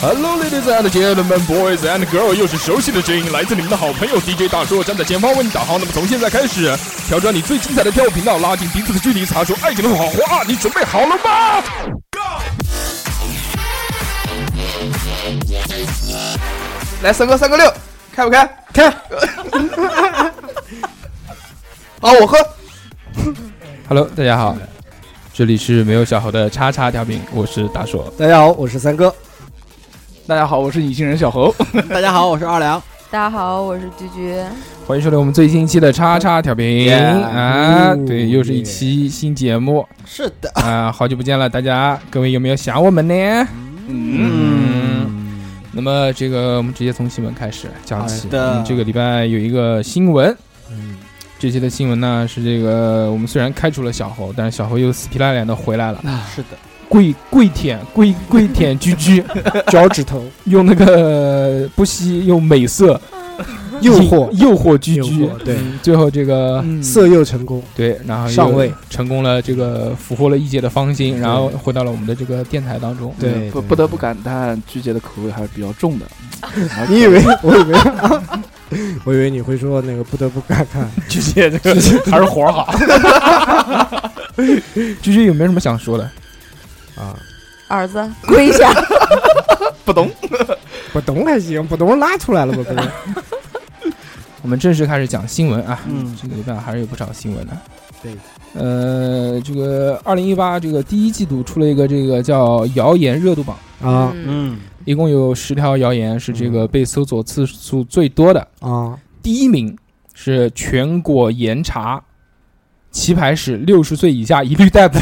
Hello, ladies and gentlemen, boys and girls，又是熟悉的声音，来自你们的好朋友 DJ 大叔站在前方为你导航。那么从现在开始，调整你最精彩的跳舞频道，拉近彼此的距离，擦出爱情的火花。你准备好了吗？来三哥三哥六，开不开？开。好，我喝。 Hello，大家好，这里是没有小猴的叉叉调频，我是大硕。大家好，我是三哥，大家好，我是隐形人小猴，大家好，我是二两。大家好，我是居居，欢迎收听我们最新一期的叉叉调频 Yeah 啊！对，嗯又是一期新节目是的， 啊！好久不见了，大家各位有没有想我们呢？嗯，那么这个我们直接从新闻开始讲起好。的我们这个礼拜有一个新闻，嗯这期的新闻呢是这个我们虽然开除了小猴，但是小猴又死皮赖脸的回来了，啊是的，跪跪舔跪跪舔居居， 脚趾头用那个不惜用美色诱嗯惑，诱惑居诱居，惑，对，嗯最后这个嗯色诱成功，对，然后又上位成功了，这个俘获了一姐的芳心，然后回到了我们的这个电台当中。对，不不得不感叹，鞠姐的口味还是比较 重的。还是你以为我以为，我以为你会说那个不得不感叹，鞠姐这个 还是活好。鞠姐有没有什么想说的？啊，儿子 跪下，不懂还行，不懂拉出来了吧？不是， 我们正式开始讲新闻啊，嗯这个礼拜还是有不少新闻的。对，呃，这个二零一八这个第一季度出了一个这个叫谣言热度榜，啊嗯，嗯，一共有十条谣言是这个被搜索次数最多的，啊，第一名是全国严查棋牌室，六十岁以下一律逮捕。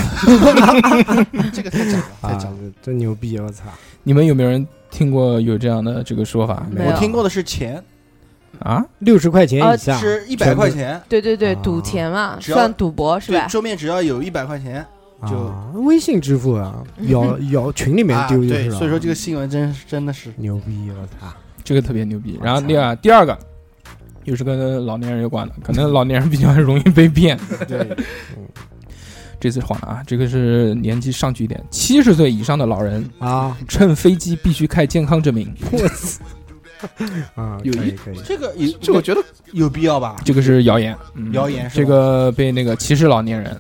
这个太假了，太啊假了。，真牛逼！我操，你们有没有人听过有这样的这个说法没有我听过的是钱，呃啊？六十块钱以下，是一百全部块钱，哦对对对，啊赌钱嘛，只要算赌博是对，吧？桌面只要有一百块钱就啊、微信支付啊，摇摇群里面啊，丢就对是，了。所以说这个新闻真是真的是牛逼，我操！这个特别牛逼。我然后操第二第二个，又是跟老年人有关的，可能老年人比较容易被骗。 对，这次换了啊，这个是年纪上去一点，七十岁以上的老人啊，乘飞机必须开健康证明。我操！啊，有可以一可以，这个有这我觉得有必要吧？这个是谣言，嗯谣言是吧这个被那个歧视老年人，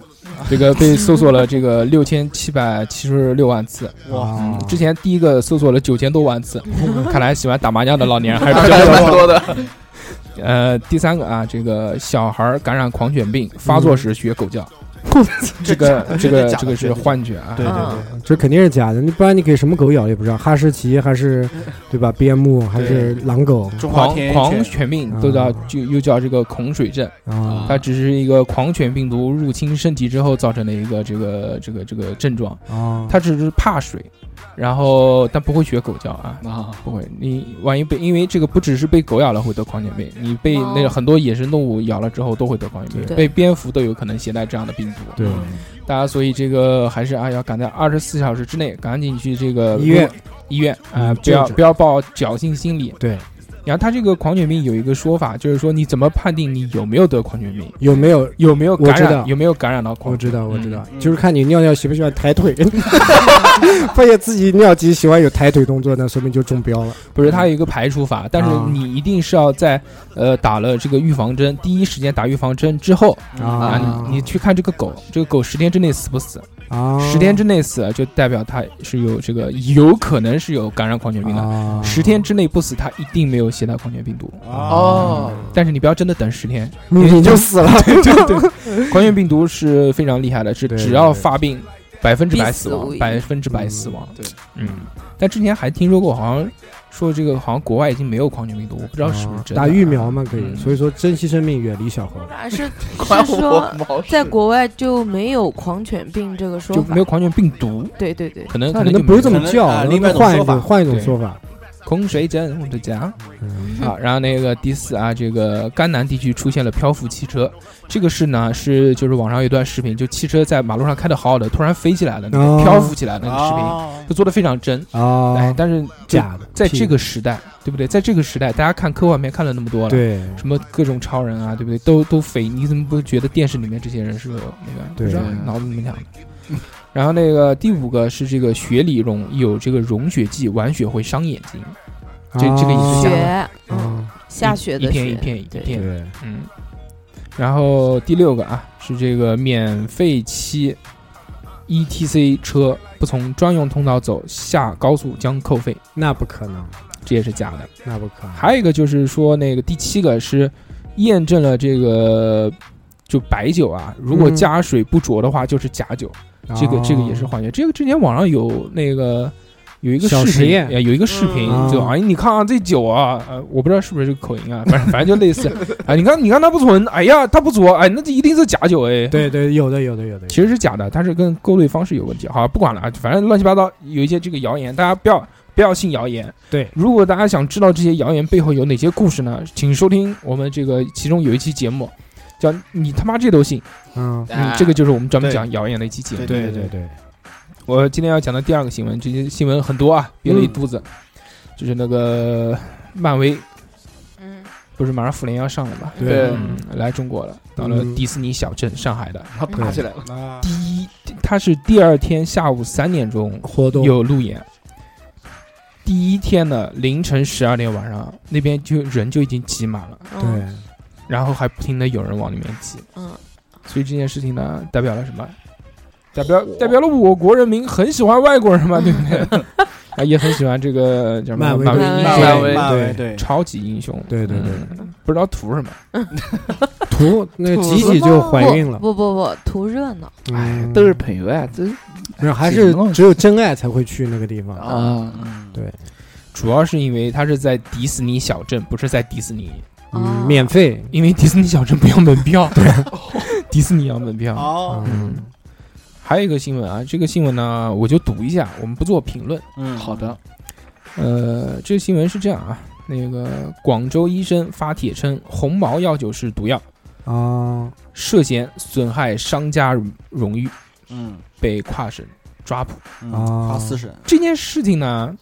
这个被搜索了这个六千七百七十六万次，哇，啊之前第一个搜索了九千多万次，看来喜欢打麻将的老年人 还是比较还多。蛮多的，呃，第三个啊，这个小孩儿感染狂犬病发嗯作时学狗 叫，这个这真的个假的这个是真的幻觉啊。对对嗯对，这肯定是假的，你不然你给什么狗咬也不知道，哈士奇还是对吧？边牧还是狼狗中华狂田狂园犬嗯犬病都叫就又叫这个恐水症，啊它只是一个狂犬病毒入侵身体之后造成的一个这个这个这个症状，嗯啊！它只是怕水，然后但不会学狗叫啊，啊，不会，你万一被因为这个不只是被狗咬了会得狂犬病，你被哦那个很多野生动物咬了之后都会得狂犬病，对被蝙蝠都有可能携带这样的病毒。对，大家所以这个还是啊要赶在二十四小时之内赶紧去这个医院医院啊、嗯不要就诊不要抱侥幸心理，对，然后他这个狂犬病有一个说法，就是说你怎么判定你有没有得狂犬病，有没有？有没有我感知道染，有没有感染到我狂知道，我知道，嗯就是看你尿尿喜不喜欢抬腿，发现自己尿急喜欢有抬腿动作，那说明就中标了。不是，它有一个排除法，但是啊你一定是要在呃打了这个预防针，第一时间打预防针之后啊，啊你你去看这个狗，这个狗十天之内死不死，啊，十天之内死就代表它是有这个有可能是有感染狂犬病的，啊，十天之内不死，它一定没有携带狂犬病毒。哦，但是你不要真的等十 天，你你就死了。对对 对，狂犬病毒是非常厉害的，是对只要发病，百分之百必死死亡无，疑百分之百死亡。对，嗯，但之前还听说过，好像说这个好像国外已经没有狂犬病毒，我不知道是不是啊真的。打疫苗嘛，可以。嗯所以说，珍惜生命，远离小猴。啊是管 是我说毛 事在国外就没有狂犬病这个说就法没，有狂犬病毒，对对对，可能那可可能就能不是没这有么可能叫，啊可能另外一种说法换一种换一种对说法。空水枕我的家。嗯好，啊然后那个第四啊，这个甘南地区出现了漂浮汽车，这个事呢是就是网上有一段视频，就汽车在马路上开的好好的，突然飞起来了，那哦个漂浮起来的那个视频，哦就做的非常真。哎啊，，但是就假的，在屁这个时代，对不对？在这个时代，大家看科幻片看了那么多了，对什么各种超人啊，对不对？都都肥，你怎么不觉得电视里面这些人是有那个？对不知道脑子怎么想的。然后那个第五个是这个血里溶有这个溶血剂，玩血会伤眼睛，这这个也是假的雪，嗯，啊，下雪一的片雪，一片一片一片，对，嗯。然后第六个啊是这个免费期 ETC 车不从专用通道走下高速将扣费，那不可能，这也是假的。那不可能。还有一个就是说，那个第七个是验证了这个就白酒啊，如果嗯加水不浊的话，就是假酒。这个这个也是啊幻觉。这个之前网上有那个有一个小视实频，验呃有一个视频嗯就哎，你看啊，这酒啊，呃，我不知道是不是这个口音啊，反正 反正就类似啊，你看你看它不纯，哎呀，它不浊，哎，那这一定是假酒哎。对对，有的有的有的。其实是假的，它是跟勾兑方式有问题。好，不管了，啊，反正乱七八糟有一些这个谣言，大家不要不要信谣言。对如果大家想知道这些谣言背后有哪些故事呢，请收听我们这个其中有一期节目，叫“你他妈这都信嗯”，，啊嗯，这个就是我们专门对讲谣言的一期节目。对对对对对，我今天要讲的第二个新闻，这些新闻很多啊，憋了一肚子，就是那个漫威嗯，不是马上复联要上了嘛，对嗯，来中国了，到了嗯迪士尼小镇上海的然后打起来了，啊第一，它是第二天下午三点钟活动有路演。第一天的凌晨十二点晚上，那边就人就已经挤满了，对嗯，然后还不停的有人往里面挤，嗯，所以这件事情呢，代表了什么？代表代表了我国人民很喜欢外国人嘛，对不 对？啊，也很喜欢这个叫什么漫威漫威的英漫雄漫威漫对威对，超级英雄，对对对嗯不知道图什么。图那吐挤自挤就怀孕了，不不不，图热闹，哎嗯，都是朋友啊，这没有还挤是什么东西只有真爱才会去那个地方。啊，嗯对主要是因为它是在迪士尼小镇，不是在迪士尼，嗯，啊免费因为迪士尼小镇不要门 票，对， 迪士尼要门票。哦，嗯，还有一个新闻啊，这个新闻呢，我就读一下，我们不做评论。嗯，好的，呃，这个新闻是这样啊，那个广州医生发帖称红毛药酒是毒药，啊，涉嫌损害商家荣誉，嗯，被跨省抓捕。嗯哦跨四省，这件事情呢，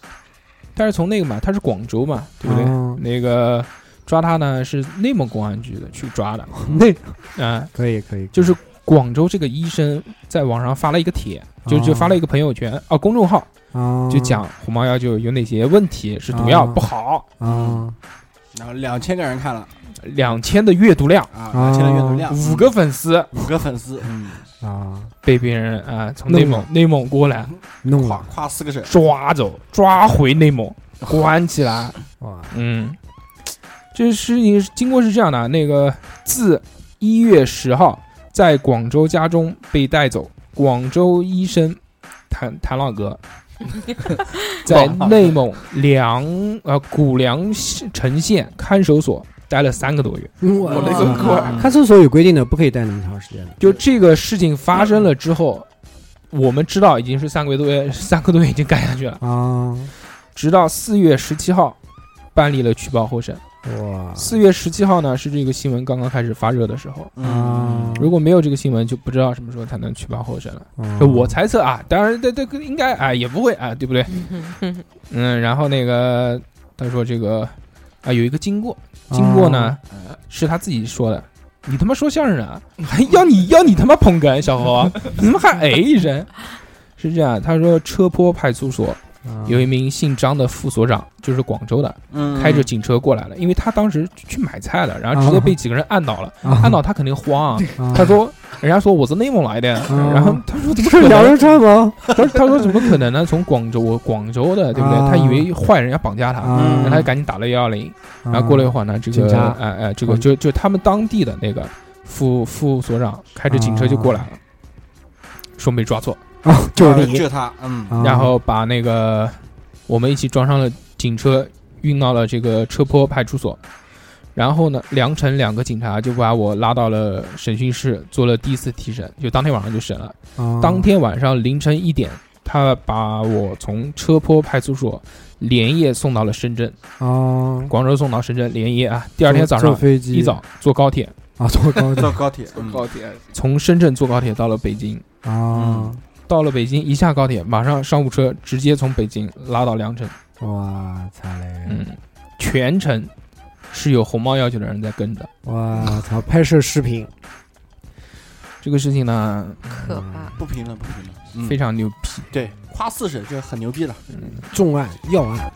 他是从那个嘛，他是广州嘛，对不对？哦那个抓他呢是内蒙公安局的去抓的那啊、可以可以，就是广州这个医生在网上发了一个帖，就哦就发了一个朋友圈啊公众号，啊，就讲红毛药就有哪些问题是毒药哦不好，啊然后两千个人看了两千的阅读量，啊，两千的阅读量，五个粉丝五个粉丝，嗯，啊，被别人啊、从弄内蒙内蒙过来弄跨了跨四个省，抓走，抓回内蒙，关起来。哇，嗯，这事情是经过是这样的啊，那个自一月十号在广州家中被带走，广州医生谭谭老 哥在内蒙梁呃古梁城县看守所待了三个多月。我我勒个乖嗯看守所有规定的，不可以待那么长时间的。就这个事情发生了之后，我们知道已经是三个多月，三个多月已经干下去了，啊，直到四月十七号办理了取保候审。啊哇四月十七号呢，是这个新闻刚刚开始发热的时候。啊嗯，，如果没有这个新闻，就不知道什么时候才能取保候审了。啊就我猜测啊，当然这这个应嗯该啊、哎也不会啊、哎对不对？嗯，然后那个他说这个啊有一个经过，经过呢哦是他自己说的。你他妈说相声啊？ 还要 你要你他妈捧哏，小侯， 你他妈还哎一声？是这样，他说车坡派出所啊，有一名姓张的副所长，就是广州的，嗯开着警车过来了，因为他当时去买菜了，然后直接被几个人按倒了，啊按倒他肯定慌啊。啊他说，人家说我是内蒙来的，嗯然后他说怎么可是能羊肉串吗？他说他说怎么可能呢？从广州，广州的，对不对？啊他以为坏人要绑架他，啊然后他就赶紧打了幺幺零，然后过了一会儿呢，这警个察哎哎，这个就就他们当地的那个副副所长开着警车就过来了，说没抓错，啊，就是你，就他，嗯，啊然后把那个我们一起装上了警车，运到了这个车坡派出所。然后呢，良辰两个警察就把我拉到了审讯室，做了第一次提审，就当天晚上就审了。啊当天晚上凌晨一点，他把我从车坡派出所连夜送到了深圳，啊，广州送到深圳连夜啊。第二天早坐上飞机一早坐高铁，啊，坐高 铁坐高铁，嗯高铁从深圳坐高铁到了北京。啊，到了北京，一下高铁，马上商务车直接从北京拉到良辰。哇操嘞，嗯，全程是有红帽要求的人在跟着。哇操，拍摄视频这个事情呢， 可怕。不评论不评论，嗯非常牛逼。对，夸四婶这很牛逼了，重案要案，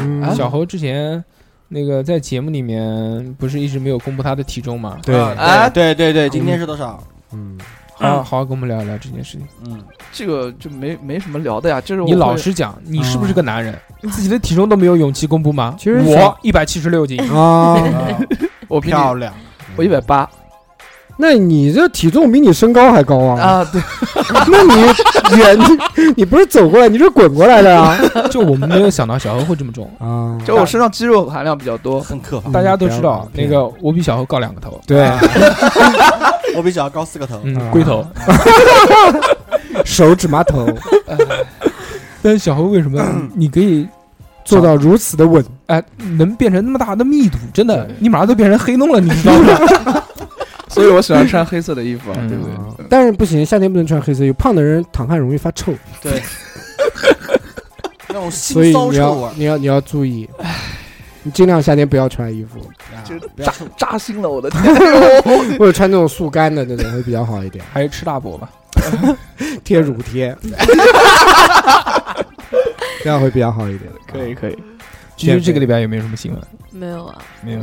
嗯小侯之前那个在节目里面不是一直没有公布他的体重吗？对，啊啊，对对对，今天是多少？嗯，好好好跟我们聊一聊这件事情。嗯，这个就没没什么聊的呀，就是你我老会实讲，你是不是个男人？自己的体重都没有勇气公布吗？其实我小一百七十六斤，啊，我比你漂亮，我一百八那你这体重比你身高还高啊？啊，对，那你远，你你不是走过来，你是滚过来的啊？就我们没有想到小侯会这么重。啊，就我身上肌肉含量比较多，很可怕。大家都知道，不要那个我比小侯高两个头，对 我比小姚高四个头，嗯，啊龟头。手指麻头但是小侯为什么你可以做到如此的稳，哎，能变成那么大的密度，真的，你马上都变成黑洞了，你知道吗？所以我喜欢穿黑色的衣服啊，嗯对不对？啊但是不行，夏天不能穿黑色衣服，胖的人淌汗容易发臭，那种所腥以骚臭你味要儿，你要你要注意，你尽量夏天不要穿衣 服，啊就不要扎臭扎心了我的天！或者穿那种速干的那种会比较好一点，还是吃大补吧。贴乳贴， 这样会比较好一 点。啊可以可以，居居这个礼拜有没有什么新闻？没有啊，没有。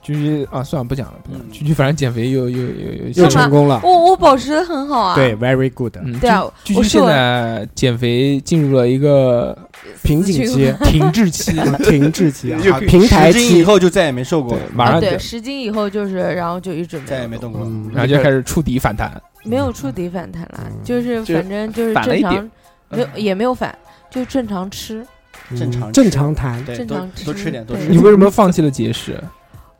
居居啊，算了，不讲了，不讲了。嗯居居反正减肥又又又又又干嘛成功了，我我保持的很好啊。对，very good，嗯，对啊，居我居是现我在减肥进入了一个瓶颈期，停滞期， 停滞期啊又，可以平台十斤以期，后就再也没瘦过对了，，马啊上对就十斤以后就是，然后就一直没有再也没嗯动过了。嗯然后就开始触底反弹。没有触底反弹啦，嗯就是就反正就是反了正一点常，没有嗯也没有反，就正常吃。正常嗯吃正常谈，对，正多常吃多吃点，多对吃你点。为什么放弃了节食？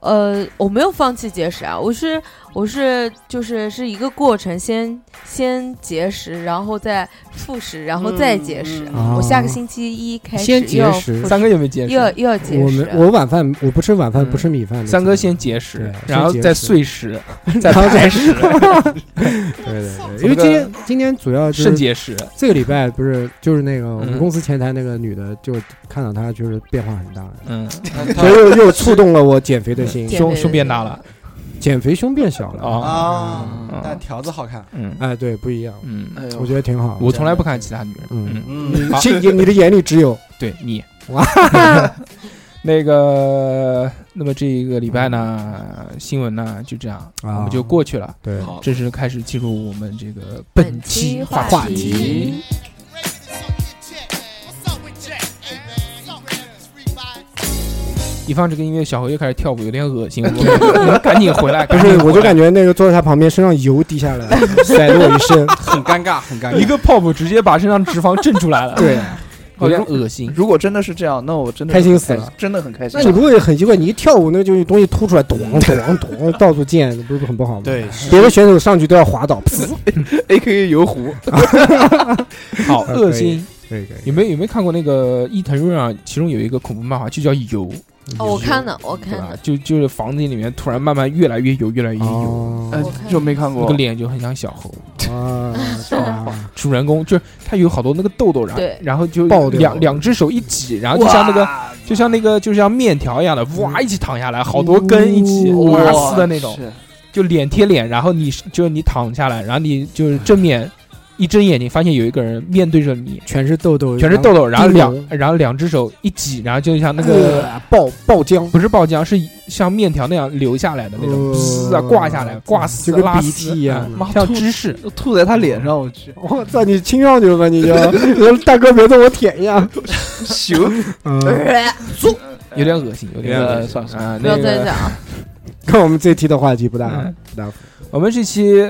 呃，我没有放弃节食啊，我是我是就是是一个过程，先先节食，然后再复食，然后再节食。嗯嗯我下个星期一开始先节又要食复三哥有没有节又要食？又要节我食啊们，我晚饭我不吃晚饭，嗯不吃米饭的。三哥先节食对，然后先节再食碎食，再然后排食， 对对 对，这因为个今天今天主要就肾是结石。这个礼拜不是就是那个我嗯们公司前台那个女的，就看到她就是变化很大，嗯，所以又又触动了我减肥的心，减胸肥胸变大了减肥胸变小了。啊。啊嗯，但条子好看，嗯哎，对，不一样，嗯，哎我呦，觉得挺好。我从来不看其他女人。嗯嗯，嗯，好其你的眼里 只有对你哇。 那个，那么这一个礼拜呢，新闻呢就这样，啊我们就过去了。对，好正式开始进入我们这个哦本期话话题。题一放这个音乐，小侯又开始跳舞，有点恶心，我们我们赶紧回来。 不赶紧是，回来我就感觉那个坐在她旁边，身上油 滴下来，甩了我一身。很尴尬，很尴尬。一个泡芙直接把身上脂肪震出来了，对， 有点恶心。如果真的是这样，那我真的开心很死了真的很开心 那。你不会很奇怪？你一跳舞，那就东西凸出来，咚咚咚，到处溅，不是很不好吗？对，别的选手上去都要滑倒。 A K A 油壶，好 啊可以恶心。对对，有没有有没有看过那个伊藤润二？其中有一个恐怖漫画就叫《油》，哦，我看了，我看对吧了，？就就是房子里面突然慢慢越来越油，越来越油，哦呃我看，就没看那过个。脸就很像小猴。啊，啊主人公就是他有好多那个痘痘，然后对然后就爆掉两两只手一挤，然后就像那个就像那个就像面条一样的，哇，嗯一起躺下来，好多根一哦起哇撕的那种，是就脸贴脸，然后你是就是你躺下来，然后你就是正面一睁眼睛，发现有一个人面对着你， 全是痘痘，全是痘痘，然后然两后然后两只手一挤，然后就像那那个个爆爆 浆，不是爆浆，是像面条那样流下来的那种，呃丝啊挂下来，挂丝就跟拉鼻丝涕一样嗯妈像吐芝士，都吐在他脸上，我去，我操，你亲上去吧，你就 大哥别动我舔一下，行，嗯，有点恶心，有点恶呃，心。算了算了，啊，呃不要那再个，讲，跟我们这题的话题不大嗯不大我们这期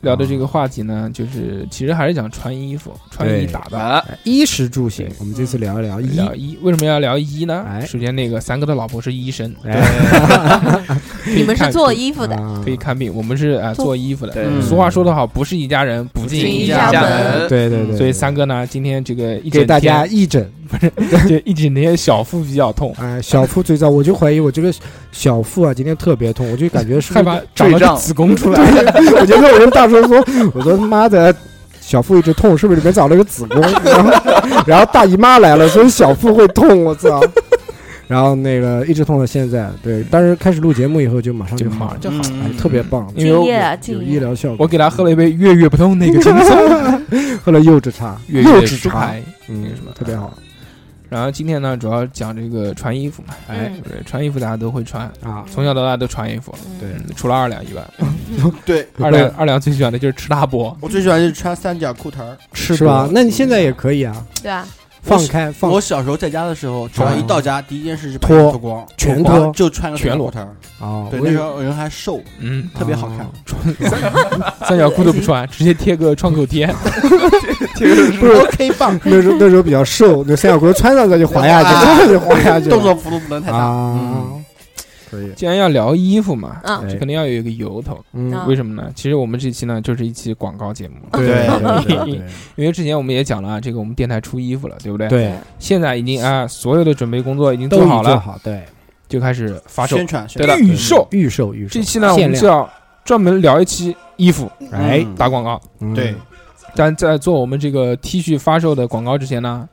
聊的这个话题呢，就是其实还是讲穿衣服、穿衣对打扮。啊，衣食住行，我们这次聊一聊衣。嗯聊医为什么要聊医呢？哎首先，那个三哥的老婆是医生， 你们是做衣服的，啊可以看病，我们是啊做做衣服的。对嗯俗话说得好，不是一家人，不进进一家家 门对对对，所以三哥呢，今天这个一给整大家 天义诊就一整天小腹比较痛，啊，小腹最糟，我就怀疑我这个小腹啊今天特别痛，我就感觉是不害是怕长坠了个胀子宫出来。对， 我觉得我跟大叔说，我说他妈的，小腹一直痛，是不是里面长了个子宫？ 然后，然后大姨妈来了，说小腹会痛，我操！然后那个一直痛到现在，对，但是开始录节目以后就马 上就就马好上了，就好了。哎，特别棒，嗯因为敬业啊我敬有业医疗效我果。给他喝了一杯月月不通那个轻松， 喝了柚子茶，月柚月子舒茶，牌。那嗯个什么，特别好然后今天呢，主要讲这个穿衣服嘛，哎嗯，对穿衣服大家都会穿，啊！从小到大都穿衣服，嗯对嗯，除了二两 以外，对，二两二两最喜欢的就是吃大波，我最喜欢就是穿三角裤头儿。吃是吧？那你现在也可以啊，对啊，放开放我小时候在家的时候，只要一到家，第一件事是把脱衣服脱光，全光脱就穿个全裸三角裤头儿。啊！对，我那也时候人还瘦，嗯，哦特别好看啊。 三角裤都不穿，直接贴个创口 贴， 不是 OK 棒，那时候那时候比较瘦，那三角裤穿上它就滑下去，穿上就滑下去了，啊动作幅度不能太大。啊，可以，既然要聊衣服嘛，嗯，哎这肯定要有一个由头，嗯，为什么呢？其实我们这期呢就是一期广告节目， 对对对因为之前我们也讲了啊，这个我们电台出衣服了，对不对？。对，现在已经啊，所有的准备工作已经都做好已做了，好，对，就开始发售宣。传，对了，宣预售。预售预售，这期呢，我限们就量，要专门聊一期衣服传哎，嗯打广告。嗯对，但在做我们这个 T 恤发售的广告之前呢，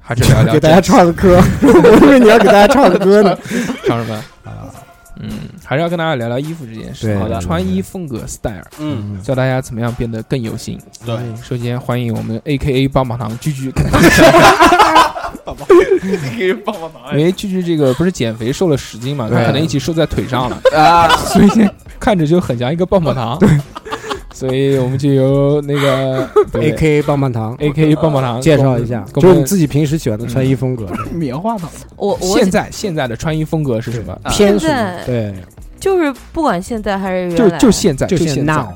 还是聊聊 给大家唱个歌，我以为你要给大家唱个歌呢，唱什么？ 啊，嗯，还是要跟大家聊聊衣服这件事。对好的，对穿衣风格 style，嗯，教大家怎么样变得更有型。对，嗯首先欢迎我们 A K A 棒棒糖居居，给棒棒糖因为居居这个不是减肥瘦了十斤嘛，他对可能一起瘦在腿上了，啊！所以看着就很像一个棒棒糖。 所以我们就由那个嗯，A K A 棒棒糖 A K 棒棒糖介绍一下，哎给就我是们你自己平时喜欢的穿衣风格，嗯棉花糖，我我现在现在的穿衣风格是什么？啊偏 现什么在？对，就是不管现在还是原就来，啊就现在，就现嗯现在 now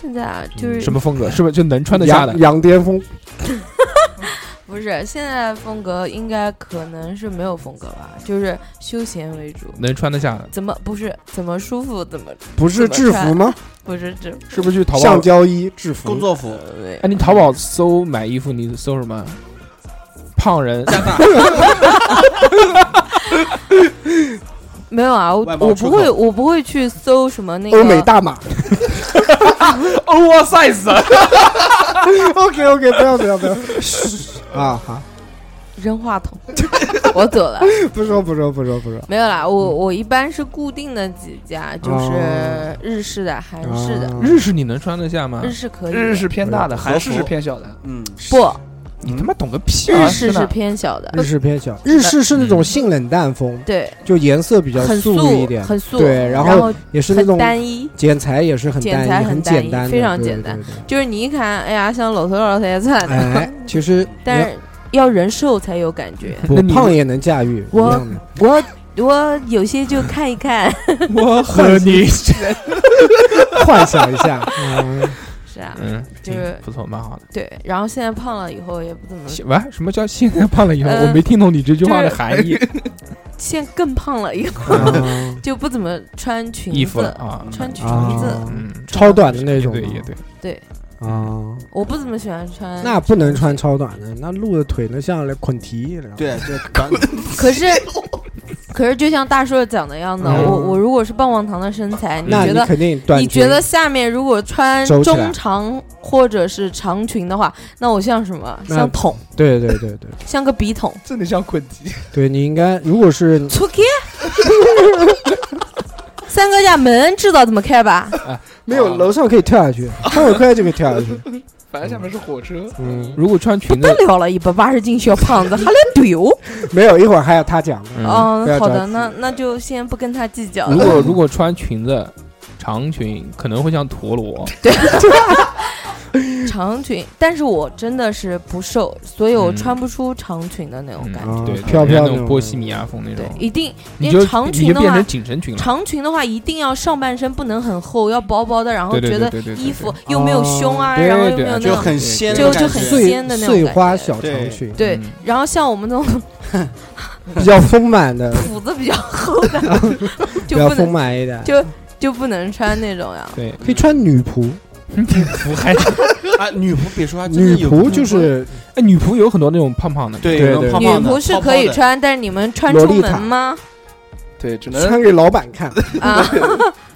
现在啊，就是什么风格？是不是就能穿得下的羊？羊癫疯，不是现在风格应该可能是没有风格吧，就是休闲为主。能穿得下的？怎么不是怎么舒服怎么不是制服吗？不是这是不是去淘橡宝？胶衣制服，工作服，对哎，你淘宝搜买衣服，你搜什么？胖人没有啊？我外贸我出不口会我不会去搜什么那个欧美大码。 oversize， OK OK，不要不要不要，嘘啊好，扔话筒， 我走了。不说不说不说不说，没有啦，我我一般是固定的几嗯家，就是哦日式的、韩式嗯的，啊日式你能穿得下吗？日式可以，日式偏大的，韩式和是服偏小的，嗯，不，你他妈懂嗯个屁啊！日式是是的偏小的，啊日式偏小，日式是那种性冷淡风，对，就颜色比较很素一点，很素，对然然后也是那很种单一，剪裁也是很剪单裁一，很很单简一单的，非常对简。单对 对就是你一看，哎呀，像老头老太太对的，哎，其实 但是要人瘦才有感觉。你那要你胖也能驾驭，一我样的我我有些就看一 看，我和 你，幻想一 下，嗯是啊，嗯，就是嗯挺不错，蛮好的。对。然后现在胖了以后也不怎么，现完什么叫现在胖了以后？呃我没听懂你这句话的含义。现在更胖了以后 啊就不怎么穿裙衣服子了，啊，穿裙子，啊，嗯，超短的那也种对也对，啊，我不怎么喜欢穿。那不能穿超短的，那露的腿能像捆蹄一样。对，就短，可是，可是就像大硕讲的样子，嗯我我如果是棒棒糖的身材，你那觉你得肯定短你裙觉得下面如果穿收起来中长或者是长裙的话，那我像什么？那像桶，对对对对像个笔筒。真的像捆鸡，对，你应该如果是出去！ 三哥家门知道怎么开吧？没有楼上可以跳下 去，上很快就可以跳下去。反正下面是火车，嗯，如果穿不裙 得子，了了，一百八十斤小胖子还来丢。没有，一会儿还有他讲的。嗯，哦不，要好着的，急那那就先不跟他计较如了。果如果穿裙子，长裙可能会像陀哦螺，嗯长裙，但是我真的是不瘦，所以我嗯穿不出长裙的那种感觉。啊嗯，对，飘飘那那种种波西米亚风那种对，，一定嗯你因就为长你裙就的变话成，紧身裙了，长裙的话一定要上半身不能很厚，要薄薄的，然后对对觉对得对对对衣服对又没有胸啊，对然后又对没有那就种很鲜的就感就觉，很碎鲜的那种碎感花觉小长对裙，对嗯，然后像我们这种比较丰满的，谱子比较厚 的，比 就较不丰能满一点，就就不能穿那种呀。 对，可以穿女仆。服 还啊，女仆别说，还真的女有仆就是哎，女仆有很多那种胖胖的，对对有对那种女胖胖的仆是可以泡泡的穿，但是你们穿洛出丽塔门吗？对，只能 穿给老板看啊，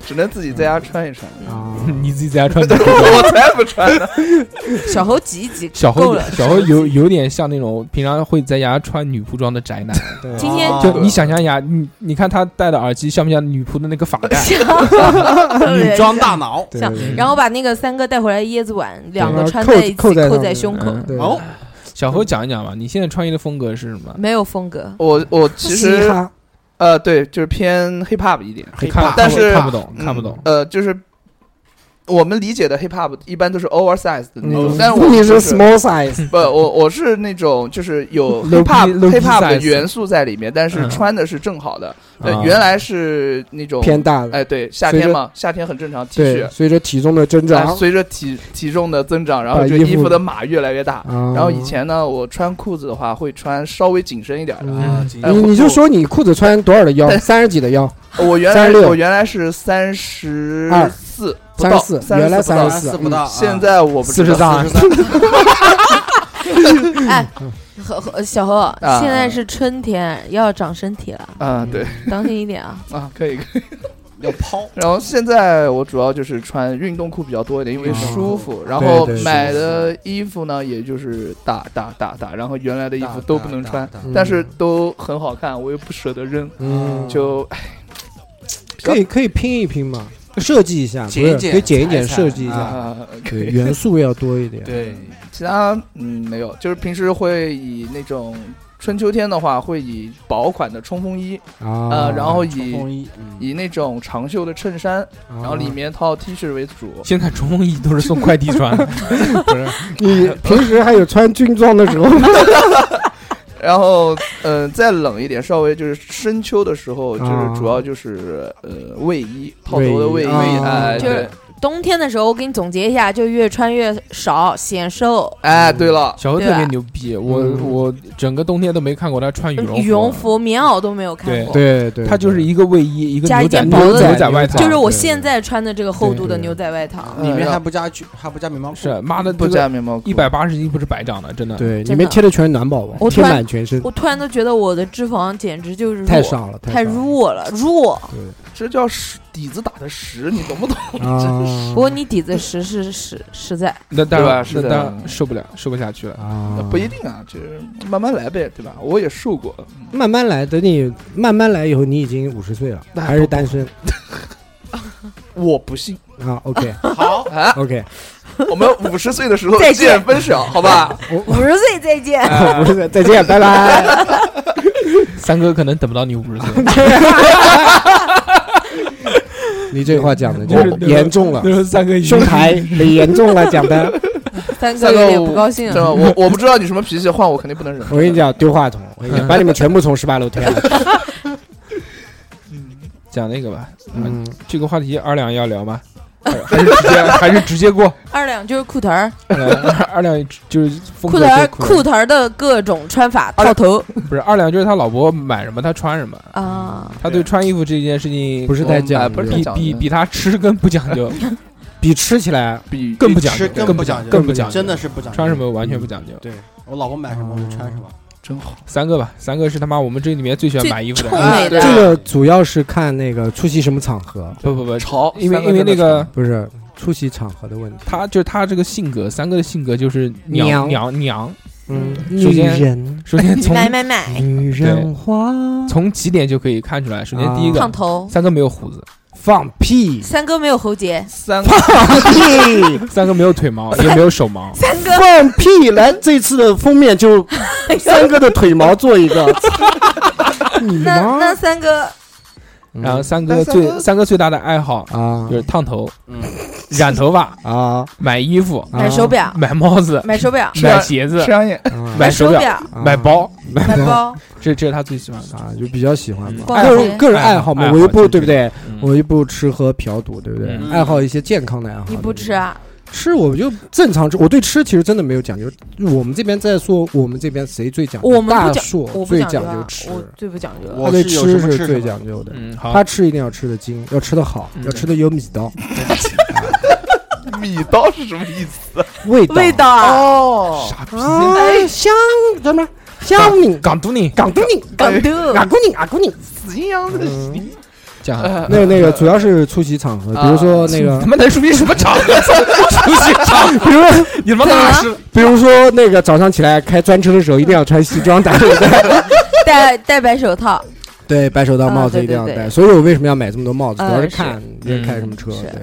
只能自己在家穿一穿。啊。 你自己在家 穿我才不穿呢，小猴挤一挤，小够猴了。小猴有有点像那种平常会在家穿女仆装的宅男，对 今天哦就你想象一下，你你看他戴的耳机像不像女仆的那个发 带？女装大脑，对像对对然后把那个三哥带回来的椰子碗，两个然后穿扣在一起，扣在扣上在面胸口，嗯对哦，小何讲一讲吧，你现在穿衣的风格是什么？没有风格。我我其嘻实哈呃对，就是偏 hip hop 一点，黑看怕看，但不是看不懂，嗯看不懂。呃就是我们理解的 hip hop 一般都是 oversize 的那种嗯，但 是我问题就是 small size，不，我我是那种就是 有 Low hip hop key- low key hip hop size 的元素在里面，但是嗯穿的是正好的。对啊，原来是那种偏大的，哎，对，夏随天着嘛，夏天很正常，T 对，恤。随着体重的增哎长，随着体体重的增长，然把后这衣衣服嗯服的码越来越大。然然后以前呢，我穿裤子的话会穿稍微紧身一点的。嗯紧哎你我你就说你裤子穿多少的腰？对三十几 的腰，我原来36我原来是三十四，不三十到四， 34原来不到三十四四，啊不到，嗯现在我不知四十道三，哎， 和和小何，啊现在是春天，要长身体了，啊，对当心一点 啊。啊，可以。可以要抛，然后现在我主要就是穿运动裤比较多一点，因为舒服。然对后对买的衣服呢，也就是大大大大，然后原来的衣服都不能穿，嗯但是都很好看，我又不舍得扔，嗯，就唉可以可以拼一拼嘛，设计一下，不剪一是剪可以剪一裁剪，一裁设计一下，啊，对，元素要多一点，对，其他嗯没有，就是平时会以那种春秋天的话，会以薄款的冲锋衣，啊呃，，然后冲以锋衣，嗯以那种长袖的衬衫，然然后里面套 T 恤为主。现在冲锋衣都是送快递穿的，不是？你平时还有穿军装的时 候吗？然后，嗯、再冷一点，稍微就是深秋的时候，就是啊主要就是呃卫衣，套头的卫卫衣衣，啊哎，就对是，冬天的时候，我给你总结一下，就越穿越少，显瘦。哎，对了，小何特对别吧牛逼，我嗯我整个冬天都没看过他穿羽绒羽绒，服、棉袄都没有看对过。对对，他就是一个卫衣，一个加一牛仔件牛薄的牛仔外套，就是我对对现在穿的这个厚度的对对牛仔外套，里面还不加裙，还不加棉毛裤，是妈的不这个加棉毛裤，一百八十斤不是白长的，真的。真对，的里面贴的全是暖宝宝，我贴突然满全身，我突然都觉得我的脂肪简直就是弱太少了，太少了弱了，弱。这叫实底子打的实，你懂不懂？ 啊，不过你底子实是实实在，那当对吧然，是那的当然受不了，受不下去了。啊，不一定啊，就是慢慢来呗，对吧？我也瘦过，嗯慢慢来，等你慢慢来以后，你已经五十岁了，还是单身我不信。啊？OK 好，啊， OK，我们五十岁的时候再见见分晓，好吧？五十岁再见。 五十岁再见，拜拜。三哥可能等不到你五十岁，你这话讲的 就是严重了那，时候三哥 已经胸牌你严重了讲 的，三哥有三哥，点不高兴啊真的，了，我我不知道你什么脾气，换我肯定不能忍。我跟你讲丢话筒，我跟你讲把你们全部从十八楼推下去。讲那个吧。嗯，嗯，这个话题二两要聊吗？ 还是直接还是直接过？ 二两就是裤头儿，呃二两就是风裤格头儿就可以裤头儿的各种穿法，套头不是二两就是他老婆买什么他穿什么，啊，他对穿衣服这件事情啊不是太讲哎究，不是太比讲究比比他吃更不讲究，比吃起来比更不讲究，吃更更不不讲究更不讲究，真的是不讲究穿什么完全不讲究。对我老婆买什么我就穿什么，真好。三个吧，三个是他妈我们这里面最喜欢买衣服最的。臭美的啊这个主要是看那个出席什么场合，不不不，潮，因为三因为真的那个不是出席场合的问题。他就是他这个性格，三个的性格就是娘娘娘娘。嗯，哎首女先人，首先从买买买，女人花，从几点就可以看出来，首先第一啊个烫，头。，三哥没有胡子，放屁三哥没有喉结，，三放屁，三哥没有腿毛，也没有手毛三哥放屁！来，这次的封面就三哥的 腿毛做一个。你那吗？那三哥然后三哥但三最哥三哥最大的爱好啊就是烫头、染头发、啊，买衣服、啊买手表，买帽子、买手表，是啊买鞋子、商业啊买手手表、表，啊买包，买买包，这这是他最喜欢的。啊，就比较喜欢嘛，嗯个人个人爱好爱好爱嘛，好我又不就是对不对？嗯我又不吃喝嫖赌，对不对？嗯爱好一些健康的爱好。你不对对吃啊？吃，我就正常吃。我对吃其实真的没有讲究。我们这边在说，我们这边谁最讲究？我们大不讲硕我不最讲究讲啊究吃，我最不讲究了。他我对是有什么吃吃是什最么讲究的。嗯，好他，吃一定要吃的精，要吃的好，嗯要吃的有米道，米刀是什么意思？味道味道啊，哦，傻逼，啊，香什么香米港独你港都人，港豆啊阿姑娘阿姑娘。死阴阳的嗯讲啊。呃那那个主要是出席场合，比如说那个他，妈能说明什么场合？出席 场，啊比如说你他妈大师，比如说那个早上起来开专车的时候，一定要穿西装，戴对 不对？戴戴白手套，对，白手套啊帽子对一定要对对戴。所以我为什么要买这么多帽子？主呃要是是看人开什么嗯车。是对，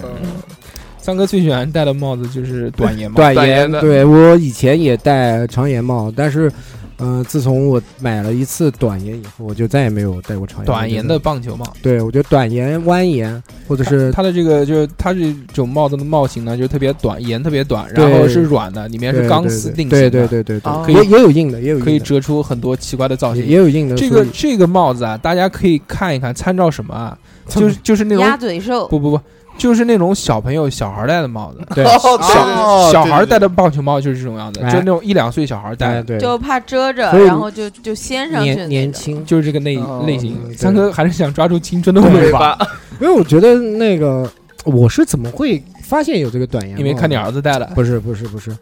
三哥最喜欢戴的帽子就是短檐帽，短短檐檐的对我以前也戴长檐帽，但是，嗯，自从我买了一次短檐以后，我就再也没有戴过长檐。短檐的，棒球帽。对我觉得短檐、蜿檐或者是它的这个就是它这种帽子的帽型呢，就是特别短，檐特别短，然后对是软的，里面对是钢对丝对定型的，对对对对啊对，哦可以也也有硬的，也有可以硬的折出很多奇怪的造也型。也有硬的。这所个以这个帽子啊，大家可以看一看，参照什么啊？就是就是那鸭种嘴兽，不不不，就是那种小朋友小孩戴的帽子， 对哦哦小哦小孩戴的棒球帽就是这种样子，哎就那种一两岁小孩戴哎的，对，就怕遮着，所以然后就就掀上去的那年种。年 轻，就是这个类哦类型对。三哥还是想抓住青春的尾尾巴，巴，因为我觉得那个我是怎么会发现有这个短檐帽的？因为看你儿子戴的。不是不是不是，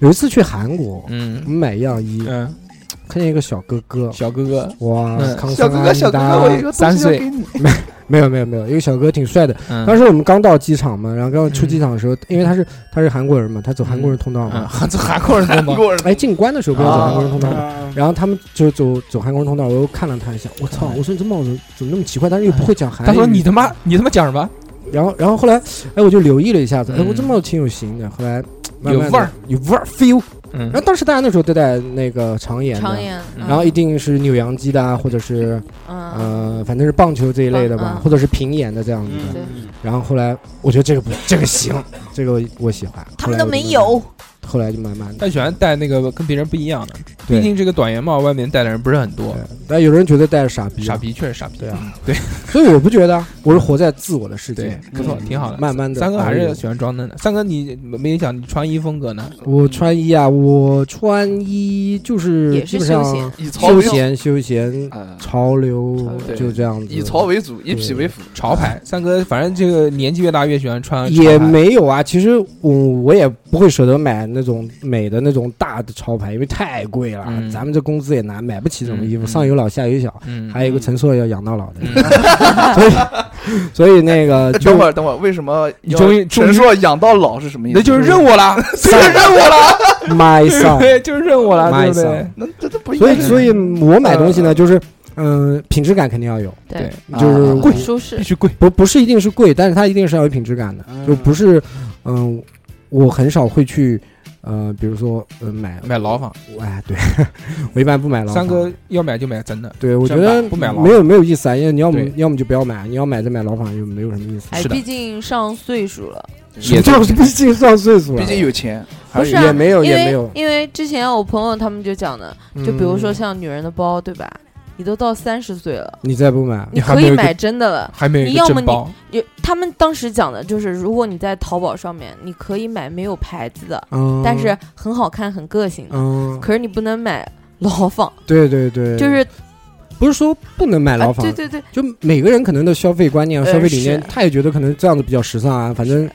有一次去韩国，我嗯们买样衣，嗯，看见一个小哥哥，小哥哥，哇，嗯康小桑哥啊哥，小哥你搭哥，我有一个三东西要岁给你，没有没有没有，一个小哥挺帅的。嗯当时我们刚到机场嘛，然后刚出机场的时候，因为他是他是韩国人嘛，他走韩国人通道嗯，嘛，韩韩国人懂韩吗？国人哎，进关的时候不要走韩国人通道嘛。啊然后他们就是走走韩国人通道，我又看了他一下，我操！我说你这帽子怎么那么奇怪？但是又不会讲韩嗯语。哎他说你他妈你他妈讲什么？然后，然后后来，哎，我就留意了一下子，哎，嗯我这帽子挺有型的。后来慢有慢地味儿，有味儿，feel。嗯然后当时大家那时候都戴那个长檐的，长眼，嗯然后一定是扭秧鸡的啊，或者是嗯，呃，反正是棒球这一类的吧嗯，嗯或者是平沿的这样子的。嗯然后后来我觉得这个不，这个行，这个我我喜欢。他们都没有，后来我就慢慢。后来就慢慢的， 他喜欢戴那个跟别人不一样的，对毕竟这个短檐帽外面戴的人不是很多对。，但有人觉得戴着傻逼，傻，逼确实傻逼，对啊，对所以我不觉得啊，我是活在自我的世界对，，不错，挺好的。嗯慢慢的。三哥还是喜欢装嫩的。三哥，你没讲你穿衣风格呢？我穿衣啊，我穿衣就是也是基本上休闲以曹休为主，闲休闲呃潮流潮流就这样子，以曹为主，哎哎以痞对为辅，潮牌。三哥，反正这个年纪越大越喜欢穿潮也牌没有啊。其实我我也不会舍得买那种美的那种大的潮牌，因为太贵了，嗯咱们这工资也拿买不起这种衣嗯服，嗯上有老下有小，嗯， 还有一个陈硕要养到老的， 嗯所以所以那个 哎就等会儿，等会儿，为什么你终于终于陈硕养到老是什么意思？那就是 认我了，上 对 myself 不 对？就是认我了，对不 Myself 对？那这这不应所该以，是所以我买东西嗯呢，就是，嗯、品质感肯定要有，对，就是啊贵舒必适，须贵。不不是一定是贵，但是它一定是要有品质感的，就不是，嗯、我很少会去，呃，比如说，呃，买，买牢房，哎，对， 我一般不买老。三哥，要买就买真的。对我觉真得买不买牢没有没有意思啊，因为你要么对要么就不要买，你要买再买老仿又没有什么意思。哎，是的毕竟上岁数了，也就毕竟上岁数了，啊毕竟有钱，不是也啊没有因也没为有，因为之前我朋友他们就讲的，就比如说嗯像女人的包，对吧？你都到三十岁了，你再不买，你还可没以有一个买真的了。还没有一你个要么正你包，有他们当时讲的就是，如果你在淘宝上面，你可以买没有牌子的，嗯，但是很好看、很个性的，嗯，可是你不能买老仿，对对对，就是不是说不能买啊老，仿对，对对，就每个人可能的消费观念、和呃消费理念是，啊啊他也觉得可能这样子比较时尚啊，反正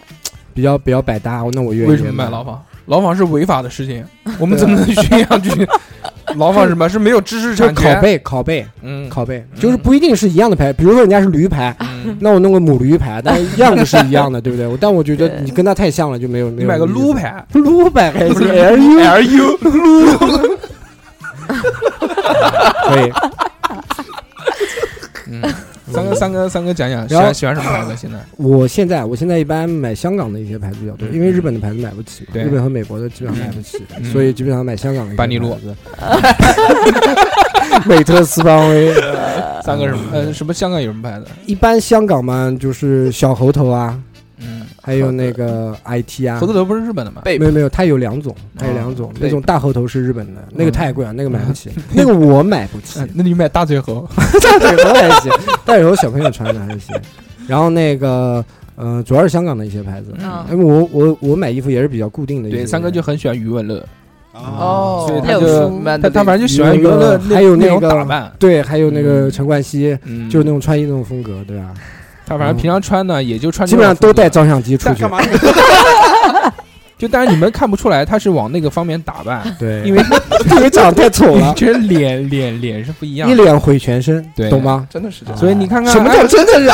比较比较百搭，那我愿意为什么买牢老？房？牢房是违法的事情，我们怎么能宣扬去 牢房是什么？是没有知识啊就是产拷权。贝，拷贝，嗯，拷贝，就是不一定是一样的牌。比如说人家是驴牌，嗯那我弄个母驴牌，但是样子是一样的，对不对？我但我觉得对你跟它太像了，就没有没你有。买个撸，牌撸牌还不是是 L U ，L U 撸。可以。嗯，三哥，三哥，三哥，讲讲喜然后欢喜欢什么牌子？现在我现在我现在一般买香港的一些牌子比较多，嗯因为日本的牌子买不起，对日本和美国的基本上买不起，嗯所以基本上买香港的一些班尼路牌子，美特斯邦 威。三哥什么？嗯呃，什么香港有什么牌子？一般香港嘛，就是小猴头啊，嗯，还有那个 IT 啊猴。子头不哎哦是日本的吗？贝没有没有，它有两种，它有两种，那种大猴头是日本的，嗯那个太贵了，那个买 不起，那个我买不起。嗯那你买大嘴猴？大腿头还行，大腿头小朋友穿的还行。然后那个，嗯、主要是香港的一些牌子。嗯，因为我我我买衣服也是比较固定的一些对，人，三哥就很喜欢余文乐，哦，所以他六就叔他他反正就喜欢余文乐那，还有那那个种打扮，对，还有那个陈冠希，嗯，就是那种穿衣那种风格，对吧？啊他反正平常穿呢，也就穿这基种本上都带风格照相 机出但去干，嘛？ 就但是你们看不出来，他是往那个方面打扮，对，因为 因为长得太丑了你，觉得脸脸脸是不 一样一的，脸毁全身，对懂吗？真的是这样。啊所以你看看什么叫真的是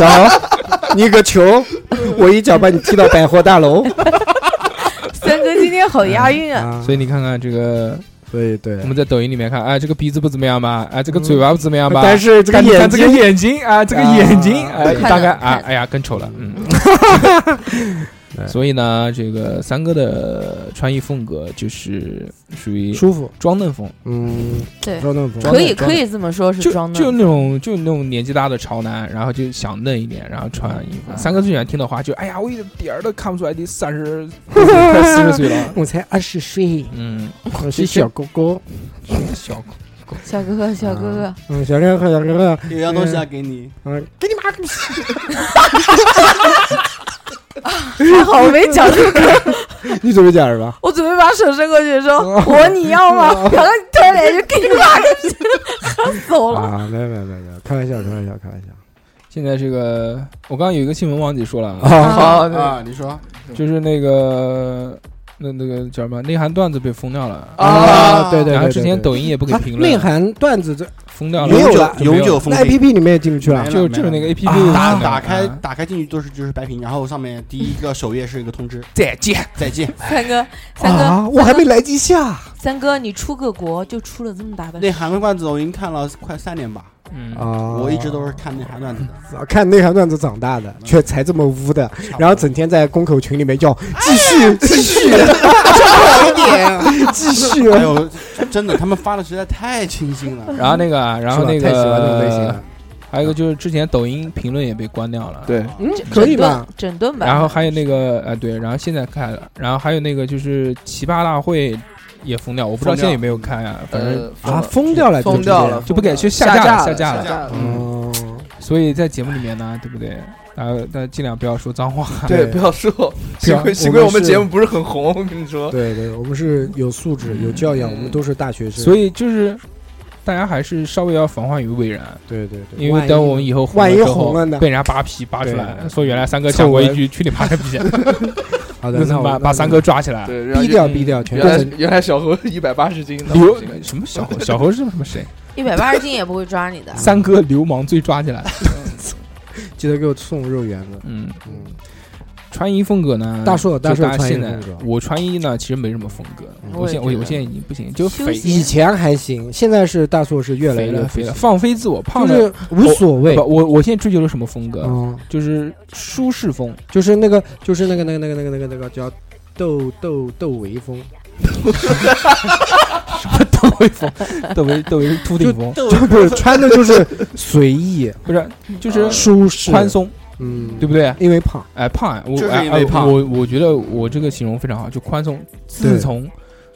小豪？你个球，我一脚把你踢到百货大楼三哥今天好押韵啊！啊！哎所以你看看这个，所以对嗯我，们在抖音里面看，哎，这个鼻子不怎么样吧，哎，这个嘴巴不怎么样吧，但是这个看你看眼这个睛眼睛啊，这个眼睛，啊哎，看了大概啊看，哎呀，更丑了，嗯对。所以呢，这个三哥的穿衣风格就是属于舒服，装嫩风，嗯，对装那么可以装可以这么说，是就装就嫩。那种就那种年纪大的潮男，然后就想嫩一点，然后穿衣服。三哥最喜欢听的话就，哎呀，我一点儿都看不出来你三十快四十岁了。我才二十岁，嗯，我是小哥哥。小狗小哥哥，小哥哥，嗯，小哥哥，小 哥哥，有样东西要给你，嗯，给你妈个屁！嗯还好我没讲 出口，你准备讲什么？我准备把手伸过去说哦：“我你要吗？”然后突然来一句：“给你妈个 屁！”吓死我了。啊，没有没有没有没有，开玩笑，开玩笑，开玩笑。现在这个，我刚刚有一个新闻忘记说了，啊，啊，好，对啊，你说就是那个那那个叫什么内涵段子被封掉了，啊对对对然后之对前对抖音也不给啊评论，内涵段子这封掉了，没有永久了就没有永久封那闭。 APP 里面也进不去了没。就就是那个 A P P 啊打打开嗯打开进去都是就是白屏，然后上面第一个首页是一个通知再见，再见，三哥，三哥，嗯啊，我还没来及下。三哥，你出个国就出了这么大本那韩国段子我已经看了快三年吧，嗯，啊，我一直都是看那韩段子 的。看内涵段子长大的，嗯却才这么污的，然后整天在公口群里面要继续继续哎差一点，继 续，哎呦，真的，他们发的实在太清新了。然后那个啊，然后是吧那太喜欢那种类型个了，还有一个就是之前抖音评论也被关掉了，。对，啊嗯，可整以吧顿？整顿吧。然后还有那个，呃，对，然后现在开了，然后还有那个就是奇葩大会也封掉，我不知道封掉现在有没有开啊，反正呃，啊，封掉了，封掉了，就不给就下下架了下下架了了。嗯哦，所以在节目里面呢，对不对？大家大家尽量不要说脏话，对，对不要说，要幸亏幸亏我们节目不是很红，我跟你说，对对，我们是有素质、有教养，我们都是大学生，所以以就是大家还是稍微要防患于未然，对对对，因为等我们以后红万一了之红后了呢被人家扒皮扒出来，对说原来三哥讲过一句“去你妈的逼 好”，那的，那怎我么办？们把三哥抓起来，对，然后逼掉逼掉，全原都来是原来小何一百八十斤，那不流行 什么小猴小猴是什么谁？。一百八十斤也不会抓你的三哥流氓罪抓起来，记得给我送肉圆子。嗯。嗯，穿衣风格呢？大硕就大硕家穿衣现在风格我穿衣呢，其实没什么风格。我嗯我也现我觉我得现在已经不行，就休肥息以前还行，现在是大硕是越来肥越了不肥了，行放飞自我，胖就了是无所谓不，。我我现在追求的什么风格？嗯，就是舒适风， 就是那个，就是那个，那个，那个，那个，那个，那个叫窦窦窦唯风，窦唯风，窦唯窦唯秃顶风，就不是穿的就是随意、不是，就是舒适、宽，松，嗯，对不对？因为胖，哎，胖，我就是哎因为哎胖我我觉得我这个形容非常好，就宽松。自对从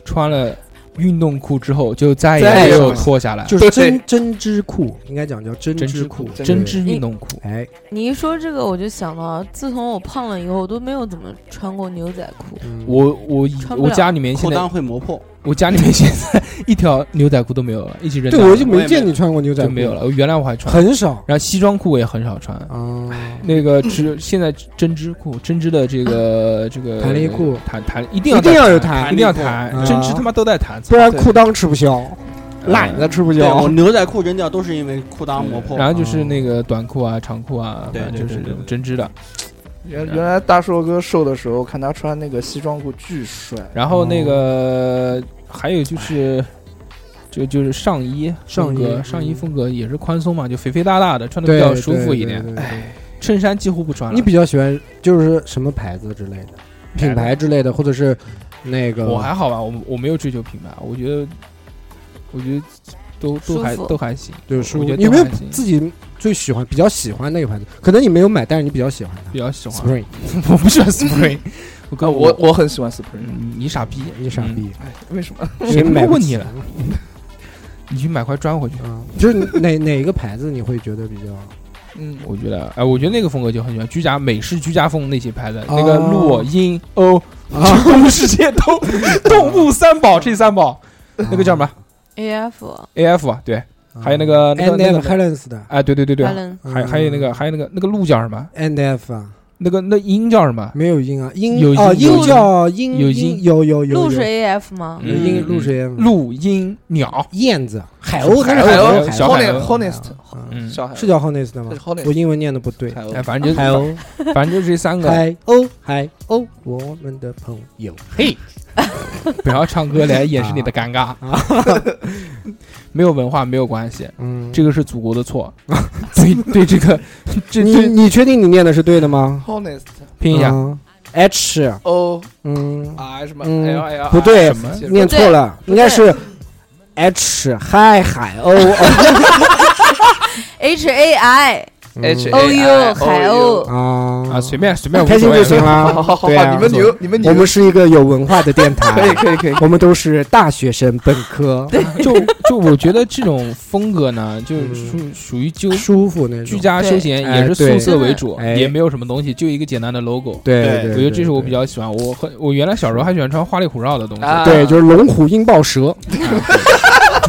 穿了运动裤之后，就再再也没也有不脱下来，就对是针针织裤，应该讲叫针针织织裤裤，，对针织运动裤。哎，你一说这个，我就想到，自从我胖了以后，我都没有怎么穿过牛仔裤。嗯我我以穿不我了家里面现裤在裆会磨破，我家里面现在 一条牛仔裤都没有了，一起扔对掉了我就没见你穿过牛仔就裤，没有了。，我原来我还穿，很少然后西装裤我也很少穿。啊。那个 只现在针织裤，针织的这个这个弹力裤，弹弹一定要一定带要有弹弹，一定要力裤弹，啊针织他妈都带弹，不然对嗯裤裆吃不消，懒得吃不对我消。牛仔裤扔掉都是因为裤裆嗯磨破。然后就是那个短裤啊、长裤啊，对反正对就是对对这种针织的。原原来大硕哥瘦的时候，看他穿那个西装裤巨帅，然后那哦个还有就是，就就是上衣风上衣格嗯上衣风格也是宽松嘛，就肥肥大大的，穿的比较舒服一点。嗯对。对对对对衬衫几乎不穿了。你比较喜欢就是什么牌子之类的，品牌之类的，或者是那个我还好吧，我呃我没有追求品牌，我觉得我觉得都都还舒服都还行，对我书，觉得你有没有都还行自己最喜欢、比较喜欢那个牌子？可能你没有买，但是你比较喜欢它。比较喜欢。 Spring，我不喜欢 Spring，我 啊跟我我很喜欢 Supreme，嗯你傻逼，你傻逼，哎，为什么？谁买嗯不问起你了？ 你去买块砖回去。啊？就是哪 哪个牌子你会觉得比较嗯，我觉得，哎，我觉得那个风格就很喜欢，居家美式居家风那些牌子，那个哦洛英欧啊？动物世界动动物三宝，这三宝， 那个叫什么 AF ？AF 啊，对，啊还有那个那 And 个那 F 个， Helens 的哎，对对啊对对， Balance 还还有那嗯个还有那个那个鹿叫什么？ And F 啊，那个那鹰叫什么？没有音啊，音有哦，音有音音叫音有音音有有有鹿有是 AF 吗？有嗯音嗯鹿是 F 鹿鹰鸟，燕子海鸥那海是鸥鸥小海海鸥鸥，Honest，啊嗯，哎小海是叫 Honest 的吗这是？Honest 我英文念的不对，海哎，鸥，反正就海鸥反正就这三个，海鸥海鸥，我们的朋友嘿。不要唱歌来掩饰你的尴尬。啊 没有文化没有关系，嗯，这个是祖国的错。 对对，这个这你这你确定你念的是对的吗？ Honest 拼一下，嗯，H， O 嗯， R 什么嗯 L L 不对什么念错了，应该是 H 嗨海鸥哦 H A I 哦 H A 嗯 O U 海 O 鸥，啊啊，随便随便，开心就行了。了。 好好好，对啊你们牛，你们牛我，们是一个有文化的电可以台，可以可以，我们都是大学生本科， 就就我觉得这种风格呢，就嗯属属于就舒服那种。居家休闲，哎也是对素色为主，哎也没有什么东西，就一个简单的 logo。对，对对我觉得这是我比。较喜欢。我很我原来小时候还喜欢穿花里胡哨的东西，啊对，对就是龙虎鹰豹蛇，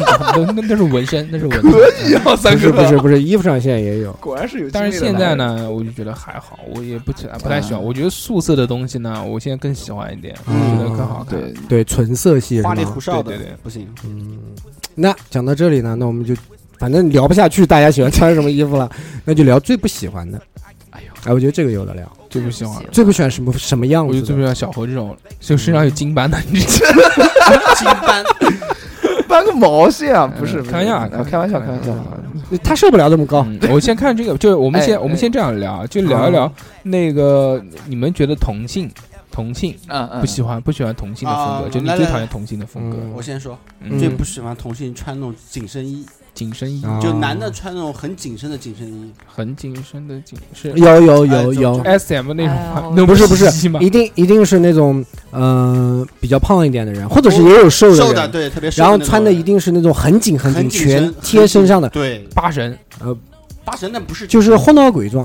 那那那是纹身，那是纹身。可以啊，不三是哥，不是不是，衣服上现在也有。果然是有经但历的男人。是现在呢，我就觉得还好，我也不喜啊不太喜欢。我觉得素色的东西呢，我现在更喜欢一点，我觉得更好看。对，对，纯色系是花吗里？胡哨的对对对不行，嗯，那讲到这里呢，那我们就反正聊不下去，大家喜欢穿什么衣服了，那就聊最不喜欢的。哎，我觉得这个有的聊。最不喜欢，最不喜欢什么什么样我子就的？最不喜欢小何这种，就身上有金斑的，你知道吗嗯搬个毛线啊！不是，开玩笑啊不是开玩笑，开玩笑。他受不了这么高。嗯我先看这个，就是我们哎先我们哎先这样聊，啊就聊一聊那个你们觉得同性同性嗯嗯，不喜欢不喜欢同性的风啊格，就你来最来讨来厌同性的风格，嗯我先说，嗯最不喜欢同性穿那种紧身衣，紧身衣，啊就男的穿那种很紧身的紧身衣，很紧身的紧是有有哎就有有， S M 那种哎呦吗？那不是不是鸡吗？一定一定是那种呃比较胖一点的人，或者是也有瘦的人，哦瘦的对，特别瘦然后那种穿的一定是那种很紧很紧，紧身全很贴身上的，对八神八神那不是就是混闹鬼装，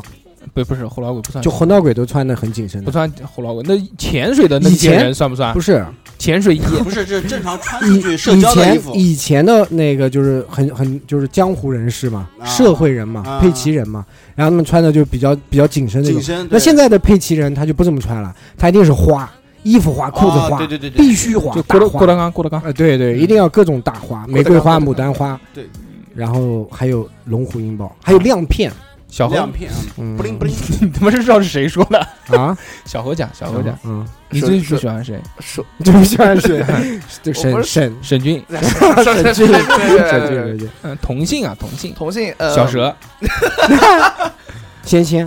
不不是后老鬼不算，就混闹鬼都穿的很紧身不的。算后老鬼。那潜水的那以些前人算不算不？是潜水衣不是这正常穿以出去社以交的衣前服，以前的那个就是很很就是江湖人士嘛，啊社会人嘛，啊佩奇人嘛，然后他们穿的就比较比较紧身那紧种。身。那对现在的佩奇人他就不这么穿了，他一定是花，衣服花，裤子哦花，对对对嗯对，必须花，就郭大德花郭德纲郭德纲，呃，对对，一定要各种大花，玫瑰花、牡丹花，对，然后还有龙虎鹰豹，还有亮片，小何亮片啊，嗯不灵不灵。你他妈是知道是谁说的？啊，小何讲小何讲，嗯，你最不喜欢谁？手你最不喜欢 谁？我对，沈不沈沈俊，神经对沈对俊对沈对俊，呃嗯，同性啊同性，同性呃小蛇，仙仙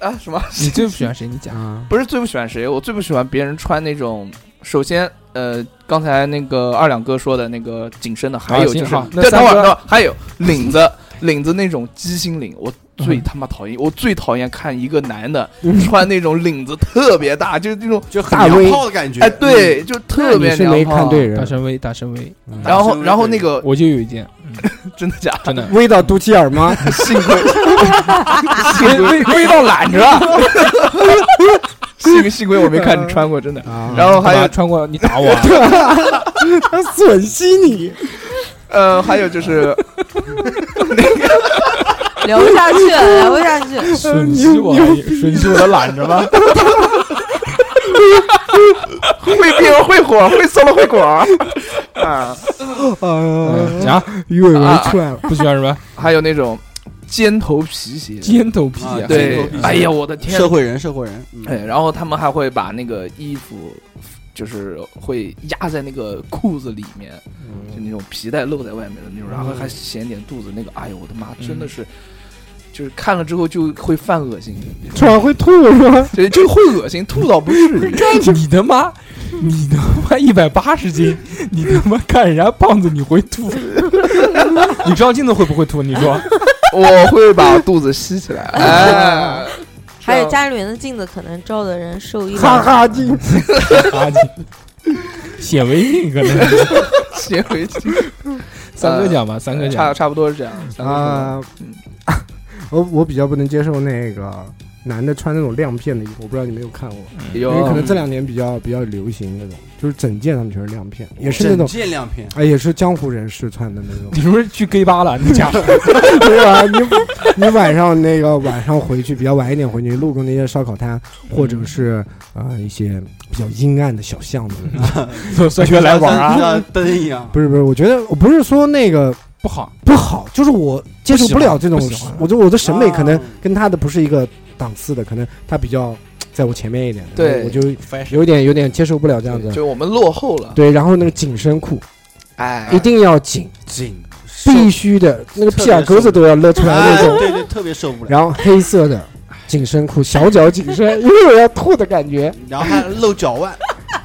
啊什么？ 你最不喜欢谁？你讲。啊，不是最不喜欢谁，我最不喜欢别人穿那种。首先，呃，刚才那个二两哥说的那个紧身的，还有就行是好，那对，等三会儿哥等会儿，还有领子，领子那种鸡心领，我最嗯他妈讨厌，我最讨厌看一个男的穿那种领子特别大，就是那种就很大娘威炮的感觉。嗯哎，对，就特你别是娘没炮啊看对大人，神威大神威，嗯，然后，大然后神威那个 我就有一件，嗯真的假的？真的微到肚脐 眼吗？幸亏微微微到懒着了，幸幸亏我没看你穿过，真的。啊，然后还有干嘛穿过你打我 啊，他吮吸你，呃，还有就是聊不下去了，聊不下 去了。啊损失我，啊损失我的懒着吧。会变会火，会缩了会果儿啊，嗯啊，讲鱼尾纹啊出来了，不需要什么还有那种尖头皮鞋，尖头皮啊啊，尖对头皮，鞋哎呀，我的天社！会人，社会人，哎，嗯，然后他们还会把那个衣服，就是会压在那个裤子里面，就那种皮带露在外面的那种，然后还显点肚子，那个，哎呦，我的妈，真的是，就是看了之后就会犯恶心，穿完会吐是吧？就就会恶心，吐倒不至于。你他妈，你他妈一百八十斤，你他妈看人家胖子你会 吐，你照镜子会不会吐？你说， 我会把肚子吸起来，哎，还有家里面的镜子可能照的人瘦一哈点，哈镜，垃圾，显微镜可能呃是。吸回去，呃三哥讲吧，三哥差讲，差不多是这样。嗯三哥讲，啊，我我比较不能接受那个男的穿那种亮片的衣服，我不知道你有没有看过，因为可能有这两年比较比较流行那种，就是整件他们全是亮片，也是那整种。件亮片，哎，也是江湖人士穿的那种你，是不是去 gay 吧了？你 讲，对吧？你你晚上那个晚上回去比较晚一点回去，路过那些烧烤摊，或嗯者是呃一些比较阴暗的小巷子，啊算学来玩就啊， 像灯一样，不是不是，我觉得我不是说那个不好。不好，就是我接受不了这种不喜欢不喜欢，我就我的审美可能啊跟他的不是一个档次的，可能他比较在我前面一点，对我就有点有点接受不了这样子。就我们落后了，对，然后那个紧身裤哎，一定要紧，紧，瘦 必须的，那个特别屁眼沟子都要勒出来哎那种。对对，特别受不了，然后黑色的紧身裤，小脚紧身，因为我要吐的感觉然后还露脚腕，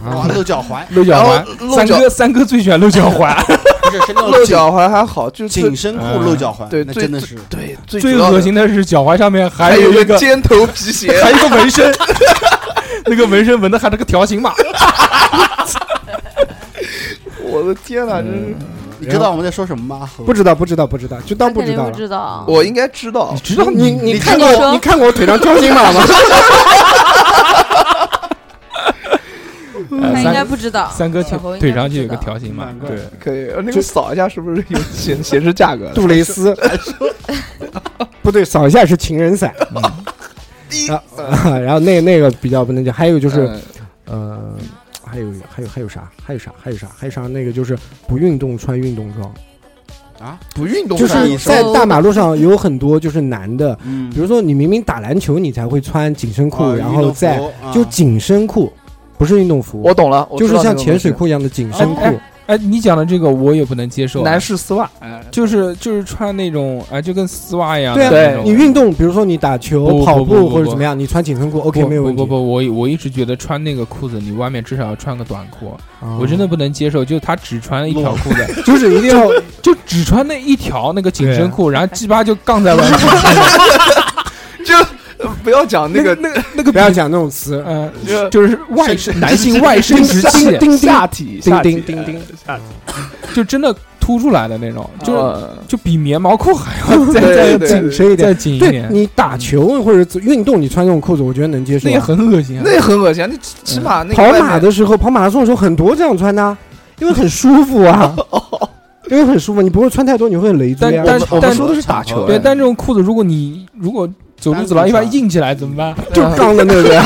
哇，啊！露脚踝，露脚然环，后露三脚哥三哥最喜欢露脚环，不是是那种露紧脚踝还好，就是紧身啊裤露脚踝，对那最真的是对最最主要的恶心的是脚踝上面还还有有一一个个尖头皮鞋， 还有一个纹身， 那个纹身纹的还是个条形码。我的天哪！真是你知道我们在说什么吗？ 不知道不知道不知道，就他当不肯知定道不了。知道。我应该知道你，知道你你你看看你说过你看过我腿上条 形码吗？呃他嗯应哎三该不知道。三哥小条侯应该腿不上就知有个道条形码，对，可以。呃那就个扫一下是不是有显显示价 格？杜蕾斯，不对，扫一下是情人伞。啊，啊 然后那那个比较不能讲，还有就是嗯呃，还有还有还有啥？还有啥？还有啥？还有啥？那个就是不运动穿运动装，不运动就上是在大马路上有很多就是男的，嗯比如说你明明打篮球你才会穿紧身裤，啊然运后动服再啊就紧身裤，不是运动服我，懂了，我就知是道像那种潜水东裤一样的紧身裤哦。哎，你讲的这个我也不能接西受啊，男士丝袜，哎就是就是穿那种哎，就跟丝袜一样对啊的那对种。你运动，比如说你打不不球、跑不不步或者不怎么样，你穿紧身裤不 OK 没有问题。不不不，我我一直觉得穿那个裤子，你外面至少要穿个短裤。啊我真的不能接受，就是他只穿一条裤子，就是一定要就只穿那一条那个紧身裤，然后鸡巴就杠在外面。呃 不要讲那个那个那个不要讲那种词，嗯，就呃就是外是伸男性外伸直钉器，钉下体，钉下体钉钉钉，就真的凸出来的那种，哦就呃就比棉毛裤还 要再再对对紧紧身一点。再紧一对点，你打球或者运动，你穿这种裤子，我觉得能接受那啊。也很恶心啊那。也很恶心啊。你起起码那个嗯跑外马面的时候，跑马拉松的时候，很多这样穿的啊，因为很舒服啊，因为很舒服，你不会穿太多，你会累赘啊。但我但们但说的是打球哎对，但这种裤子，如果你如果走路走到一半硬起来怎么办？就刚的那个，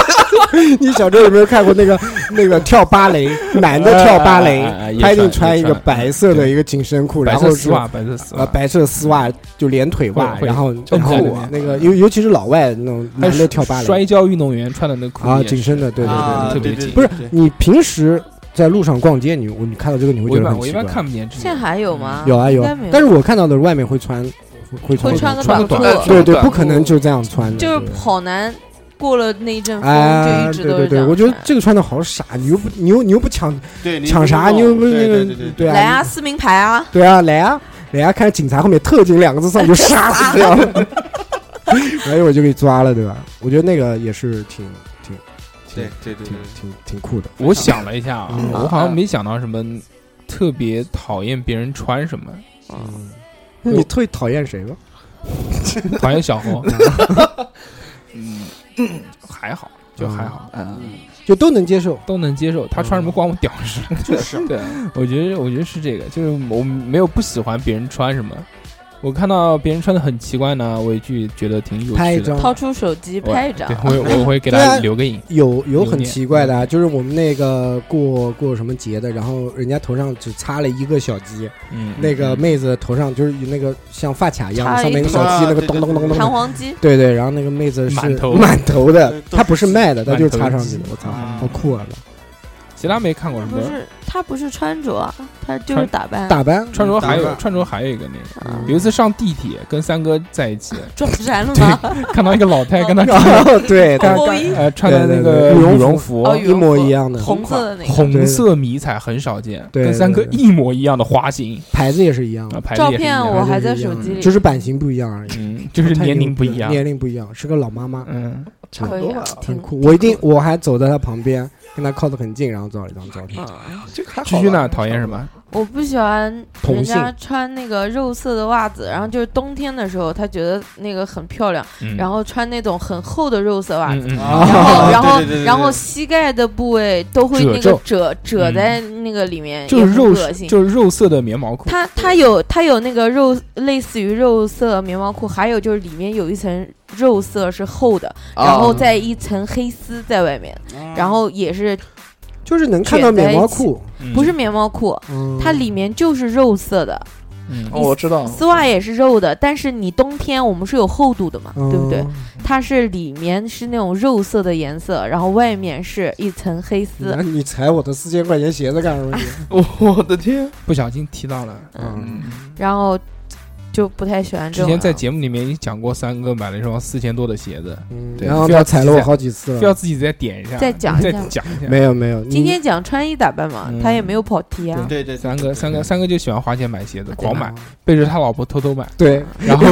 你小时候有没有看过那个那个跳芭蕾，男的跳芭蕾哎哎哎，也他一定穿穿也一个穿白色的一个紧身裤，白然色后丝是袜，白色丝袜呃，白色丝袜就连腿袜，会会然后就然后酷啊那个尤尤其是老外那种还有男的跳芭哎摔蕾跤运动员穿的那裤啊，子也紧是身的，对对啊对特对。别对紧对不是对你平时在路上逛街，你我你看到这个你我会觉一得般很我奇一般怪。看不见这现种在还有吗？有啊有应啊该没，但是我看到的外面会穿会穿会穿个穿短个裤短，裤对对，短不可能就这样穿的，就是对跑男过了那一阵风，哎，就一直对都对是这对，样。我觉得这个穿的好傻，你又不你又你又不抢对你抢啥，运动你又不是对对那对个对对，对来啊，啊，撕名牌啊！对啊，来啊，来啊，看警察后面“特警”两个字上你就杀死掉了， 然后一会儿就给抓了，对吧？我觉得那个也是挺挺挺对对对挺对挺挺酷的。我想了一下啊，嗯我好像没想到什么特别讨厌别人穿什么，嗯，那你最讨厌谁了？ 讨厌小红，嗯，还好，就还好，嗯，就都能接受。都能接受。他穿什么关我屌 事，就是哎对，我觉得，我觉得是这个，就是我没有不喜欢别人穿什么，我看到别人穿的很奇怪呢，我也去觉得挺有拍一趣的张。掏出手机我拍一张对，，我 我会给对啊他留个影。有有留很念奇怪的啊，就是我们那个过过什么节的，然后人家头上只插了一个小鸡，嗯，那个妹子头上就是有那个像发卡一样，插上了一面一个小个鸡，那对个对咚咚咚咚对弹咚。簧机，对对，然后那个妹子是满头 满头的对，都她不是是卖的，她就是满插头上鸡去的。我操，啊好酷啊！其他没看过什不么，是他不是穿着啊，他就是穿打扮，打扮穿着还打有扮穿着还有一个那个，啊有一次上地铁跟三哥在一起，撞衫了吗？看到一个老太跟他 哦， 对，哦但毛衣呃穿的那个对对对羽绒羽绒服服，哦一模一样的红色的那个红色迷彩很少见，对跟三哥对对嗯一模一样的花型牌子也是一样啊，的，牌子照也是一片，哦样我的，还在手机里，就是版型不一样而已。嗯，就是太年牛龄不逼了一样，年龄不一样，是个老妈妈，嗯，差不可以多啊吧，，很挺酷。我一定，我还走在她旁边，跟她靠得很近，然后照了一张照片。嗯，这啊个还好吧居居呢讨厌什？么？我不喜欢人同家性穿那个肉色的袜子，然后就是冬天的时候，他觉得那个很漂亮，嗯然后穿那种很厚的肉色袜子。嗯嗯嗯啊 然后，然后对对对对，对然后膝盖的部位都会那褶个皱褶褶在那个里面，就是也很肉恶心。就是肉色的棉毛裤，它它有它有那个肉，类似于肉色棉毛裤，还有就是里面有一层肉色是厚的，啊然后再一层黑丝在外面，嗯然后也是就是能看到棉毛裤，嗯不是棉毛裤，嗯，它里面就是肉色的，嗯哦我知道，丝袜也是肉的，但是你冬天我们是有厚度的嘛，嗯对不对？？它是里面是那种肉色的颜色，然后外面是一层黑丝那。你踩我的四千块钱鞋子干什么？ 你我我的天， 不小心提到了。嗯，嗯，然后就不太喜欢这之种。前在节目里面已经讲过，三哥买了一双四千多的鞋子，嗯，对然后他踩了我好几次非要了。自己再点一下，再讲 一再下讲一下。没有没有，你今天讲穿衣打扮嘛嗯，他也没有跑题啊。对对，对三哥，三哥，三哥就喜欢花钱买鞋子，狂买，啊背着他老婆偷偷买。 对，然后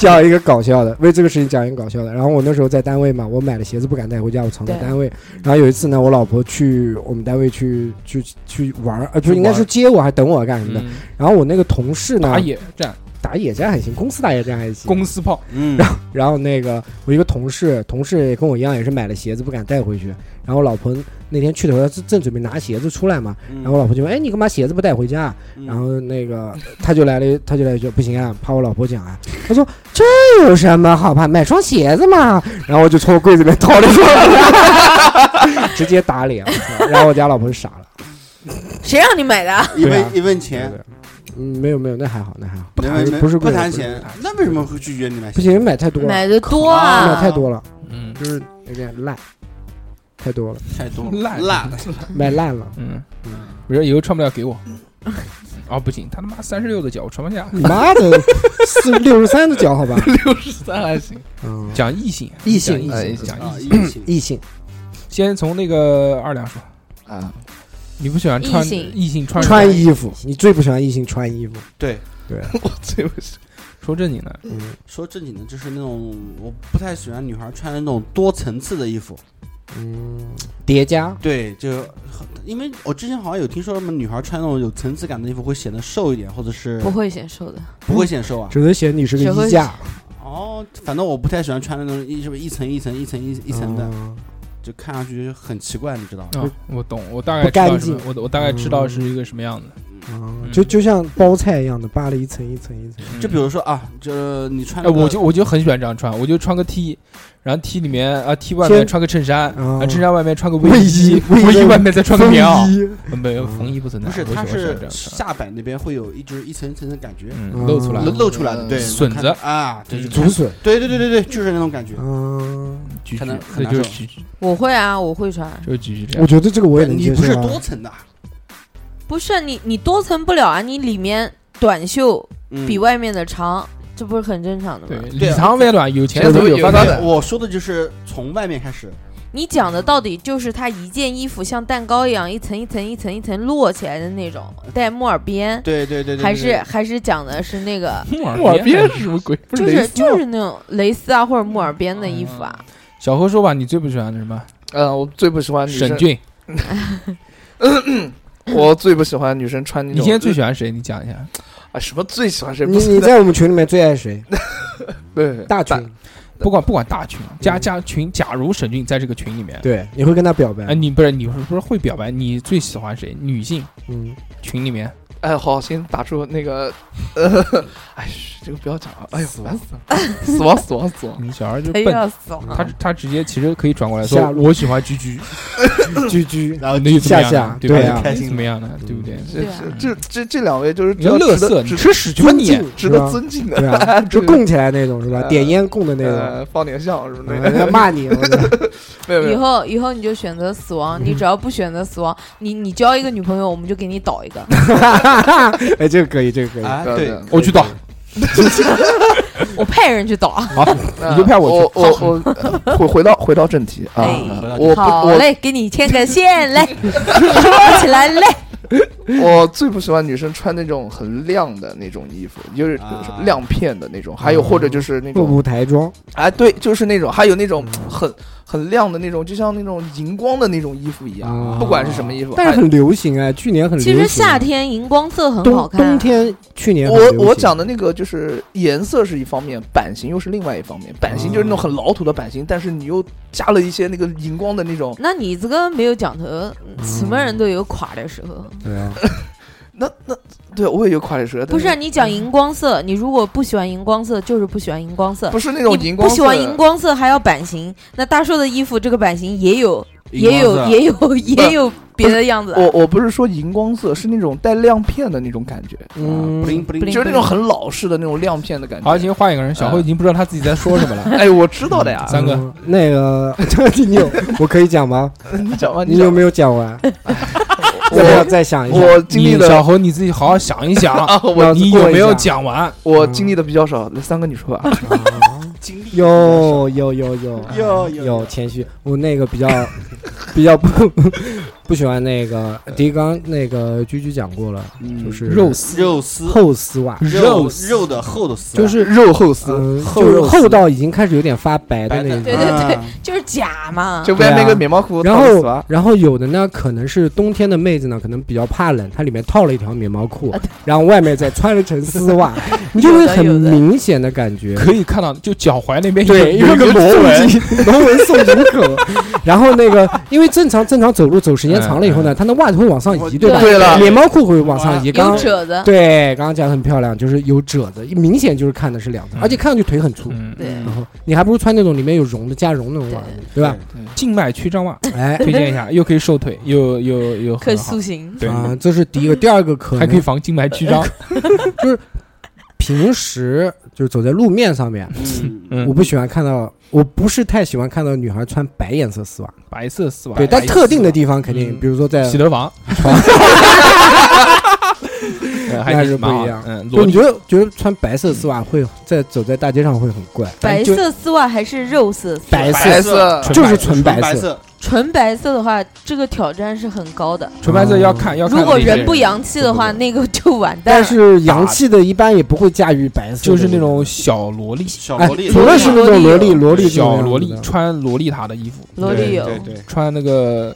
讲一个搞笑的，为这个事情讲一个搞笑的。然后我那时候在单位嘛，我买了鞋子不敢带回家，我藏在对单位。嗯然后有一次呢，我老婆去我们单位去去去玩儿，呃，就应该是接我还等我干什么的。嗯然后我那个同事呢打，野战，打野战还行，公司打野战还行。公司炮，嗯，然后那个我一个同事，同事也跟我一样，也是买了鞋子不敢带回去。然后我老婆那天去的时候，正正准备拿鞋子出来嘛，嗯然后我老婆就问：“哎，你干嘛鞋子不带回家啊？”嗯然后那个 他就来了，他就来一句：“不行啊，怕我老婆讲啊。”他说：“这有什么好怕？买双鞋子嘛。”然后我就从我柜子里面掏了出来， 直接打脸。我操然后我家老婆就傻了。谁让你买的？一对啊问一问对钱，对，嗯，没有没有，那还好，那还好，不没谈没不是不贵谈不是钱贵，那为什么会拒绝你买？不行，买太多了，买的多买啊啊！太多了，嗯，就是有点烂，太多了，太多烂烂，买烂了。嗯嗯，比如以后穿不了给我。哦，不行，他他妈三十六的脚我穿不下。你 妈的，四六十三的脚好吧？六十三还行，嗯，讲异性，异性讲哎异异性讲啊异性。一问钱异性先从那个二两说，啊，你不喜欢穿异性异性穿穿衣服，你最不喜欢异性穿衣服。对。 我最不是说正经的，啊嗯说正经的，就是那种我不太喜欢女孩穿那种多层次的衣服。嗯，叠加，对，就很因为我之前好像有听说什么女孩穿那种有层次感的衣服会显得瘦一点，或者是不会显瘦的，不会显瘦啊。只能显你是个只会衣架，哦，反正我不太喜欢穿那种一什么一层一层一层一一层的，嗯就看上去很奇怪，你知道啊，吗？我懂，我大不概知道干什么，我我大概知道是一个什么样子。嗯嗯就就像包菜一样的扒了一层一层一层。就比如说啊，就你穿哎，那个，我就我就很喜欢这样穿，我就穿个 T，然后 T 里面啊 T 外面先穿个衬衫，啊啊衬衫外面穿个卫衣衣，卫卫衣外面再穿个棉袄，风衣呃没有嗯风衣不存在，不是，我喜它欢这样是穿下摆那边会有一就是一层一层的感觉，嗯，露出来嗯露了。露出来的，嗯对，笋看子啊，对，就竹笋，对对对对对，就是那种感觉。嗯，橘可橘能这很难就是受橘橘，我会啊，我会穿。就是橘橘这样。我觉得这个我也能哎你接不是受多啊。层的啊，不是你，你多层不了啊，你里面短袖嗯比外面的长，这不是很正常的对，吗？里长外短，有钱现在都都有有发发达达 的。我说的就是从外面开始，你讲的到底就是它一件衣服像蛋糕一样一层一层一层一层摞起来的那种，带木耳边，对对对对，对还是对还是讲的是那个，木啊我耳别边什么鬼，不就是蕾是丝就是那种蕾丝啊或者木耳边的衣服啊，小何说吧，你最不喜欢的什么？嗯，我最不喜欢女沈生，俊，我最不喜欢女生穿那你种。现在最喜欢谁？你讲一下。啊什么最喜欢谁？你不是 你在我们群里面最爱谁？对大群，不管不管大群，加加群，假如沈俊在这个群里面，对，你会跟他表白哎，？你不是你不是不是会表白？你最喜欢谁？女性嗯，群里面，哎，好，先打住那个，呃， 哎，嘘这个不要讲了，哎呦，烦死了，死亡，死亡，死亡，你小孩就哎笨，要死了！他他直接其实可以转过来说下，路我喜欢居 居，嗯居居，然后那又怎么样下下呢？对对吧啊？那又怎么样呢？对不对？这对啊这这这这两位就是你要乐值得色，你值吃屎去吧尊你！敬值是得吧？尊敬对的， 啊，就对供起来那种是吧？呃点烟供的那种，呃，放点像什么嗯的，呃人家骂你，我操 没有没以有，后以后你就选择死亡，你只要不选择死亡，你你交一个女朋友，我们就给你倒一个。哎，这个可以，这个可以。啊，对对对，我去倒，我派人去倒。那你就派我我去我我回回到回到正题啊哎，我不好我嘞，给你牵个线嘞，说起来嘞。我最不喜欢女生穿那种很亮的那种衣服，就是啊亮片的那嗯种，还有或者就是那不种舞台妆，哎，对，就是那种，还有那种嗯很很亮的那种，就像那种荧光的那种衣服一啊样，不管是什么衣服。但是还很流行哎，去年很流其行。实夏天荧光色很好冬看冬啊，天去年很我流我行讲的那个就是颜色是一方面，版型又是另外一方面。版型就是那种很老土的版型，但是你又加了一些那个荧光的那种。那你这个没有讲头，什么人都有垮的时候。对啊，那那对我也有垮腿蛇，但不是你讲荧光色，你如果不喜欢荧光色，就是不喜欢荧光色。不是那种你荧不光色，喜欢荧光色还要版型。那大硕的衣服这个版型也有，也啊有，也有，也有别的样子啊。我我不是说荧光色，是那种带亮片的那种感觉，嗯不，灵不灵，就是那种很老式的那种亮片的感觉。好，已经换一个人，小辉已经不知道他自己在说什 么了。哎，我知道的呀，三个嗯那个 你有我可以讲吗？你讲吧，你讲有吧没有讲完？要不要我再想一下？我经历你了小侯你自己好好想一想， 啊，我脑子你过有一没有下讲完？我经历的比较少，那三个你说吧。经历有有有有有有谦虚，我那个比较比较不不喜欢那个，第一刚那个居居讲过了，就是肉丝，嗯肉丝厚丝袜，肉肉肉的厚的丝啊，就是肉厚丝，嗯，厚就是肉丝厚到已经开始有点发白的白那的，种。对对对啊，就是假嘛。就外面那个棉毛裤然套死后了，。然后有的呢，可能是冬天的妹子呢，可能比较怕冷，她里面套了一条棉毛裤啊对，然后外面再穿了层丝袜，你就有会的很有的明显的感觉，可以看到，就脚踝那边对，有有一个螺纹，， 螺纹送入 口。然后那个，因为正常正常走路走时间长了以后嗯呢，他那袜子会往上移，对吧？对了棉毛裤会往上移，刚有刚褶子，对，刚刚讲得很漂亮，就是有褶子，明显就是看的是两层，嗯而且看上去腿很粗。嗯，对然后你还不如穿那种里面有绒的加绒那种袜子，对吧？静脉曲张 袜，哎，推荐一下，又可以瘦腿，又又又可很好塑，形。对，啊，这是第一个，第二个可还可以能防静脉曲张，平时就是走在路面上面，嗯嗯我不喜欢看到，我不是太喜欢看到女孩穿白颜色丝袜，白色丝袜，对，但白特色定的地方肯嗯定，比如说在洗头房， 嗯还那挺是不蛮好一的样嗯，就裸你觉得觉得穿白色丝袜会在走在大街上会很怪，白哎就色丝袜还是肉色丝嗯袜？白白色色纯就是纯纯白白色，色，纯白色的话，这个挑战是很高的。纯白色要看要看，如果人不，洋气的话，那个就完蛋但了。是洋气的一般也不会驾驭白色的，就是那种小萝莉，小哎萝莉，除了是那种萝莉萝莉这种小萝样莉子穿洛丽塔的衣服，萝对莉有对对，穿那个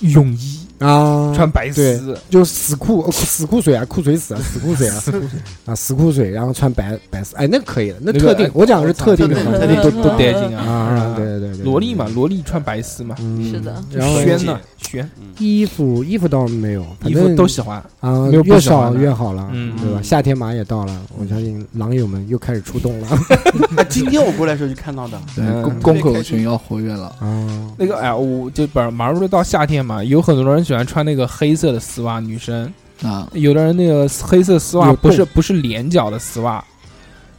泳衣，的啊，穿白对丝，就死裤呃死裤水啊，裤水死啊，死裤水啊啊死裤水，然后穿白白色，哎，那可以的，那那个特定哎，我讲的是特定的特环定境，特不定不特不得劲啊啊，啊，对对对对，萝莉嘛，萝莉穿白丝嘛，嗯是的然后轩呢，轩衣服衣服倒没有，反衣服正都喜欢，啊，没有不越喜欢少的越好了，嗯对吧？嗯夏天马上也到了，我相信狼友们又开始出动了。啊，今天我过来的时候就看到的，嗯公公口群要活跃了。啊，那个哎，我就本马上不是到夏天嘛，有很多人喜欢穿那个黑色的丝袜，女生啊，有的人那个黑色丝袜有洞不是不是连脚的丝袜，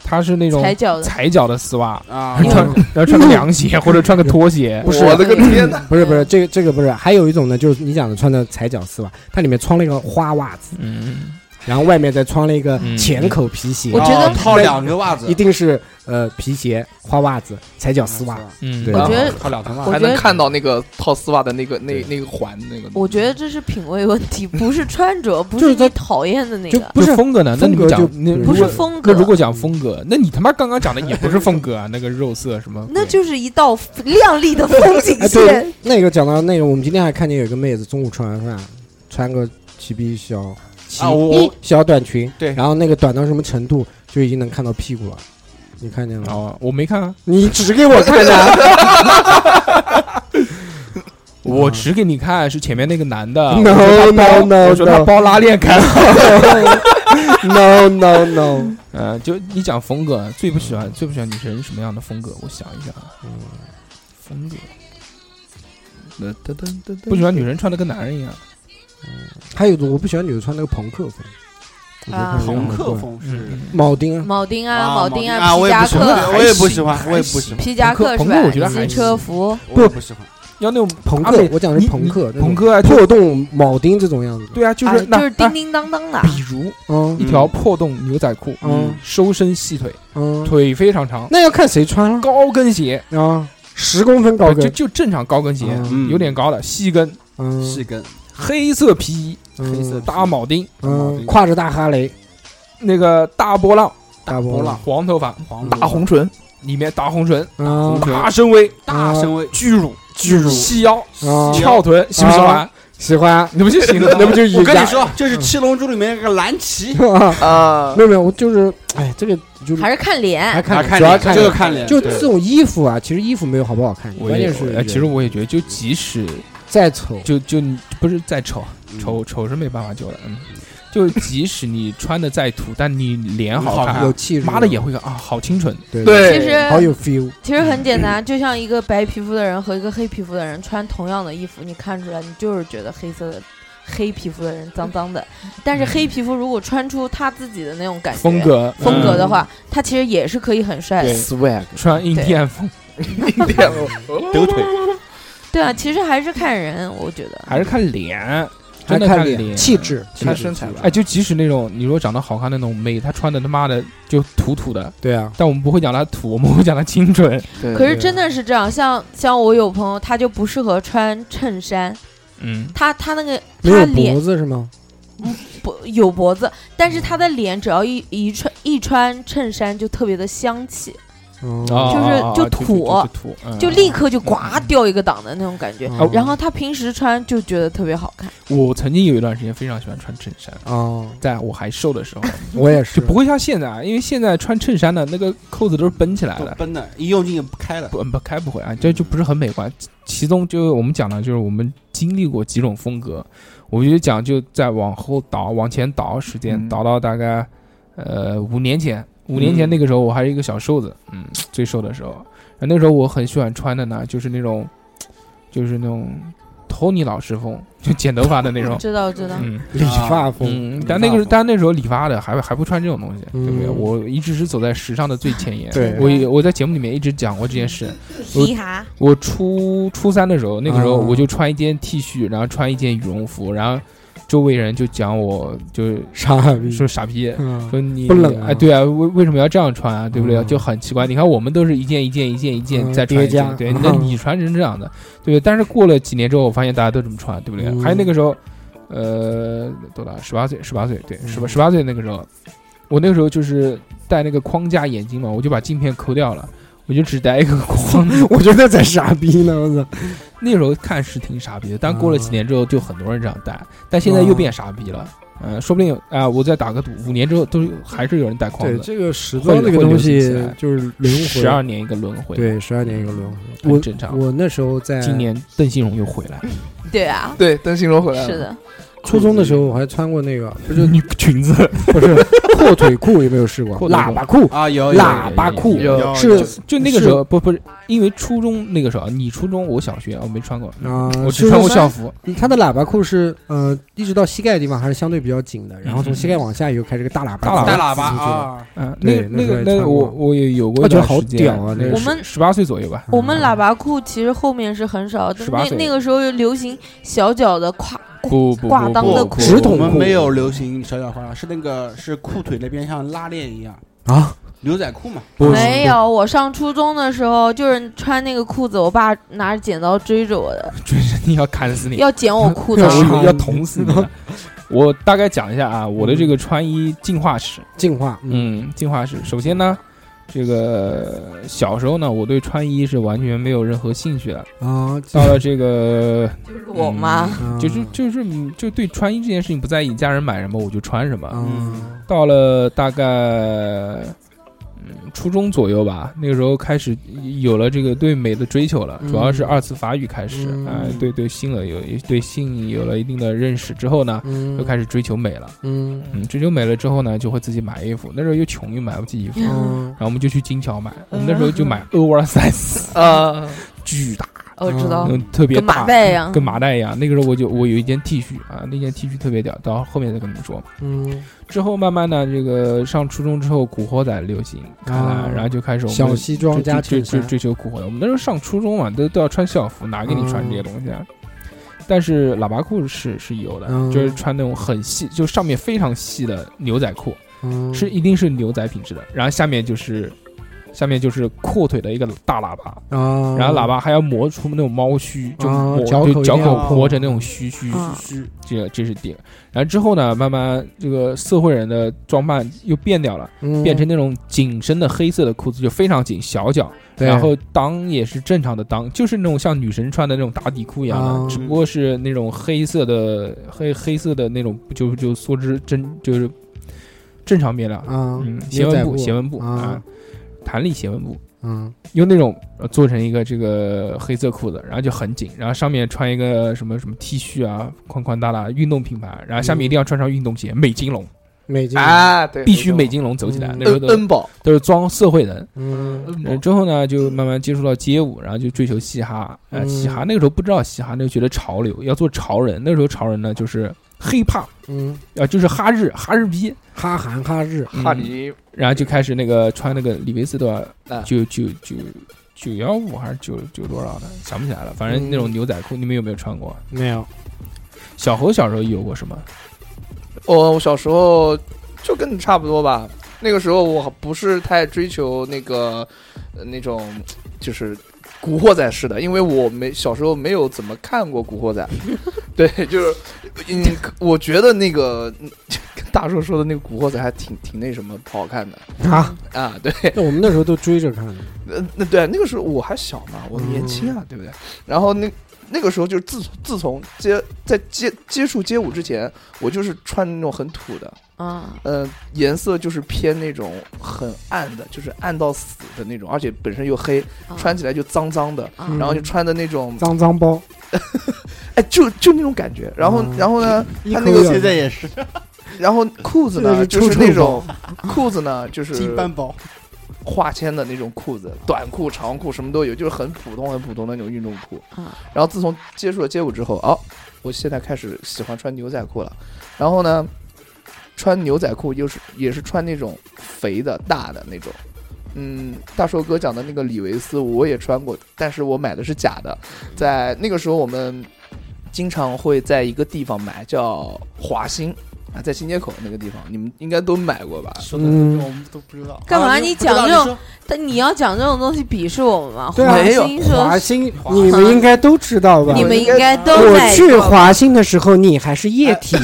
它是那种踩脚的，踩脚的丝袜，啊还，穿哦然后穿个凉鞋或者穿个拖鞋，不是我的啊个天呐！不是不是，这个这个不是，还有一种呢，就是你讲的穿的踩脚丝袜，它里面穿了一个花袜子，嗯，然后外面再穿了一个嗯浅口皮鞋我，觉得哦套两个袜子，一定是呃皮鞋、花袜子、踩脚丝袜。嗯对我觉得套两层袜我还觉能得，看到那个套丝袜的那个那那个环那个。我觉得这是品味问题，不是穿着， 不就是是你在讨厌的那就个，不是风格呢？那你风格讲就那不如不果是是风格那。如果讲风格，那你他妈刚刚讲的也不是风格啊，那个肉色什么鬼？那就是一道亮丽的风景 哎，线对，，那个讲到那个，我们今天还看见有一个妹子中午吃完饭，穿个齐逼小齐啊我逼小短裙，对然后那个短到什么程度，就已经能看到屁股了。你看见了？哦，我没看啊，你指给我看啊的，我指给你看是前面那个男的 我 No, 说他包 no, no, 我说他 no 包拉链 开了。 no no no，嗯，就你讲风格，最不喜欢最不喜欢女生什么样的风格？我想一想啊，风格噔噔噔噔不喜欢女人穿的跟男人一样。还有一种我不喜欢女的穿那个朋克风，我觉得啊看着朋很克怪风是嗯铆钉啊，铆钉啊，啊铆钉啊，我也皮夹不喜欢，克，我也不喜欢，我也不喜欢，皮夹克是朋克吧？我觉得还机车服，我也不喜欢。要那种朋而克且，我讲的是啊你朋克，那种朋克啊，就破洞铆钉这种样子的，对啊，就啊是那啊就是那叮叮当当的，比如嗯一条破洞牛仔裤，嗯收身细腿，嗯，腿非常长，那要看谁穿了高跟鞋，啊，十公分高嗯就跟，就正常高跟鞋，嗯有点高的细跟，嗯细跟，黑色皮衣，嗯黑色大铆钉，嗯，挎着大哈雷，那个大波浪，大波浪，黄头发，嗯黄大红唇，里面大红唇，啊大深 V，大深 V，巨乳，巨乳细腰，啊，翘臀，喜不喜欢？喜 欢， 那不就行了？那不就我瑜跟伽你？说，就是《七龙珠》里面那个蓝旗，啊啊没，有没有，我就是，哎，这个就是还是看还脸。看啊脸主要脸，看就脸是看脸，就对这种衣服啊，其实衣服没有好不好看，我关也键是哎，人其实我也觉得，就即使再丑，就就你不是再丑，嗯丑丑是没办法救的，嗯，就即使你穿的再土，但你脸好看有，气质，妈的也会啊，好清纯，对对其实好有 feel，其实很简单，就像一个白皮肤的人和一个黑皮肤的人穿同样的衣服，你看出来，你就是觉得黑色的黑皮肤的人脏脏的，但是黑皮肤如果穿出他自己的那种感嗯觉哎风格风格的嗯话，他其实也是可以很帅的。 swag，穿印第安风点了，抖腿，对啊，其实还是看人，我觉得还是看脸，还真的看脸气。质，看气质身材吧。哎，就即使那种你说长得好看的那种妹，她穿的他妈的就土土的，对啊，但我们不会讲她土，我们会讲她清纯。对，可是对真的是这样，像像我有朋友，他就不适合穿衬衫，嗯，他他那个没他有脸脖子是吗？脖有脖子，但是他的脸只要一一穿一穿衬衫就特别的香气，嗯啊就是啊啊就就土就就土，嗯就立刻就呱掉一个档的那种感觉。哦嗯然后他平时穿就觉得特别好看，，我曾经有一段时间非常喜欢穿衬衫，哦，在我还瘦的时候，我也是，就不会像现在，啊，因为现在穿衬衫的那个扣子都是绷起来都的，奔的，一用劲也不开了。不不开不回啊，这就不是很美观。其其中就我们讲的就是我们经历过几种风格，我们就讲就再往后倒，往前倒时间，嗯倒到大概呃五年前，五年前那个时候我还是一个小瘦子，嗯，最瘦的时候，然后那时候我很喜欢穿的呢，就是那种就是那种托尼老师风，就剪头发的那种 知道知道。嗯。理发风，嗯理，但那个发是风但那时候理发的还还不穿这种东西，对不对？嗯我一直是走在时尚的最前沿。对我也我在节目里面一直讲过这件事。嘻哈，我初初三的时候，那个时候啊我就穿一件 T 恤，然后穿一件羽绒服，然后周围人就讲我就傻逼，说傻 逼，嗯说你哎不冷啊哎，对啊，为为什么要这样穿啊？对不对？嗯就很奇怪。你看我们都是一件一件一件一件嗯再穿一叠加件，对，那嗯你穿成这样的，对不对？但是过了几年之后，我发现大家都这么穿，对不对嗯？还有那个时候，呃，多大？十八岁，十八岁，对，嗯十八十八岁那个时候，我那个时候就是戴那个框架眼镜嘛，我就把镜片抠掉了。我就只戴一个框， 我觉得在傻逼呢，我操，那时候看是挺傻逼的，但过嗯了几年之后，就很多人这样戴，但现在又变傻逼了。嗯，说不定啊、我再打个赌，五年之后都还是有人戴框子对。这个时装装这这个个东东西西就是轮回，十二年一个轮回，，对十二年一个轮回，很我正常。我那时候在今年邓欣荣又回来，对啊，对，邓欣荣回来了，是，的，初中的时候我还穿过那个，不 是你裙子，不是阔腿裤，有没有试过？阔腿裤哦喇叭裤，啊，有有喇叭裤有有是就那个时候不不是，因为初中那个时候，你初中我小学我没穿过，啊，我是只穿过校服，它的喇叭裤是呃一直到膝盖的地方还是相对比较紧的，然后从膝盖往下以后开始个大喇叭，嗯大带喇叭呲出去的，啊，嗯，那对个那那个那个时候也穿过我我也有过我一觉得段好时间屌啊那个我们十八岁左右吧，我们喇叭裤其实后面是很少的， 18那岁那个时候又流行小脚的跨不不哎挂不裆的不裤不，直筒我们裤没有流行小脚花，是那个是裤腿那边像拉链一样啊，牛仔裤嘛，不没有，我上初中的时候就是穿那个裤子，我爸拿着剪刀追着我的，你要砍死你，要剪我裤要裆。是要捅死你的。嗯 我大概讲一下啊，我的这个穿衣进化史，进化，嗯嗯，进化史。首先呢，这个小时候呢，我对穿衣是完全没有任何兴趣 的。啊，到了这个，就是我妈，啊哦就是就是就对穿衣这件事情嗯不在意，家人买什么我就穿什么。嗯到了大概嗯初中左右吧，那个时候开始有了这个对美的追求了，嗯主要是二次发育开始，嗯哎，对对性了有对性有了一定的认识之后呢，嗯就开始追求美了。嗯嗯，追求美了之后呢，就会自己买衣服。那时候又穷又买不起衣服，嗯然后我们就去金桥买，我们那时候就买 oversize，啊，巨大，哦我知道哦那，种特别跟麻大。袋一样。跟麻袋一样，那个时候我就我有一件 T 恤啊，那件 T 恤特别屌，到后面再跟你们说。嗯，之后慢慢的，这个上初中之后，古惑仔流行开啊来，然后就开始我们小西装加追追衬衫哦追，追求古惑仔。我们那时候上初中嘛，都都要穿校服，哪给你穿这些东西啊？但是喇叭裤是是有的，嗯就是穿那种很细，就上面非常细的牛仔裤，嗯是一定是牛仔品质的。然后下面就是，下面就是阔腿的一个大喇叭，啊，然后喇叭还要磨出那种猫须，就啊磨、脚口一定就要哦脚口碰磨成那种须须。嗯虚这个这是第一个。然后之后呢，慢慢这个社会人的装扮又变掉了，嗯变成那种紧身的黑色的裤子，就非常紧，小脚，对然后裆也是正常的裆，就是那种像女神穿的那种打底裤一样的，啊只不过是那种黑色的黑黑色的那种，就就梭织真就是正常面料，啊嗯，斜牛纹仔布裤斜纹布啊啊，，弹力斜纹布。嗯用那种呃做成一个这个黑色裤子，然后就很紧，然后上面穿一个什么什么 T 恤啊，宽宽大大运动品牌，然后下面一定要穿上运动鞋，美金龙美金，啊，对，必须美金龙走起来，嗯那时候恩都恩宝，都是装社会人。嗯呃之后呢，就慢慢接触到街舞，然后就追求嘻哈。呃，嗯嘻哈那个时候不知道嘻哈，那就觉得潮流，要做潮人。那时候潮人呢，就是 hiphop 嗯，啊，就是哈日哈日逼，哈韩哈日，嗯哈尼然后就开始那个穿那个李维斯多啊少九九九九幺五还是九九多少的，想不起来了。反正那种牛仔裤，你们有没有穿过？没有，小猴小时候有过什么？我我小时候就跟你差不多吧。那个时候我不是太追求那个呃那种就是古惑仔式的，因为我没小时候没有怎么看过古惑仔。对，就是嗯，我觉得那个 嗯跟大叔说的那个古惑仔还挺挺那什么，不好看的啊，啊。对，那我们那时候都追着看的，呃那对那个时候我还小嘛，我年轻啊，对不对？然后那。那个时候就是自自从接在接接触街舞之前，我就是穿那种很土的，嗯啊，呃，颜色就是偏那种很暗的，就是暗到死的那种，而且本身又黑，啊穿起来就脏脏的，啊嗯然后就穿的那种，脏脏包，哎，就就那种感觉。然后，嗯然后呢，一他口那个咬现在也是然后裤子这呢，是就臭是臭那种裤子呢，就是金斑宝，化纤的那种裤子，短裤、长裤什么都有，就是很普通、很普通的那种运动裤。啊然后自从接触了街舞之后，哦，我现在开始喜欢穿牛仔裤了。然后呢，穿牛仔裤又是也是穿那种肥的、大的那种。嗯，大寿哥讲的那个李维斯我也穿过，但是我买的是假的。在那个时候，我们经常会在一个地方买，叫华兴啊，在新街口那个地方，你们应该都买过吧？说的嗯这种我们都不知道。干嘛啊你不知道讲你这种说但你要讲这种东西鄙视我们吗？对啊华没有兴华说兴，你们应该都知道吧你？们应该都我买去过华兴的时候，你还是液呃体，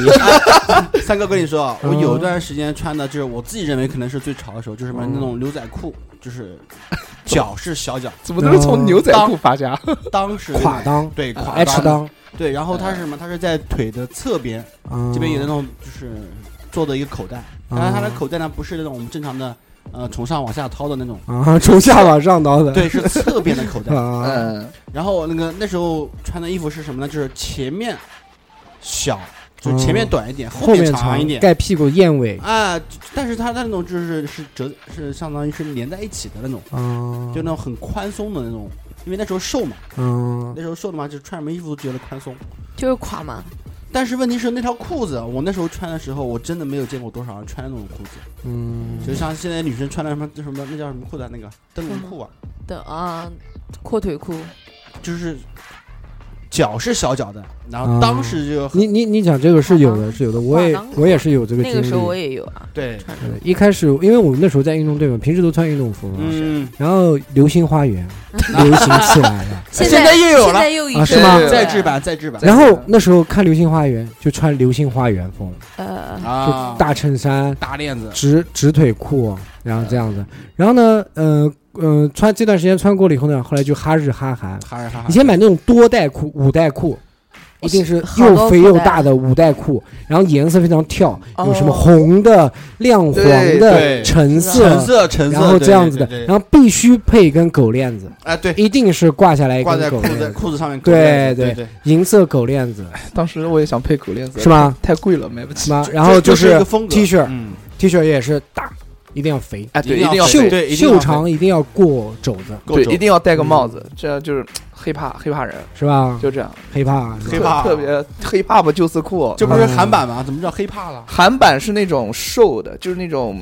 三哥跟你说，啊，我嗯有一段时间穿的就是我自己认为可能是最潮的时候，就是什么嗯那种牛仔裤，就是脚是小脚，怎么都是从牛仔裤发家？裆是垮裆对垮，H 裆，裆，对，然后它是什么？它是在腿的侧边，嗯这边有那种就是做的一个口袋，但啊是它的口袋呢不是那种我们正常的呃从上往下掏的那种，啊，从下往上倒的，对，是侧边的口袋。啊，嗯，然后那个那时候穿的衣服是什么呢？就是前面小，就前面嗯短一点，后后面面长一点。盖屁股燕尾，啊，但是它它那种就是是折是相当于是连在一起的那种，嗯，就那种很宽松的那种，因为那时候瘦嘛，嗯那时候瘦的嘛，就穿什么衣服都觉得宽松。就是垮嘛，但是问题是那条裤子，我那时候穿的时候，我真的没有见过多少人穿那种裤子，嗯，就像现在女生穿的什么什么那叫什么裤子、啊，那个灯笼裤啊，的啊，阔腿裤，就是脚是小脚的，然后啊当时就很、你你你讲这个是有的，是有的，我也哇当我也是有这个那经个时候我历。也有啊，对，穿着对一开始，因为我们那时候在运动队嘛，平时都穿运动服嘛，嗯，然后流星花园 流行起来 了，现现在又有现了在又一啊个是吗对再制版再制版然后那时候看流星花园就穿流星花园风，呃，啊就，大衬衫、大链子，直直腿裤，然后这样子。然后呢，呃呃，穿这段时间穿过了以后呢，后来就哈日哈韩。哈是哈以前买那种多带裤、五带裤，一定是好多又肥又古代大的五代裤，然后颜色非常跳，有什么哦红的、亮黄对的、对橙橙色，色橙色，然后对这样子的对对，对然后必须配一根狗链子，哎对，一定是挂下来一挂根在狗裤链子子，裤子上面，对对对对，银色狗链子当时我也想配狗链子，是吧？太贵了，买不起。妈，然后这就这是一是个风格 T 恤嗯， T 恤也是大，一定要肥，哎，对，一一定定要要秀配对一定要袖肥长一定要过肘子，够对，重一定要戴嗯个帽子，这样就是黑怕黑怕人，是吧？就这样。黑怕黑是吧怕啊特特别黑怕不就是酷？这不是韩版吗？怎么叫黑怕了？韩版是那种瘦的，就是那种，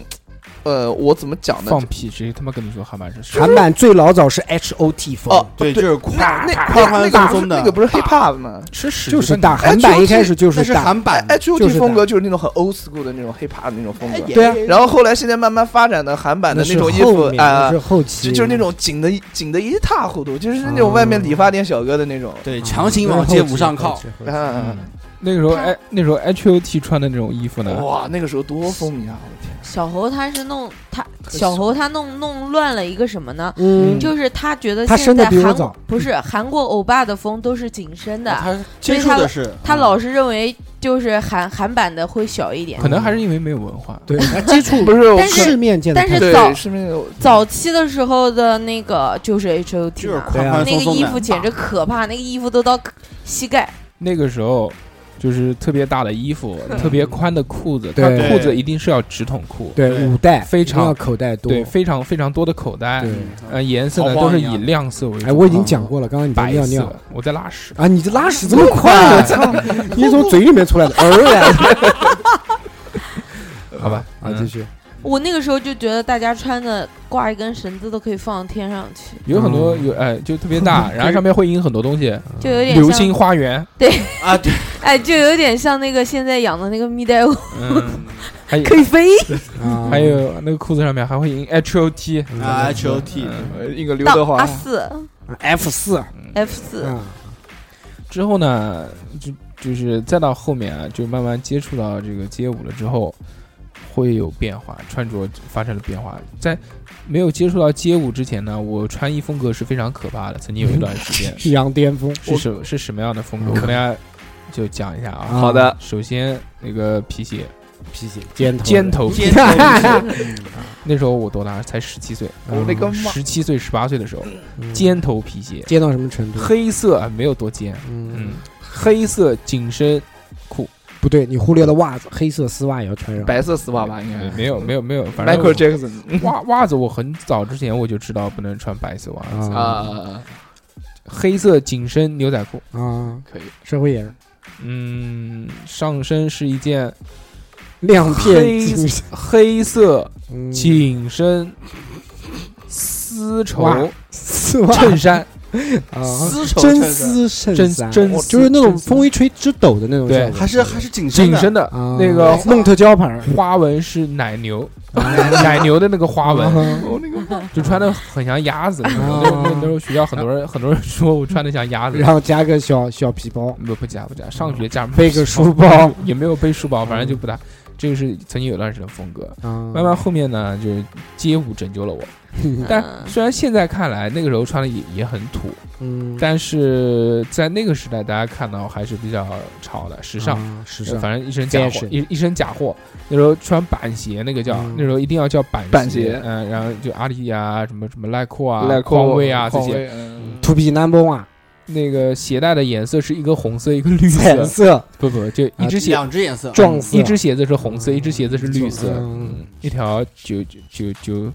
呃，我怎么讲呢？放屁！谁他妈跟你说韩版是什么？韩版最老早是 H O T 风哦，，对，对就是宽那那宽宽松松的那个不是 hip hop 吗？吃屎就是大。大韩版一开始就那是是大，韩哎版哎的， ，H O 就 T 是风格就是那种很 old school 的那种 hip hop 的那种风格。对啊然后后来现在慢慢发展的韩版的是种衣服后面啊那是，嗯后就期，就是那种紧的紧的一塌糊涂，就是那种外面理发店小哥的那种。啊对，强行往街舞上靠，嗯，那个时候，哎，那时候 H O T 穿的那种衣服呢，哇，那个时候多风靡啊！我的天，小猴他是弄他小猴他弄弄乱了一个什么呢？嗯，就是他觉得他现生得在比我韩早啊不 是韩国欧巴的风都是紧身的，啊他接触的是他老是认为就是韩韩版的会小一点啊可。能还是因为没有文化。对，接触不是我但是世面见的但是太早对，是那种早期的时候的那个就是 H 就 O T 是嘛，宽对啊宽那松个松衣的服，简直可怕，那个衣服都到膝盖。那个时候就是特别大的衣服，特别宽的裤子，它对裤子一定是要直筒裤，对对五代非常一定要口袋多，对，非常非常多的口袋对，嗯呃，颜色呢好晃都是一样以亮色为主，啊哎，我已经讲过了，刚刚你在白尿色尿。，我在拉屎，啊！你这拉屎这么快，我操！你从嘴里面出来的，偶然好吧，啊，嗯继续，我那个时候就觉得大家穿的挂一根绳子都可以放到天上去，有很多嗯有哎，就特别 大，然后上面会印很多东西，啊就有点流像星花园，啊，对，哎，就有点像那个现在养的那哎个蜜袋鼯嗯，还可以飞。啊还有那个裤子上面还会印 H O T，啊 H O T，印呃个刘到德华阿，四 F 四，啊 F 四，嗯之后呢，就就是再到后面啊，就慢慢接触到这个街舞了之后，会有变化，穿着发生了变化。在没有接触到街舞之前呢，我穿衣风格是非常可怕的，曾经有一段时间是羊巅峰，是什是什么样的风嗯格？我跟大家就讲一下啊。好的，首先那个皮鞋，皮鞋尖头的尖头皮 尖鞋，头那时候我多大？才十七岁，我那个妈，十七岁十八岁的时候，嗯尖头皮鞋，尖到什么程度？黑色啊没有多尖，嗯嗯，，黑色紧身不对，你忽略了袜子，黑色丝袜也要穿上。白色丝袜吧，应呃该嗯没有没有没有，反正 Michael Jackson 袜袜子我很早之前我就知道不能穿白色袜子，嗯啊啊啊，黑色紧身牛仔裤，啊！可以，社会人，嗯，上身是一件亮片黑金黑色嗯紧身丝袜绸丝袜衬 衫，啊，丝绸真衬衫丝衬真衫，真丝就是那种真丝风一吹直抖的那种对效果，还是还是紧身紧的身的啊那个嗯梦特胶牌儿花纹是奶牛， 奶牛的那个花纹，哎啊我哦那个就穿的很像鸭子。那啊种那那时候学校很多人很多人说我穿的像鸭子，然后加个小小皮包，不不加不加，上学加什么背个书包也没有背书包，反正就不大。这个是曾经有段时间风格，啊，慢慢后面呢，就是街舞拯救了我。但嗯虽然现在看来那个时候穿的也也很土，嗯，但是在那个时代大家看到还是比较潮的、时尚。啊时尚，呃反正一身假货 Fashion，一一身假货。那时候穿板鞋，那个叫、嗯那时候一定要叫板鞋板鞋嗯，然后就阿迪啊，什么什么耐克啊、耐匡匡威啊这匡些。威，嗯土皮 number one，那个鞋带的颜色是一个红色，一个绿彩色，色不不，就一只鞋啊两只颜色，撞色，一只鞋子是红色，一只鞋子是绿色，嗯嗯，一条九九九九，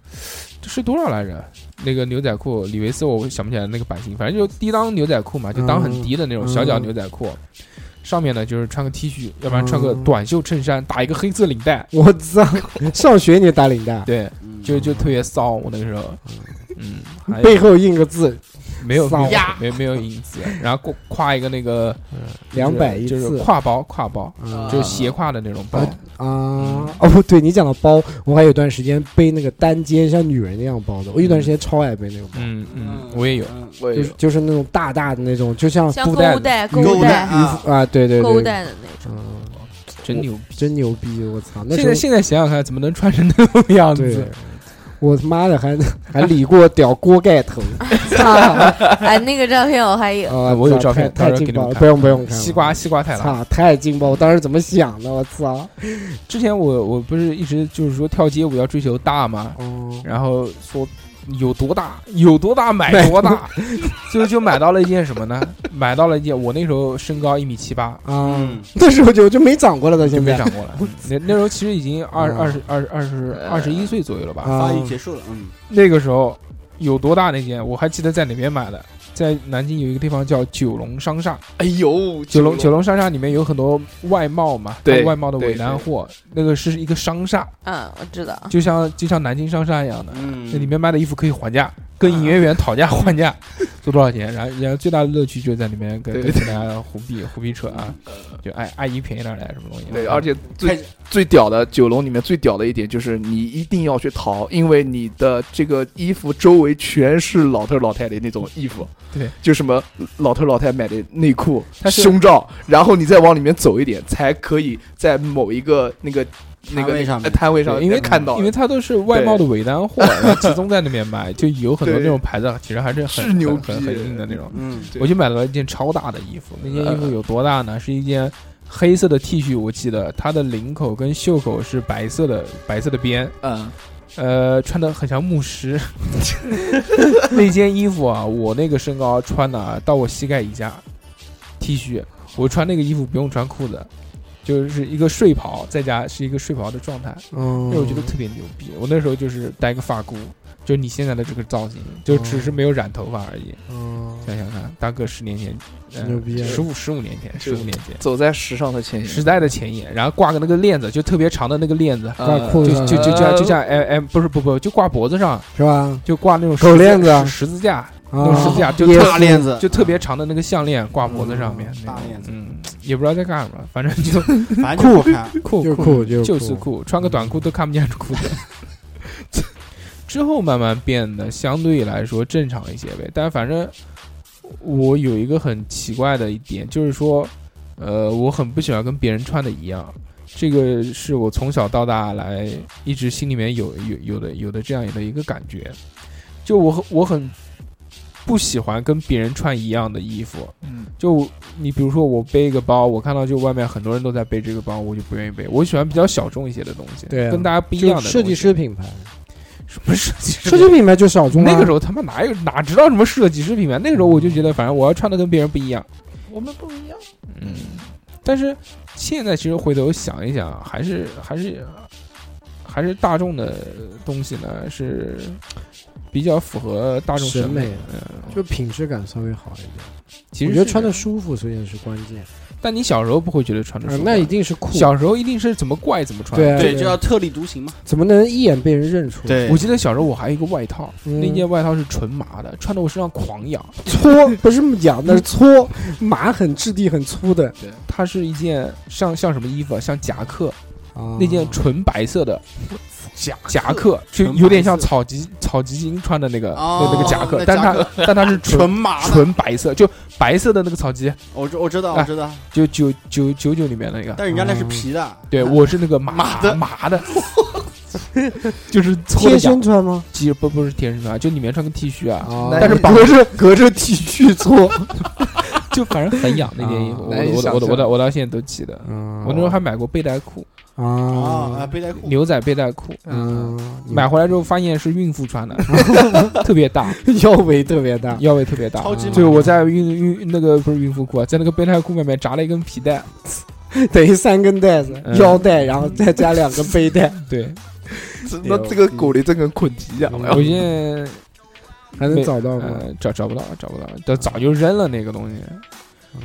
这是多少来着？那个牛仔裤，李维斯，我想不起来那个版型，反正就是低裆牛仔裤嘛，就裆很低的那种嗯小脚牛仔裤，上面呢就是穿个 T 恤，要不然嗯穿个短袖衬衫，打一个黑色领带，我操，上学你也打领带，对，嗯就就特别骚，我那个时候，嗯，还有背后印个字，没有骚啊没有没有没有影子，然后过挎一个那个两百一就是就是次挎包挎包，啊就是斜挎的那种包，啊嗯哦不对，你讲到包，我还有段时间背那个单肩像女人那样包的，我有段时间超爱背那种包，嗯嗯，我也有。嗯我也就有是就是那种大大的那种，就像像布购袋物的袋、购购物物袋袋、啊，啊，对对购物对，袋的那种。嗯，真牛逼！真牛逼，我操，那现时在候现在想想看，怎么能穿成那种样对啊子？。我他妈的还还理过屌锅盖头，啊，哎，那个照片我还有，哎我有照片太到时候给劲你们爆了，看不用不用看了，西瓜西瓜太郎。操，太劲爆！我当时怎么想的？我操！之前我我不是一直就是说跳街舞要追求大嘛，哦，然后说有多大有多大买多大，最后就买到了一件什么呢？买到了一件我那时候身高一米七八，啊嗯，那时候就就没长过了，到就现没在长过来。那那时候其实已经二嗯二十二二十二十一岁左右了吧？啊发育结束了，嗯，那个时候有多大那件，我还记得在哪边买的，在南京有一个地方叫九龙商厦。哎呦，九龙九龙商厦里面有很多外贸嘛，对它外贸的对尾单货，那个是一个商厦，嗯，我知道，就像就像南京商厦一样的，嗯那里面卖的衣服可以还价，跟营业员讨价还价， 做多少钱，然后然后最大的乐趣就在里面跟跟对大家胡逼胡逼扯啊，就哎阿姨便宜点儿来什么东西，啊对，而且开最始最屌的九龙里面最屌的一点就是你一定要去淘，因为你的这个衣服周围全是老头老太太那种衣服，对，就什么老头老太买的内裤它、是胸罩，然后你再往里面走一点，才可以在某一个那个那摊个位上面呃摊位上对因为看到，因为它都是外贸的尾单 货，然后集中在那边卖，就有很多对那种牌子，啊其实还是很是牛很很逼很硬的那种。嗯，对呃我就买了一件超大的衣服，那件衣服有多大呢？是一件黑色的 T 恤，我记得它的领口跟袖口是白色的，白色的边，嗯呃，穿的很像牧师。 那件衣服啊，我那个身高穿的啊，到我膝盖以下，T 恤，我穿那个衣服不用穿裤子，就是一个睡袍，在家是一个睡袍的状态。嗯那我觉得特别牛逼。我那时候就是戴个发箍，就是你现在的这个造型，就只是没有染头发而已。嗯想想看，大哥十年前，呃牛逼啊十五十五年前，十就五年前，走在时尚的前时沿，代的前沿，然后挂个那个链子，就特别长的那个链子，呃挂裤就子就上就就像呃就像哎哎，不是不不，就挂脖子上，是吧？啊就挂那种狗十字链子啊十字架，那种十啊字，架就也特大链子就特别长的那个项链挂脖子上面，嗯那种大链子嗯，也不知道在干什么，反正就 反正就好看，酷就是酷酷就是就是酷嗯酷，穿个短裤都看不见是裤子。 之后慢慢变得相对来说正常一些呗，但反正我有一个很奇怪的一点，就是说，呃，我很不喜欢跟别人穿的一样，这个是我从小到大来一直心里面有有有的有的这样的一个感觉，就我很我很不喜欢跟别人穿一样的衣服，嗯就你比如说我背一个包，我看到就外面很多人都在背这个包，我就不愿意背。我喜欢比较小众一些的东西，对啊跟大家不一样就的东西 设计师品牌，什么设计师设计品牌就小众啊。那个时候他妈哪有哪知道什么设计师品牌？那个时候我就觉得，反正我要穿的跟别人不一样。我们不一样，嗯，但是现在其实回头想一想，还是还是还是大众的东西呢，是比较符合大众审审美嗯，就品质感稍微好一点，其我实觉得是穿的这样，舒服虽然是关键，但你小时候不会觉得穿的啊舒服，那一定是酷，小时候一定是怎么怪怎么穿。对啊对，就要特立独行嘛，怎么能一眼被人认出？，对哎我记得小时候我还有一个外套，嗯那件外套是纯麻的，穿的我身上狂痒。搓不是痒， 那是搓，麻很质地很粗的它是一件像像什么衣服啊？像夹克，啊，那件纯白色的假夹克，就纯白有点像色草鸡草鸡精穿的那个哦那个夹克那，但夹它但它是纯纯麻的，纯白色，就白色的那个草鸡，我知我知道哎我知道，就九九九九里面那个。但人家那是皮的，对，我是那个麻麻的麻的，就是搓贴的痒身，穿吗？其实不不是贴身穿，就里面穿个 T 恤啊，啊那但是绑隔着隔着 T 恤搓，就反正很痒那件衣服，啊我难以我想我我象到我到现在都记得。嗯我那时候还买过背带裤，啊，啊啊背带裤，嗯牛仔背带裤，嗯，买回来之后发现是孕妇穿的， 特别大， 腰围特别大，腰围特别大。超级就嗯麻是我在孕孕那个不是孕妇裤啊，在那个背带裤外面扎了一根皮带，等于三根带子，嗯腰带，然后再加两个 背带，对，那这个狗的真跟捆鸡一样哎了。我现嗯在还能找到吗？呃找找不到，找不到，都早就扔了那个东西。嗯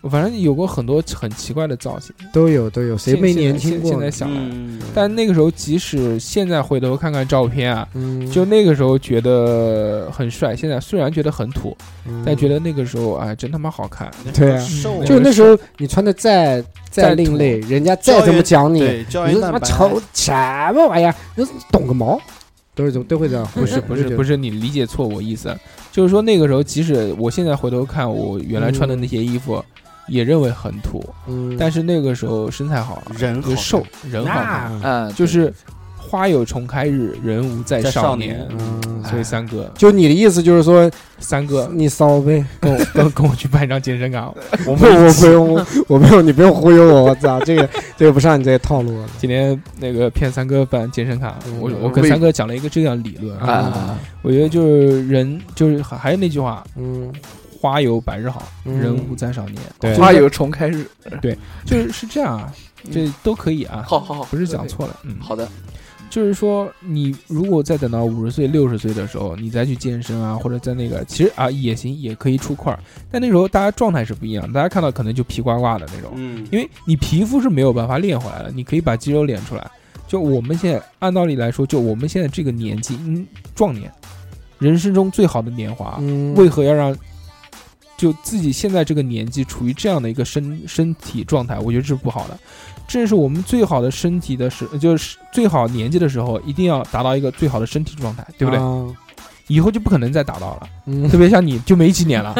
我反正有过很多很奇怪的造型，都有都有，嗯谁现没现年在轻现过现呢在？想来，嗯，但那个时候即使现在回头看看照片啊，嗯，就那个时候觉得很帅，现在虽然觉得很土，嗯但觉得那个时候哎真他妈好看。对啊瘦嗯就那时候你穿的再再另类，人家再怎么讲你，对胶你原说他蛋妈白，丑什么玩意儿，你说懂个毛，都是这都会这样回不来。是不是不是，是，你理解错我意思，就是说那个时候，即使我现在回头看我原来穿的那些衣服，也认为很土，嗯但是那个时候身材好，人就好瘦，人好看，那嗯，就是花有重开日，人无再在少少年。年嗯，所以三哥，就你的意思就是说三哥你骚呗？跟我跟跟我去办一张健身卡。 我不我不用我不用你不用忽悠我，我操，这个这个不上你这个套路了。今天那个骗三哥办健身卡，嗯我我跟为三哥讲了一个这样的理论啊啊，我觉得就是人就是还还是那句话，嗯，花有百日好，嗯人无再少年。对花有重开日，就是是这样啊，这都可以啊，嗯好好好，不是讲错了，嗯，好的，就是说你如果再等到五十岁、六十岁的时候，你再去健身啊，或者在那个其实啊也行，也可以出块儿，但那时候大家状态是不一样，大家看到可能就皮呱呱的那种，嗯，因为你皮肤是没有办法练回来的，你可以把肌肉练出来。就我们现在按道理来说，就我们现在这个年纪，嗯，壮年，人生中最好的年华，啊嗯为何要让就自己现在这个年纪处于这样的一个身身体状态？我觉得这是不好的。正是我们最好的身体的时，就是最好年纪的时候，一定要达到一个最好的身体状态，对不对？啊以后就不可能再达到了，嗯特，别像你就没几 年了，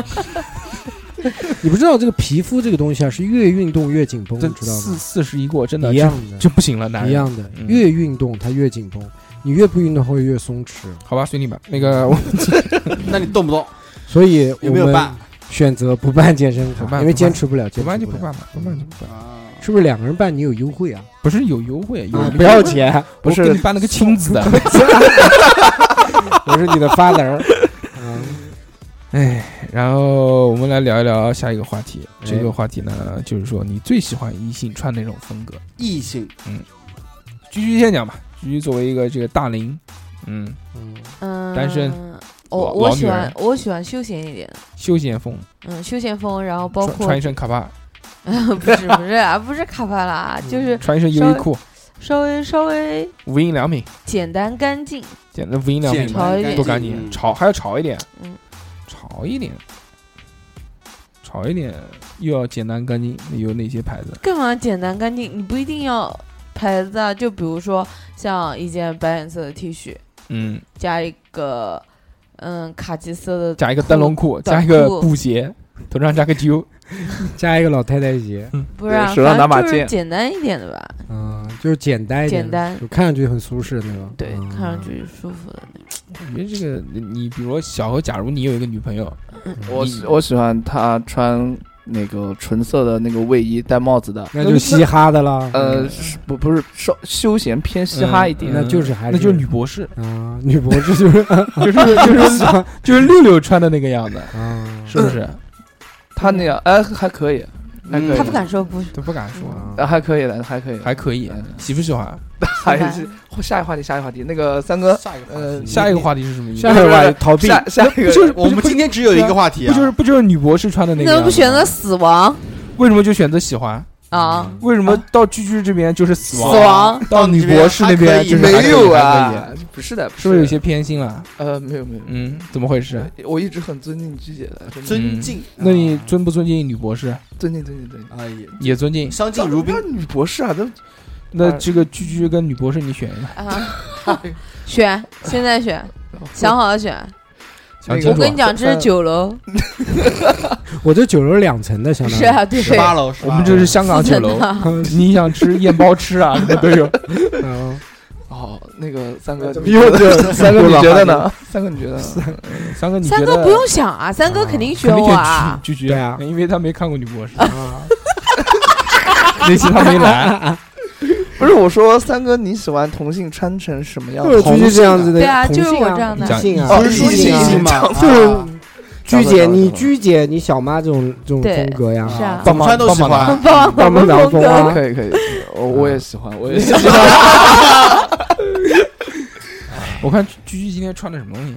你不知道这个皮肤这个东西啊，是越运动越紧绷，这你知道四吗？四十一过，真的一就样的，就不行了，男人一样的，嗯越运动它越紧绷，你越不运动会越松弛。好吧，随你吧。那个我那你动不动所以我有没有们办选择不办健身不卡，办因为不办坚持不了，不 坚办持就不了办。吧，不办就不办，啊？是不是两个人办你有优惠啊？不是有优惠，有啊，不要钱，我不给你是办了个亲子的，我是你的 father。嗯哎，然后我们来聊一聊下一个话题。这哎个话题呢，就是说你最喜欢异性穿哪种风格？异性居居先讲吧。居居作为一个这个大龄，嗯，嗯，嗯，单身我老我老喜女欢人我喜欢休闲一点的，休闲风，嗯，休闲风，然后包穿括穿一身卡帕，不是不是啊，不是卡帕拉，嗯就是穿一身优衣库，稍微稍微无印良品，简单干净，简直无印良简品潮一点多干净，嗯潮还要潮一点，嗯，潮一点，潮一点，又要简单干净，有哪些牌子？干嘛简单干净？你不一定要牌子啊，就比如说像一件白颜色的 T 恤，嗯，加一个嗯卡其色的，加一个灯笼裤，短加一个裤布鞋，头上加个揪，加一个老太太鞋，嗯不是啊、对手反正上拿把就是剑简单一点的吧，嗯，就是简单一点，简单就看上去很舒适的那种。对，嗯看上。去舒服的那种。我觉得这个你你比如说小何，假如你有一个女朋友，我你我喜欢他穿那个纯色的那个卫衣，戴帽子的，那就是嘻哈的了，呃，是不不是稍休闲偏嘻哈一点嗯，那就是还那就是女博士，啊，女博士 就是就是就是啊就是六六穿的那个样子，啊，是不是？他那样哎还可以，嗯还可对以他不，敢说不， 都不敢说，啊呃还可以的，还可以的，还可以，喜不喜欢？还是下一个话题，下一个话题，那个三哥，下一个呃，下一个话题是什么意思？下一 个话题逃避，下下一个就是我们今天只有一个话题不啊，就是不就是女博士穿的那你个怎样子吗？么不选择死亡为什么就选择喜欢？啊？为什么到居居这边就是死死亡，亡到女博士那边就是还可以没有？还可以啊，不是啊的，不是不是有些偏心了？呃没有没有，没有嗯，怎么回事？我一直很尊敬鞠姐的，真的尊敬，那你尊不尊敬女博士？尊敬尊敬尊敬。啊也也尊敬。相敬如宾那，女博士啊，都那这个居居跟女博士，你选一个，啊， 选，现在选，想好了选。想清我楚跟你讲，这是九楼，我这酒楼两层的，相当于是啊，对，十八楼，我们这是香港酒楼四层，的你想吃燕包吃啊，什么都有。嗯哦，那个三哥，又这三 哥你觉得呢？三哥你觉得呢？三哥，你三觉哥得不用想啊，三哥肯定选肯定我啊。拒绝对啊因为他没看过女博士， 那期他没来。 不是我说，三哥你喜欢同性穿成什啊么样就？是同就是这样子的，对啊同就是性我这样的异性啊，哦不是说性异性啊异性性嘛，长就啊鞠长得长姐，得你长得鞠姐，你小妈这种这种对风格呀，是啊怎么穿都喜棒棒欢，棒大门棒掌风啊，可以可以，我我也喜欢，我也喜欢。我看居居今天穿的什么东西？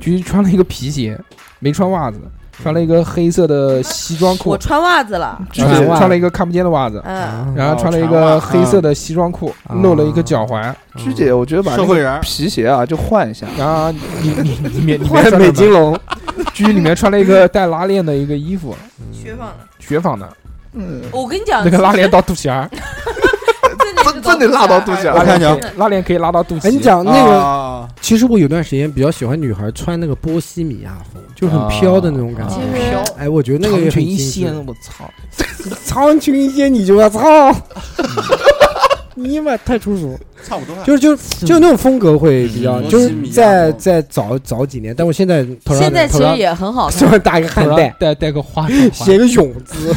居居穿了一个皮鞋，没穿袜子，穿了一个黑色的西装裤我，穿袜子了，然穿后袜穿了一个看不见的袜子，嗯，啊然后穿了一哦个穿袜黑色的西装裤，啊露了一个脚踝。嗯鞠姐，我觉得把社那会个人儿，皮鞋啊就换一下，然后你你你里面里面 换穿美了什金么？龙，居居里面穿了一个带拉链的一个衣服，雪纺的。雪纺的，嗯，我跟你讲，那个拉链到肚脐眼儿，真真得辣到肚儿。脐眼我了。看见拉链可以拉到肚脐。哎，你讲那个个其实我有段时间比较喜欢女孩穿那个波西米亚风，就是很飘的那种感觉。啊其实哎，我觉得那个也长很裙一精致掀，我操！长裙一掀你就要操！尼玛太粗俗，差不多了。就是就就那种风格会比较，嗯就是在在早早几年，但我现在头上现在其头实上 也很好看头。上打一个头汉上带，带带个花 手环，写个勇字。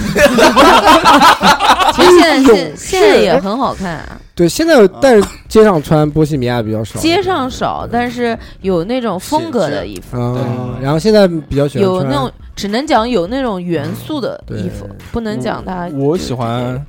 其实 现在勇现士现在也很好看啊，对，现在但是街上穿波西米亚比较少，街上少，但是有那种风格的衣服，啊，然后现在比较喜欢有穿嗯那种只能讲有那种元素的衣服对，不能讲它。我喜欢，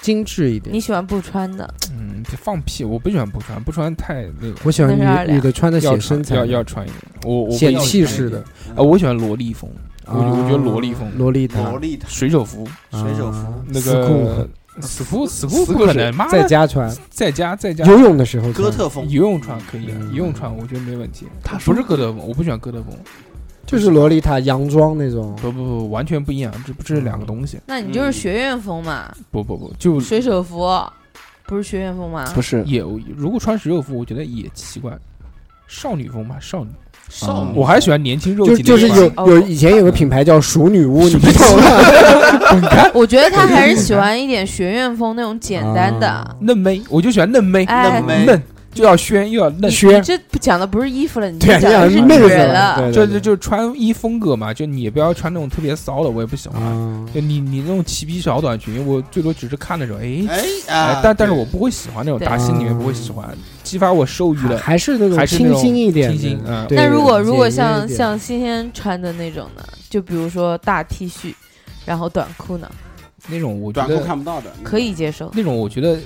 精致一点你。喜欢不穿的，嗯，别放屁，我不喜欢不穿，不穿太那个，我喜欢那是二女两女的穿的要写身穿材要，要穿一点，我我不显要气穿一势点的。嗯啊，我喜欢萝莉风，我啊我觉得萝莉风，萝莉塔，萝莉塔水手服，啊水手服那死个裤死裤死裤不可能，啊妈在的，家穿，在家在家游泳的时候哥穿，特风，游泳穿可以啊，嗯游泳穿我觉得没问题。他不是哥德风，我不喜欢哥德风，就是萝莉塔洋装那种。不不不，完全不一样，这不这是两个东西。那你嗯就是学院风嘛，不不不，就水手服，不是学院风吗？不是嗯也如果穿水手服，我觉得也奇怪。少女风嘛，少女，少啊女，我还喜欢年轻肉就体那就一是款。有哦有以前有个品牌叫熟女屋，你不懂 吗？我 觉得他还是喜欢一点学院风那种简单的啊。嫩妹，我就喜欢嫩妹，哎妹嫩就要宣又要嫩，靴，这不讲的不是衣服了，你对，这讲的那是那女个时人候，了。这对对这对就是穿衣风格嘛，就你也不要穿那种特别骚的，我也不喜欢。啊，就你你那种齐皮小短裙，我最多只是看的时候，哎，哎哎啊，，但但是对我不会喜欢那种，对打心里面不会喜欢，激发我兽欲还的。还是那种还是那清种新一点的，清新嗯对那如果简如果约一像点像新鲜穿的那种呢，就比如说大 T 恤，然后短裤呢，那种我觉短裤得看不到的，嗯可以接受。那种我觉得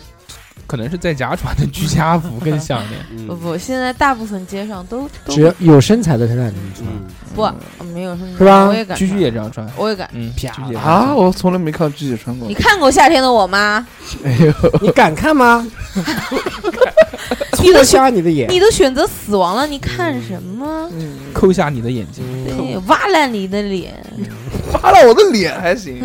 可能是在家穿的居家服更像一点。嗯不不，现在大部分街上都都只要有身材的才敢这么穿，嗯，不没有什么，是吧我也敢居居穿，也这样穿，我也敢。嗯，啪居居也这样穿啊，我从来没看具体穿过 你。看过《夏天的我》吗？哎呦，你敢 看吗？你都戳瞎你的眼，你都选择死亡了，你看什么？抠下你的眼睛，嗯对，挖烂你的脸，扒了我的脸还嗯行。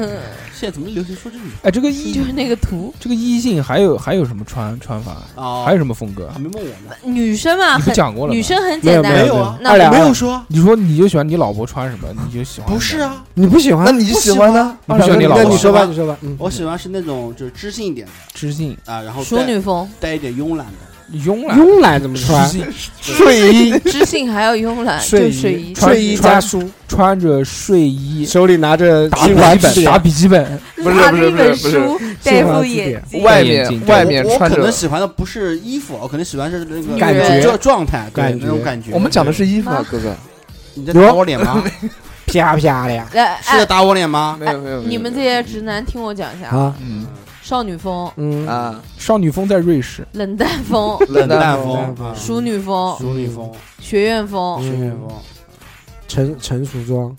现在怎么流行说这种哎，这个就异是那个图。这个异性还有还有什么穿穿法，啊？还有什么风格还？没问我呢，女生嘛，你不很讲过了吗女生很没简有单，没有有啊那二两没有说啊，你说你就喜欢你老婆穿什么，你就喜欢不是什么，啊，你不喜那欢？你喜欢呢？你不喜欢你老那婆你说吧，你说吧，嗯，我喜欢是那种就是知性一点的知性啊，然后熟带女风，带一点慵懒的，慵懒慵懒怎么知穿？性睡衣， 知性还要慵懒，睡啊就衣睡衣。穿 睡衣加书，穿着睡衣手里拿着打新华笔字记本典打，笔记本，不是拿不着是一不本是不是书，戴副眼镜，外戴眼镜面外面我穿可着能，喜欢的不是衣服，我可能喜欢是那个感女人觉这状态，对感觉那种感觉。我们讲的是衣服啊，哥哥。你在打我脸吗？啪啪的来，呀是在哎，打我脸 吗？没有没有，你们这些直男听我讲一下，啊，嗯少女风、嗯，啊，少女风在瑞士，冷淡风、冷淡淡风、啊熟女风、淑女风、学院风、嗯学院哦风、成成熟装，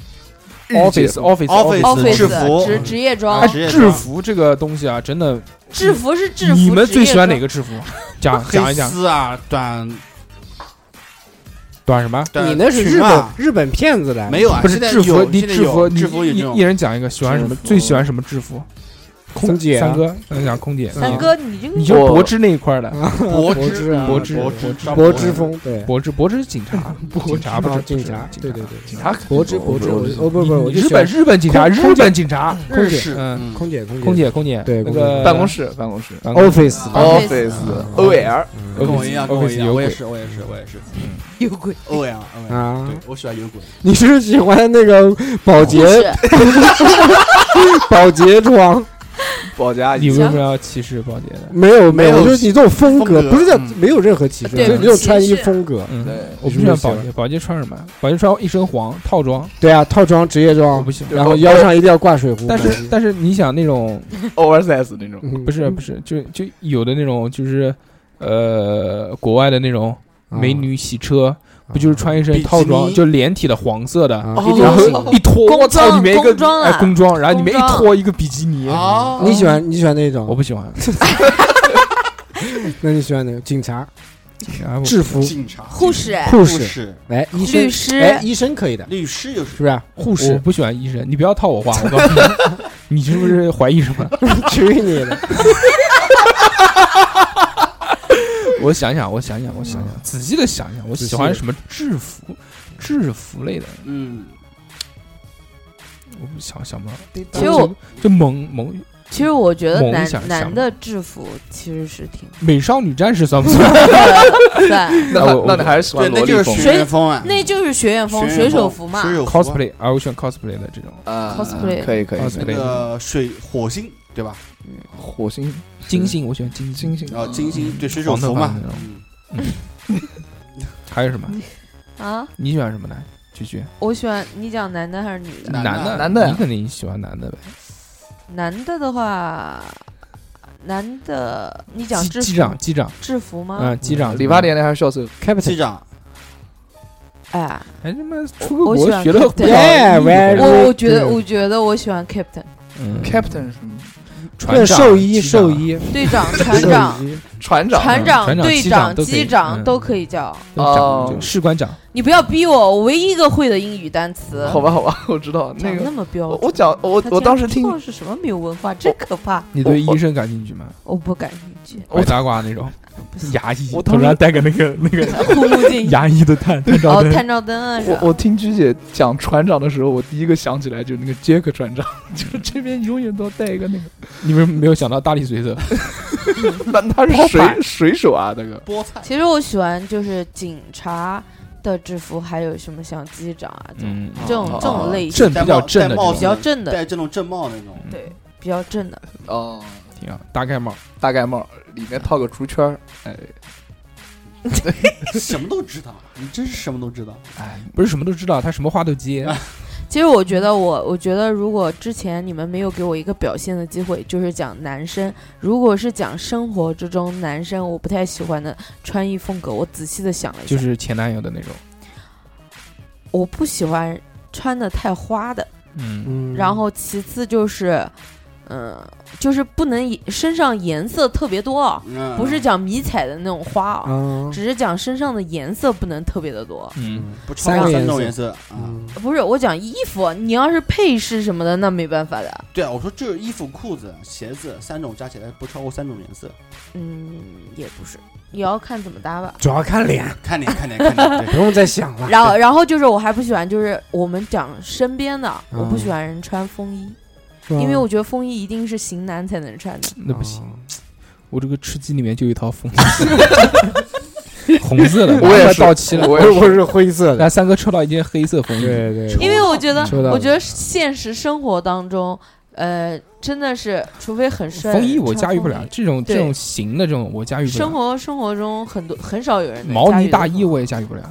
office 哦 office office office 制服职职业嗯装哎、、职业制服这个东西啊，真的，制服是制服。你们最喜欢哪职业个制服？讲讲黑一讲，丝啊，短短什么？短你那是日裙本啊日本骗子来，没有啊？不是现在制服，有你现在制服，有你制服有这一一种，人讲一个喜欢什么，制服最喜欢什么制服？空姐啊三哥，嗯，讲空姐，装？三哥，你这个你就我柏芝那一块的，柏柏芝芝啊柏芝柏柏芝芝嗯张国之风，对，柏芝柏芝是警察， 警察不啊是警察不是对警察对对警察他国之国之，我哦不不，我你就日喜本欢日本警察，空日本警察，空日姐，式嗯嗯空姐空姐空姐空姐，对那空姐个办公室办公室办公室 office 吧 Office ，office 嗯 OL 跟我一样，跟我一 office 有样，我鬼也是，我也是，我也是。有鬼， O L O L，嗯啊对，我喜欢有鬼。你是喜欢那个保护洁士保洁装？保洁阿你 姨为什么要歧视保洁的？没有没没有，有就是你这种风格风，格不是叫嗯没有任何歧视，就对是你这种不穿衣歧视风格。嗯，对我不喜欢保洁，保洁穿什么？保洁穿一身黄套装，对啊，套装职业我装不，喜欢。然后腰上一定要挂水壶。但是但是你想那种 oversize 那种，嗯不是不是，就就有的那种就是，呃，国外的那种美女洗车，不就是穿一身套比基装，尼就连体的黄色的，啊哦一定然要 后一脱，工我操，装里面一个工装啊哎工装，然后里面工一装脱一个比基尼，啊哦你喜欢你喜欢那种？我不喜欢，那你喜欢哪个？警察啊我制服、警察、护士、护士、士，来医生律，师、哎，医生可以的，律师又是是不 是啊？护我士，不喜欢医生，你不要套我话，我告诉你，你 是不是怀疑什么？ 去你的！我想想，我想想，我想想，仔细的想想，我喜欢什么制服，制服类的，嗯，我不想想不到。其实我就蒙蒙其实我觉得猛一男下想男的制服其实是挺美少女战士算不算？ 算，那我我还哦那你还是喜对，欢那萝莉就是水风学院风啊，那就是学院风学水院手风服嘛。水手服 cosplay 啊，我喜欢 cosplay 的这种啊 cosplay 可以可以，可以那 cosplay 个水火星对吧？火星金星，我喜欢金星。星然后金星对水手黄头服发嘛那，种嗯还有什么？啊，你喜欢什么呢？菊菊，我喜欢你讲男的还是女的？男的，的男男的你肯定喜欢男的呗。男的的话，男的你讲机制机服啊长，机长，制服吗？嗯，机长，理发。店的还是校车？机 长哎，哎，他妈出个我国喜欢学了啊 captain 哎喂我我我觉得我觉得我喜欢 captain 嗯 captain 什么？船长、兽医，机长兽医，队长、船兽长、医，船长船啊船长队机长长、都可以机长嗯都可以叫。都长哦就士官长，你不要逼我，我唯一一个会的英语单词。好吧好吧， 我知道那讲个那。么标我准，我讲我他我竟当然时不听知道是什么没有文化，真可怕！你对医生感兴趣吗？我不感兴趣，我白大褂那种不 行。牙医，我头当时上戴个那 个那个护目镜，牙医的探探照哦，灯，探照灯啊，是吧我我听鞠姐讲船长的时候，我第一个想起来就是那个杰克船长， 就是这边永远都要带一个那个，你为什么没有想到大力水手？那他是 Popeye 水水手啊，那个菠菜，其实我喜欢就是警察的制服，还有什么像机长啊，这种嗯，这种哦这种类型正比较正的戴帽比这戴帽种，较正的，戴这种正帽那种，对，比较正的。哦，挺好。啊大盖帽，大盖帽里面套个竹圈儿，哎什么都知道，你真是什么都知道。哎，不是什么都知道，他什么话都接。其实我觉得我，我觉得如果之前你们没有给我一个表现的机会，就是讲男生，如果是讲生活之中男生我不太喜欢的穿衣风格，我仔细的想了一 下，就是前男友的那种，我不喜欢穿的太花的，嗯，嗯然后其次就是，嗯、就是不能以身上颜色特别多啊，嗯不是讲迷彩的那种花啊，啊，只是讲身上的颜色不能特别的多。嗯，不超三过个三种颜颜色啊。嗯不是我讲衣服，你要是配饰什么的，那没办法的。对啊，我说就是衣服、裤子、鞋子三种加起来不超过三种颜色。嗯，也不是，也要看怎么搭吧。主要看脸，看脸，看脸，看脸。不用再想了。然后，然后就是我还不喜欢，就是我们讲身边的，嗯我不喜欢人穿风衣，是吧因为我觉得风衣一定是型男才能穿的。那不行，啊我这个吃鸡里面就有一套风，红色的，我也快是到期了。我我也是是我是灰色的，来，三哥抽到一件黑色风衣，对对，因为我觉得抽到，了我觉得现实生活当中，呃，真的是，除非很深，风衣我驾驭不穿了风，这种对这种型的这种我驾驭衣。不生了。活生活中很多很少有人能毛驾驭呢得大很衣好我也驾驭不了。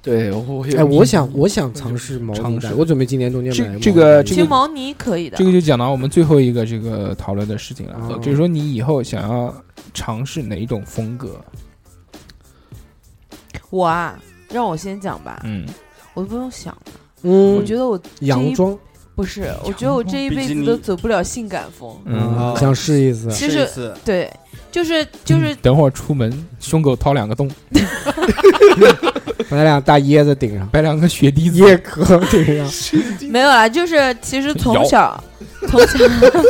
对，我也哎，我想我想尝试毛尝呢试我准备今年冬天这买这毛个呢这其个实毛呢可以的，这个就讲到我们最后一个这个讨论的事情了，哦就是说你以后想要尝试哪一种风格？我啊，让我先讲吧，嗯，我都不用想，嗯，我觉得我洋装，不是，我觉得我这一辈子都走不了性感风。嗯嗯哦想试一次， 其试一实次对，就是就是嗯等会儿出门胸口掏两个洞，把那俩大椰子顶上，摆两个雪滴子。椰壳顶上，没有啦，就是其实从摇小从小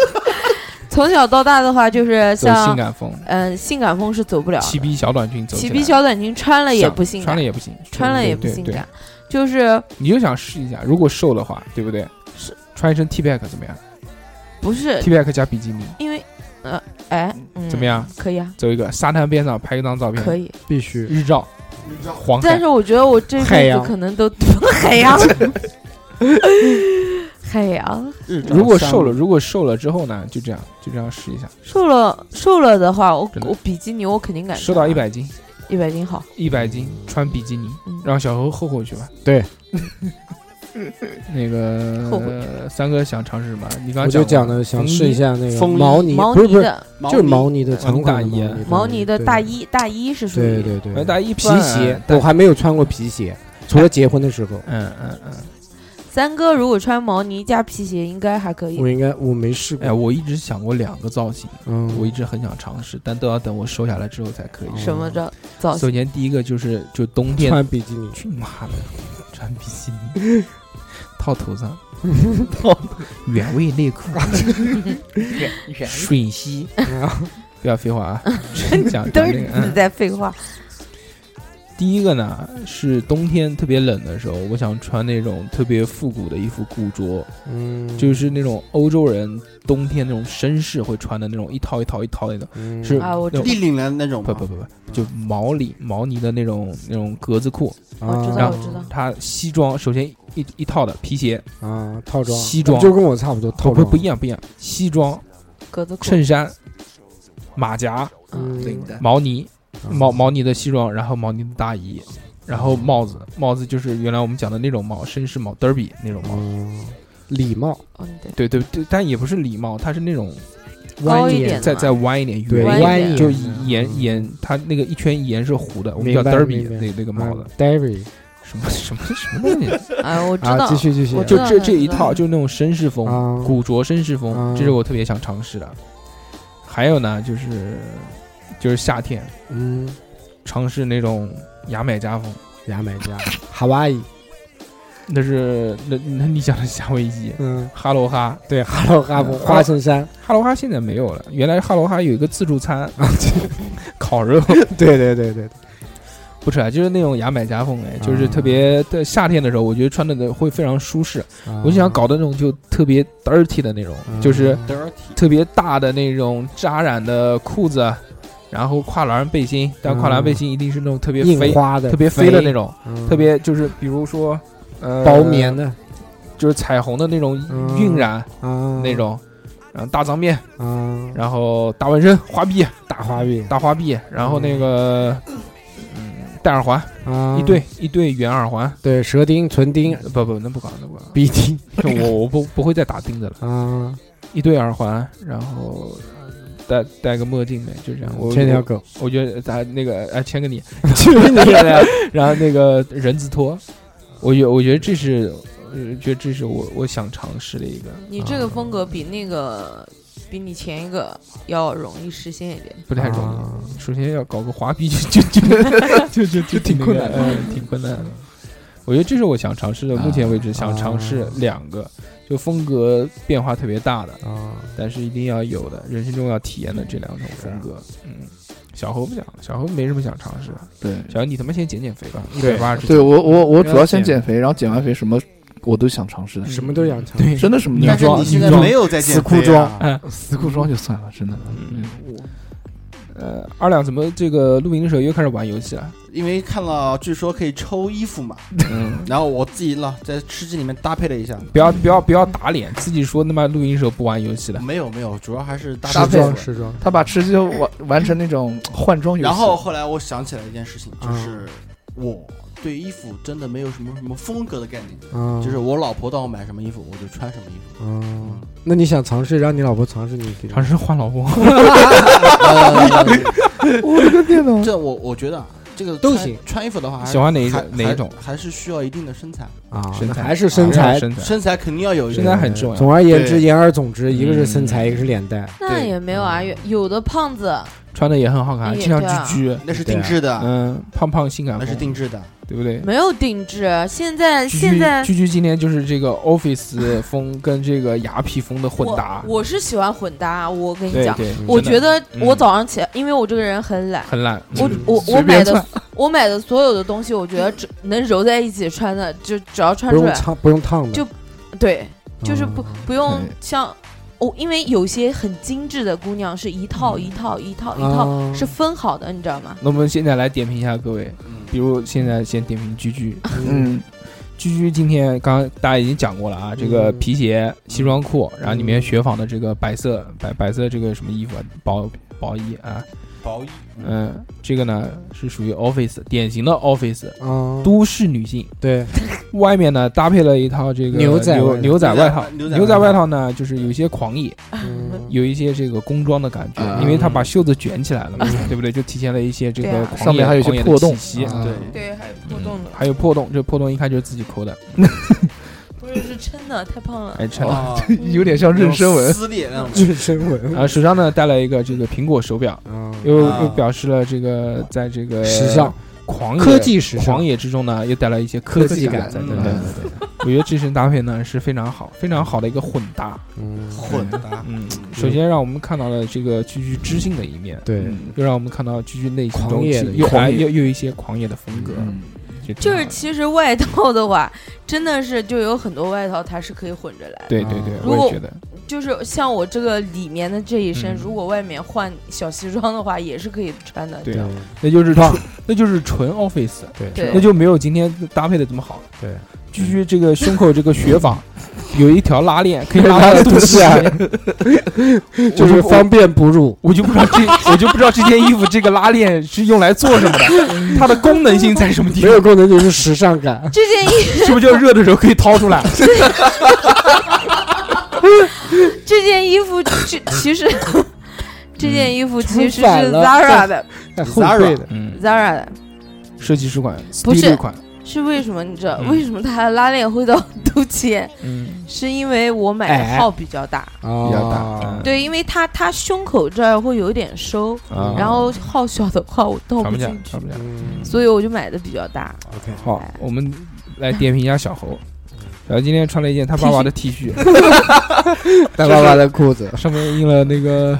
从小到大的话，就是走性像感风，嗯性感风是走不了的齐逼小短裙走起齐来，逼小短裙穿了也不性穿感了，也不行，穿了也不对性。对感，就是对你就想试一下，如果瘦的话，对不对？是呃穿一身 T back 怎么样不是？T back 加比基尼因为呃哎嗯怎么样？可以啊，走一个沙滩边上拍一张照片，可以，必须日照，黄海但是我觉得我这海辈子洋可能都 海 洋，海洋日照如果三瘦了，五，如果瘦了之后呢，就这样，就这样试一下，瘦了瘦了的话，我真的我比基尼我肯定敢瘦到穿一啊百斤，一百斤好，一百斤穿比基尼，嗯让小猴后悔去吧。对， 那个后悔三哥想尝试什么？你刚刚我就讲了的想风试一衣下那个风衣毛呢，毛不是呢不是，的就是毛毛呢的毛长呢大款衣哎的毛呢的对大衣，大衣是属对于对对，大衣哎皮鞋，不我然还没有穿过皮鞋，除了结婚的时候，嗯嗯嗯，三哥，如果穿毛呢加皮鞋应该还可以我。应该我没试哎，过，我一直想过两个造型，嗯，我一直很想尝试，但都要等我瘦下来之后才可以。什么的造型？首先第一个就是就冬天，穿比基尼，去妈的，穿比基尼，套头 上，套原味内裤。远远吮 吸，不要废话啊，讲讲都那是个你嗯在废话。第一个呢是冬天特别冷的时候，我想穿那种特别复古的一副古着，嗯，就是那种欧洲人冬天那种绅士会穿的那种一套一套一套的那种，嗯是啊我那种立领的那种不吗？不不不，就毛里毛呢的那种那种格子裤，我知道，我知道，它西装首先一一套的皮鞋，啊，套装西装哦就跟我差不多，套不不装不一，样不一样，西装、格子裤，衬衫、马甲、嗯领带，毛呢、嗯毛毛呢的西装，然后毛呢的大衣，然后帽子，帽子就是原来我们讲的那种帽，绅士帽，derby 那种帽，嗯，礼貌哦，你对，对对对，但也不是礼帽，它是那种高弯一一点点，再再弯一点，对圆一弯一点点就嗯沿沿它那个一圈沿是弧的，我们明叫白 derby 明白嗯那那个帽子， d a v i 什么什么什么东西。哎，我知啊，道继，续继续我，就知道这那这一个套，就是那种绅士风、啊古着绅士风，啊这是我特别想尝试的。还有呢，就是就是夏天嗯，尝试那种牙买加风，牙买 加，夏威夷，那是那那你讲的夏威夷。嗯，哈罗哈，对，哈喽哈姆花衬衫，哈罗哈现在没有了。原来哈罗哈有一个自助餐，烤肉啊 对对对对， 不吃啊，就是那种牙买加风哎，就是啊特别的夏天的时候，我觉得穿的会非常舒适。啊我就想搞的那种就特别 dirty 的那种，就是嗯 dirty，特别大的那种扎染的裤子，然后跨栏背心，但跨栏背心一定是那种特别印飞、花的，特别飞飞的那，种，嗯特别就是比如说，呃，薄棉，的就是彩虹的那种嗯晕染啊，那种，然后大脏辫，啊，然后大纹身、花臂、大花臂大花臂，然后那个嗯戴耳环，啊，一对一对圆耳环，对，舌钉、唇钉、不不，那不搞那不搞，鼻钉我我不不会再打钉子了。啊，一对耳环，然后呃戴戴个墨镜呗，就这样。我牵条狗，我我觉得咱那个哎，签个你，去你的！然后那个人字拖，我觉我觉得这是，呃觉得这是我我想尝试的一个，你这个风格比那个比你前一个要容易实现一点。不太容易。啊首先要搞个滑逼就 就就就就就挺困难，嗯，挺困难的。我觉得这是我想尝试的，目前为止想尝试两个，就风格变化特别大的，啊，但是一定要有的，人生中要体验的这两种风格。嗯，小猴不想，小猴没什么想尝试的。对小猴，你他妈先减减肥吧，一对百八十。对 我我我主要嗯先减减肥，然后减完肥什么我都想尝试的，什么都想尝，对，真的什么都女但想是尝装你试。现在女装没有在减死裤肥啊，哎， 死裤装就算了，真的。嗯，呃，二两怎么这个录音的时候又开始玩游戏了？因为看了据说可以抽衣服嘛，嗯，然后我自己了在吃鸡里面搭配了一下， 不要不要不要打脸，自己说他妈录音的时候不玩游戏了。没有没有，主要还是搭时配装服。时装，他把吃鸡就完完成那种换装游戏，然后后来我想起来一件事情，就是我对衣服真的没有什么什么风格的概念，啊，就是我老婆让我买什么衣服，我就穿什么衣 服。啊，那你想尝试让你老婆尝试你这个尝试嗯换老婆，呃这我我觉得啊，这个都穿行。穿衣服的话还是，喜欢哪一还哪一种还还是需要一定的身材，啊，身那材还是身还材是，身材，身材肯定要有一身定材的。很重要总而言之，对言而总之，一个是身材，嗯一个是脸蛋。那对也没有啊，有有的胖子穿的也很好看，也经常对啊居居，那是定制的，嗯，胖胖性感那风，是定制的。对不对？没有定制，现在居现居在居居今天就是这个 office 风跟这个雅痞风的混我搭，我是喜欢混搭，我跟你对讲，对，我真觉的得我嗯早上起来，因为我这个人很懒，很懒。我嗯我我随买便的穿我买的所有的东西，我觉得只能揉在一起穿的，就只要穿不出用来，烫，不用烫的，就对，就是不嗯不用对像我、因为有些很精致的姑娘是一套一套一套一套、啊是分好的，你知道吗？ 那我们现在来点评一下各位，嗯嗯比如现在先点评居居， 嗯，居居今天刚刚大家已经讲过了啊，这个嗯皮鞋、西装裤，然后里面嗯雪纺的这个白色白白色这个什么衣服啊，薄薄衣啊，薄衣，嗯，这个呢是属于 office 典型的 office 啊，都市女性，对，外面呢搭配了一套这个牛仔牛外牛仔外套，牛仔牛仔外外套套呢就是有一些狂野，嗯有一些这个工装的感觉，啊因为它把袖子卷起来了嘛， 对不对？就体现了一些这个对啊狂野上面还有一些狂野的破洞气息啊对对，还有嗯还有破洞，这破洞一看就是自己抠的，不是是撑的，太胖了。哎，趁哦了。啊 有点像妊娠纹。撕裂那种。妊娠纹然后手上啊呢戴了一个这个苹果手表，啊，嗯又啊又表示了这个在这个时尚、狂野科技时尚狂野之中呢，又带来一些科技科技感在嗯对对对对，我觉得这身搭配呢是非常好，非常好的一个混搭。嗯，混搭，嗯，首先让我们看到了这个句句知性的一面，对，嗯又让我们看到句句内心狂中野的又狂还野又又有一些狂野的风格，嗯，挺就好是的其实外套的话，真的是就有很多外套它是可以混着来的。对对对，嗯如我果也觉得就是像我这个里面的这一身，嗯如果外面换小西装的话，也是可以穿的。对啊，那就是纯那就是纯 office，对对那就没有今天搭配的这么好。对，居居这个胸口这个雪纺有一条拉链，可以拉拉到到肚肚脐脐啊眼， 就是我方便哺乳。我就不知道 这我就不知道这件衣服这个拉链是用来做什么嗯的，它的功能性在什么地没方？有功能就是时尚感，这件衣是不是就热的时候可以掏出来？这件衣服这其实 这件衣服其实是反了 Zara 的哎 后背的嗯， ，Zara 的设计师款，不是第六款，是为什么？你知道嗯为什么它的拉链会到肚脐眼？ 嗯，是因为我买的矮号比较大，比较大啊嗯，对，因为它它胸口这儿会有一点收，啊然后号小的话我倒穿不不下进，去穿，不下。嗯所以我就买的比较大。 ，OK，好，我们来点评一下小猴。然后今天穿了一件他爸爸的 T 恤，大爸爸的裤子，上面印了那个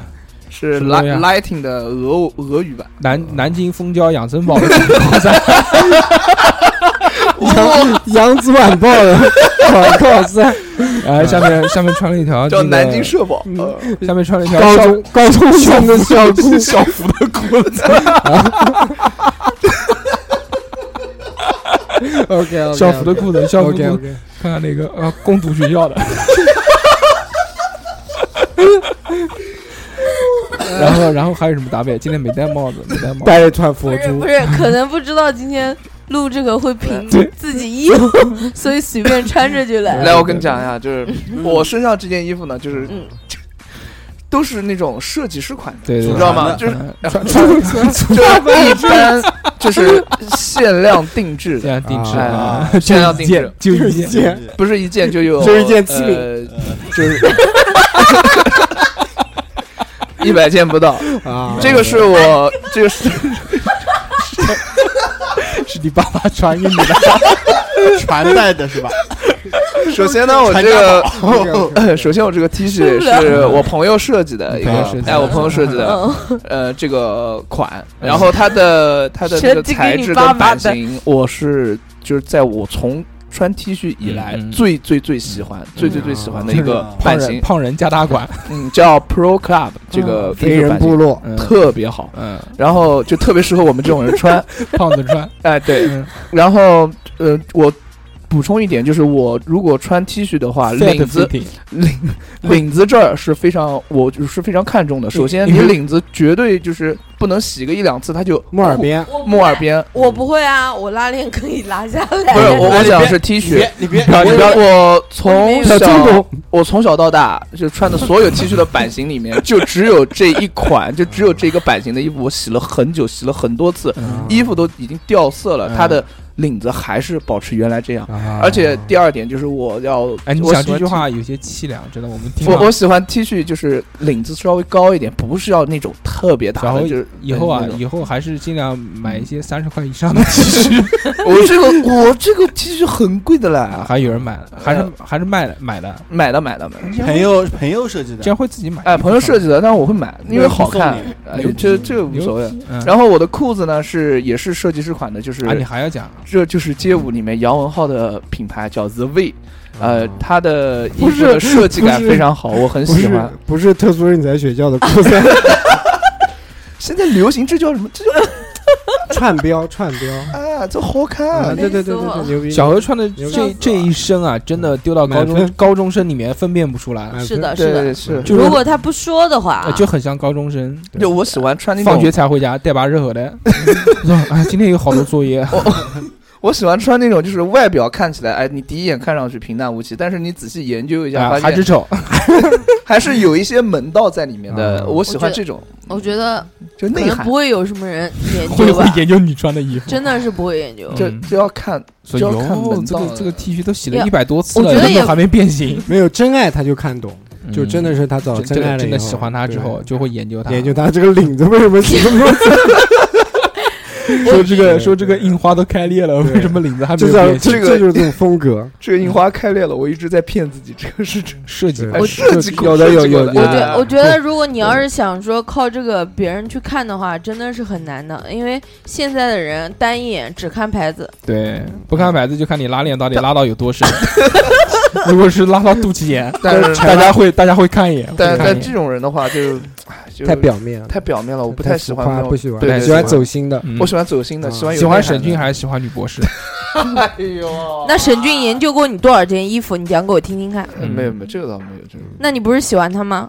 是什么东西 light 啊 lighting 的俄俄语版，南南京蜂胶养生宝的扬 扬子晚报的广告衫，哎，下面下面穿了一条叫那个南京社保，呃下面穿了一条高校中高中生的校裤，校服的裤 子， OK，校服的裤子，校服裤 OK 子， OK，看看那个呃，攻读学校的。 然后，然后还有什么搭配？今天没戴帽子，没戴帽子。戴一串不佛是珠不，是， 可能不知道今天录这个会评自己衣服，所以随便穿着 就来了。来，我跟你讲一下，就是我身上这件衣服呢，就是嗯，都是那种设计师款的，对对，啊你对知道吗？嗯就是穿穿穿就是一般就是限量定制这的，样定制哎啊，限量一定制件，就一件。姐，不是一件就有， 就是一件七米呃， 就是。一百件不到，啊，这个是我，这个 是是你爸爸传给你的。传代的是吧？首先呢，我这传家宝个呃， 首先我这个 T 恤是我朋友设计的一个朋友设计，的哎，我朋友设计的，嗯，呃，这个款，然后它 的它的这个材质跟版型，我是就是在我从穿 T 恤以来嗯嗯最最最喜欢、最最最喜欢的一个胖版人型，胖人加大款，嗯，叫 Pro Club 这个第黑一个人版部型落，嗯特别好，嗯，然后就特别适合我们这种人 穿，胖子穿，哎，对，嗯然后呃，我补充一点，就是我如果穿 T 恤的话， fat 领子 fitting 领领子这儿是非常我就是非常看重的。首先，因你为领子绝对就是不能洗个一两次，它就墨尔边，我不木耳会，边。我不会啊，我拉链可以拉下哎来。不是我，我你讲别是 T 你恤别。你别，我我我从小中小国我从小到大就穿的所有 T 恤的版型里面，就只有这一款，就只有这个版型的衣服，我洗了很久，洗了很多次，衣服都已经掉色了，嗯它的领子还是保持原来这样。啊嗯而且第二点就是我要，哎，你我讲这喜欢句 T- 话有些凄凉，真的，我们听我了我喜欢 T 恤，就是领子稍微高一点，不是要那种特别然大后的，就是以后啊那，种以后还是尽量买一些三十块以 上的 T 恤。我这个我这个 T 恤很贵的啦，还有人买了，还哎是还是卖了买了，买了买了买了。朋友朋友设计这的，样会自己买。哎，朋友设计的，但是我会买，因为好看送你，哎这这个无所谓。嗯，然后我的裤子呢是也是设计师款的，就是啊，你还要嗯讲？这就是街舞里面杨文浩的品牌叫 The V，呃，它的衣不服是的设计感不是非常好，我很不喜是欢。不是特殊人才学校的裤子， 现在流行这叫什么？这叫串标串标，啊，这好啊，看。对对对对 对，牛逼，小何穿的这笑死这一身啊，真的丢到高嗯满中分嗯高中生里面分辨不出来，满分是的，是的。对是，嗯就是如果他不说的话呃，就很像高中生，对就我喜欢穿那放学种，才回家，带把热火 的。说哎，今天有好多作业，我喜欢穿那种，就是外表看起来，哎，你第一眼看上去平淡无奇，但是你仔细研究一下，啊发还是现 丑。还是有一些门道在里面的。嗯我喜我欢觉得这种，我觉得就可内能涵不。会有什么人研会究会吧，研究你穿的衣服，真的是不会研究。这嗯这要看，所以就要看哟门这道个了这个 T 恤都洗了呀一百多次了，我觉得根也本还没变形，没有真爱他就看懂，就嗯哦真的是是他找嗯真爱的了真以的后喜欢他之后，就会研究他， 研究他这个领子为什么起这么多说这对个说这个对樱花都开裂了，对为什么领子还没就有叫变形？这这个这就是这种风格。这个樱花开裂了，我一直在骗自己，这个是真设计对过哎我设计过有的设计有过的有我有觉哎我觉得，如果你要是想说靠这个别人去看的话，真的是很难的，因为现在的人单一眼只看牌子，对，不看牌子就看你拉链到底拉到有多深。 如果是拉到肚脐眼， 但是大家会大家会看一眼，但会但看一这眼。种人的话就，唉就太表面了，太表面了，我不太喜欢浮夸那种不喜欢，对对喜欢对走心的。嗯我喜欢走心的，喜欢有喜欢内涵沈的俊还是喜欢女博 士？哎呦，那沈俊研究过你多少件衣服？你讲给我听听看。嗯没有没有，这个倒没有，这个那你不是喜欢他吗？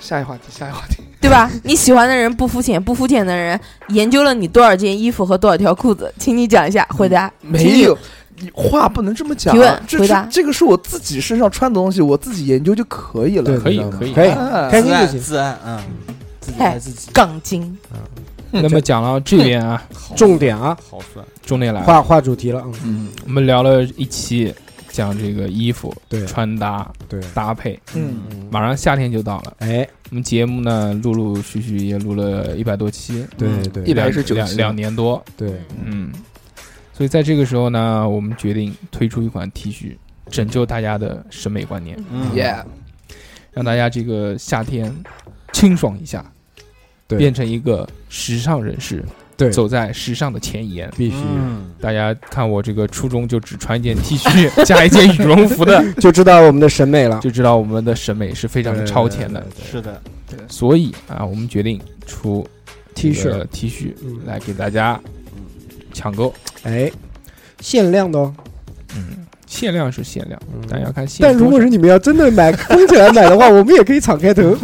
下一话题，下一话题，对吧？你喜欢的人不肤浅，不肤浅的人研究了你多少件衣服和多少条裤子，请你讲一下，回答。请没你有。你话不能这么讲提啊问，这回是答这个是我自己身上穿的东西，我自己研究就可以了对，。可以你知道吗可以可以，哎开自心就爱行。自爱，嗯，自己哎爱自己，杠精，那么讲到这边 啊，重点啊，好帅，重点来了，画画主题了，嗯，嗯我们聊了一期讲这个衣服对穿搭对，搭配，嗯，嗯，马上夏天就到了。哎，我们节目呢，陆陆续续也录了一百多期，对对一百两一十九两期两年多，对，嗯，所以在这个时候呢，我们决定推出一款 T 恤，拯救大家的审美观念，嗯，yeah，让大家这个夏天清爽一下，对变成一个时尚人士，对走在时尚的前沿。必须嗯，大家看我这个初中就只穿一件 T 恤 加一件羽绒服 的，就知道我们的审美了，就知道我们的审美是非非常的超前的。是的，所以啊，我们决定出 T 这恤个，T 恤嗯来给大家抢购，哎，限量的哦。嗯，限量是限量，嗯大家看限但量如多少。果是你们要真的买 疯起来买的话，我们也可以敞开头。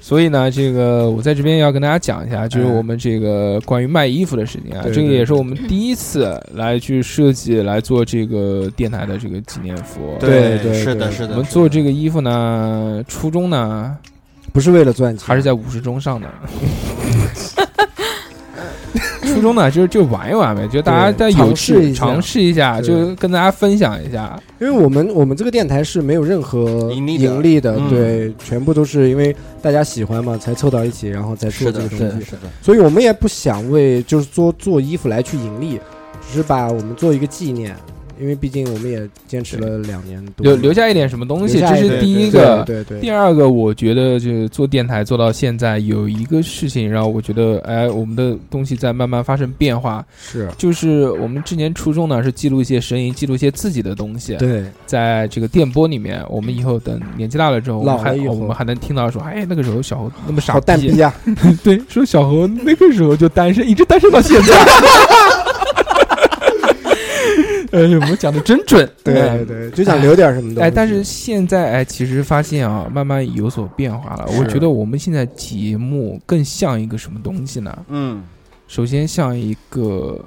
所以呢，这个我在这边要跟大家讲一下，就是我们这个关于卖衣服的事情啊，哎对这个对也是我们第一次来去设计来做这个电台的这个纪念服。对对是的，对是的，我们做这个衣服呢，初衷呢不是为了赚钱，还是在五十中上 的。初衷呢，就是就玩一玩呗，就大家在对有尝试趣一下尝试一下，对就跟大家分享一下。因为我们我们这个电台是没有任何盈利的盈利的，嗯对，全部都是因为大家喜欢嘛，才凑到一起，然后再做是这的，个是东的，西。是的，所以我们也不想为就是做做衣服来去盈利，只是把我们做一个纪念，因为毕竟我们也坚持了两年多，留留下一点什么东西，这留下一是点第一对个。对对第二个，我觉得就是做电台做到现在，有一个事情让我觉得，哎，我们的东西在慢慢发生变化。是，就是我们之前初衷呢是记录一些声音，记录一些自己的东西，对在这个电波里面，我们以后等年纪大了之后，我们老了还以后我们还能听到说，哎，那个时候小猴那么傻好蛋逼啊！ 对，说小猴那个时候就单身，一直单身到现在。 哎呦，我们讲的真准。嗯对对，就想留点什么东西。哎，但是现在哎，其实发现啊，慢慢有所变化了。我是觉得我们现在节目更像一个什么东西呢？嗯，首先像一个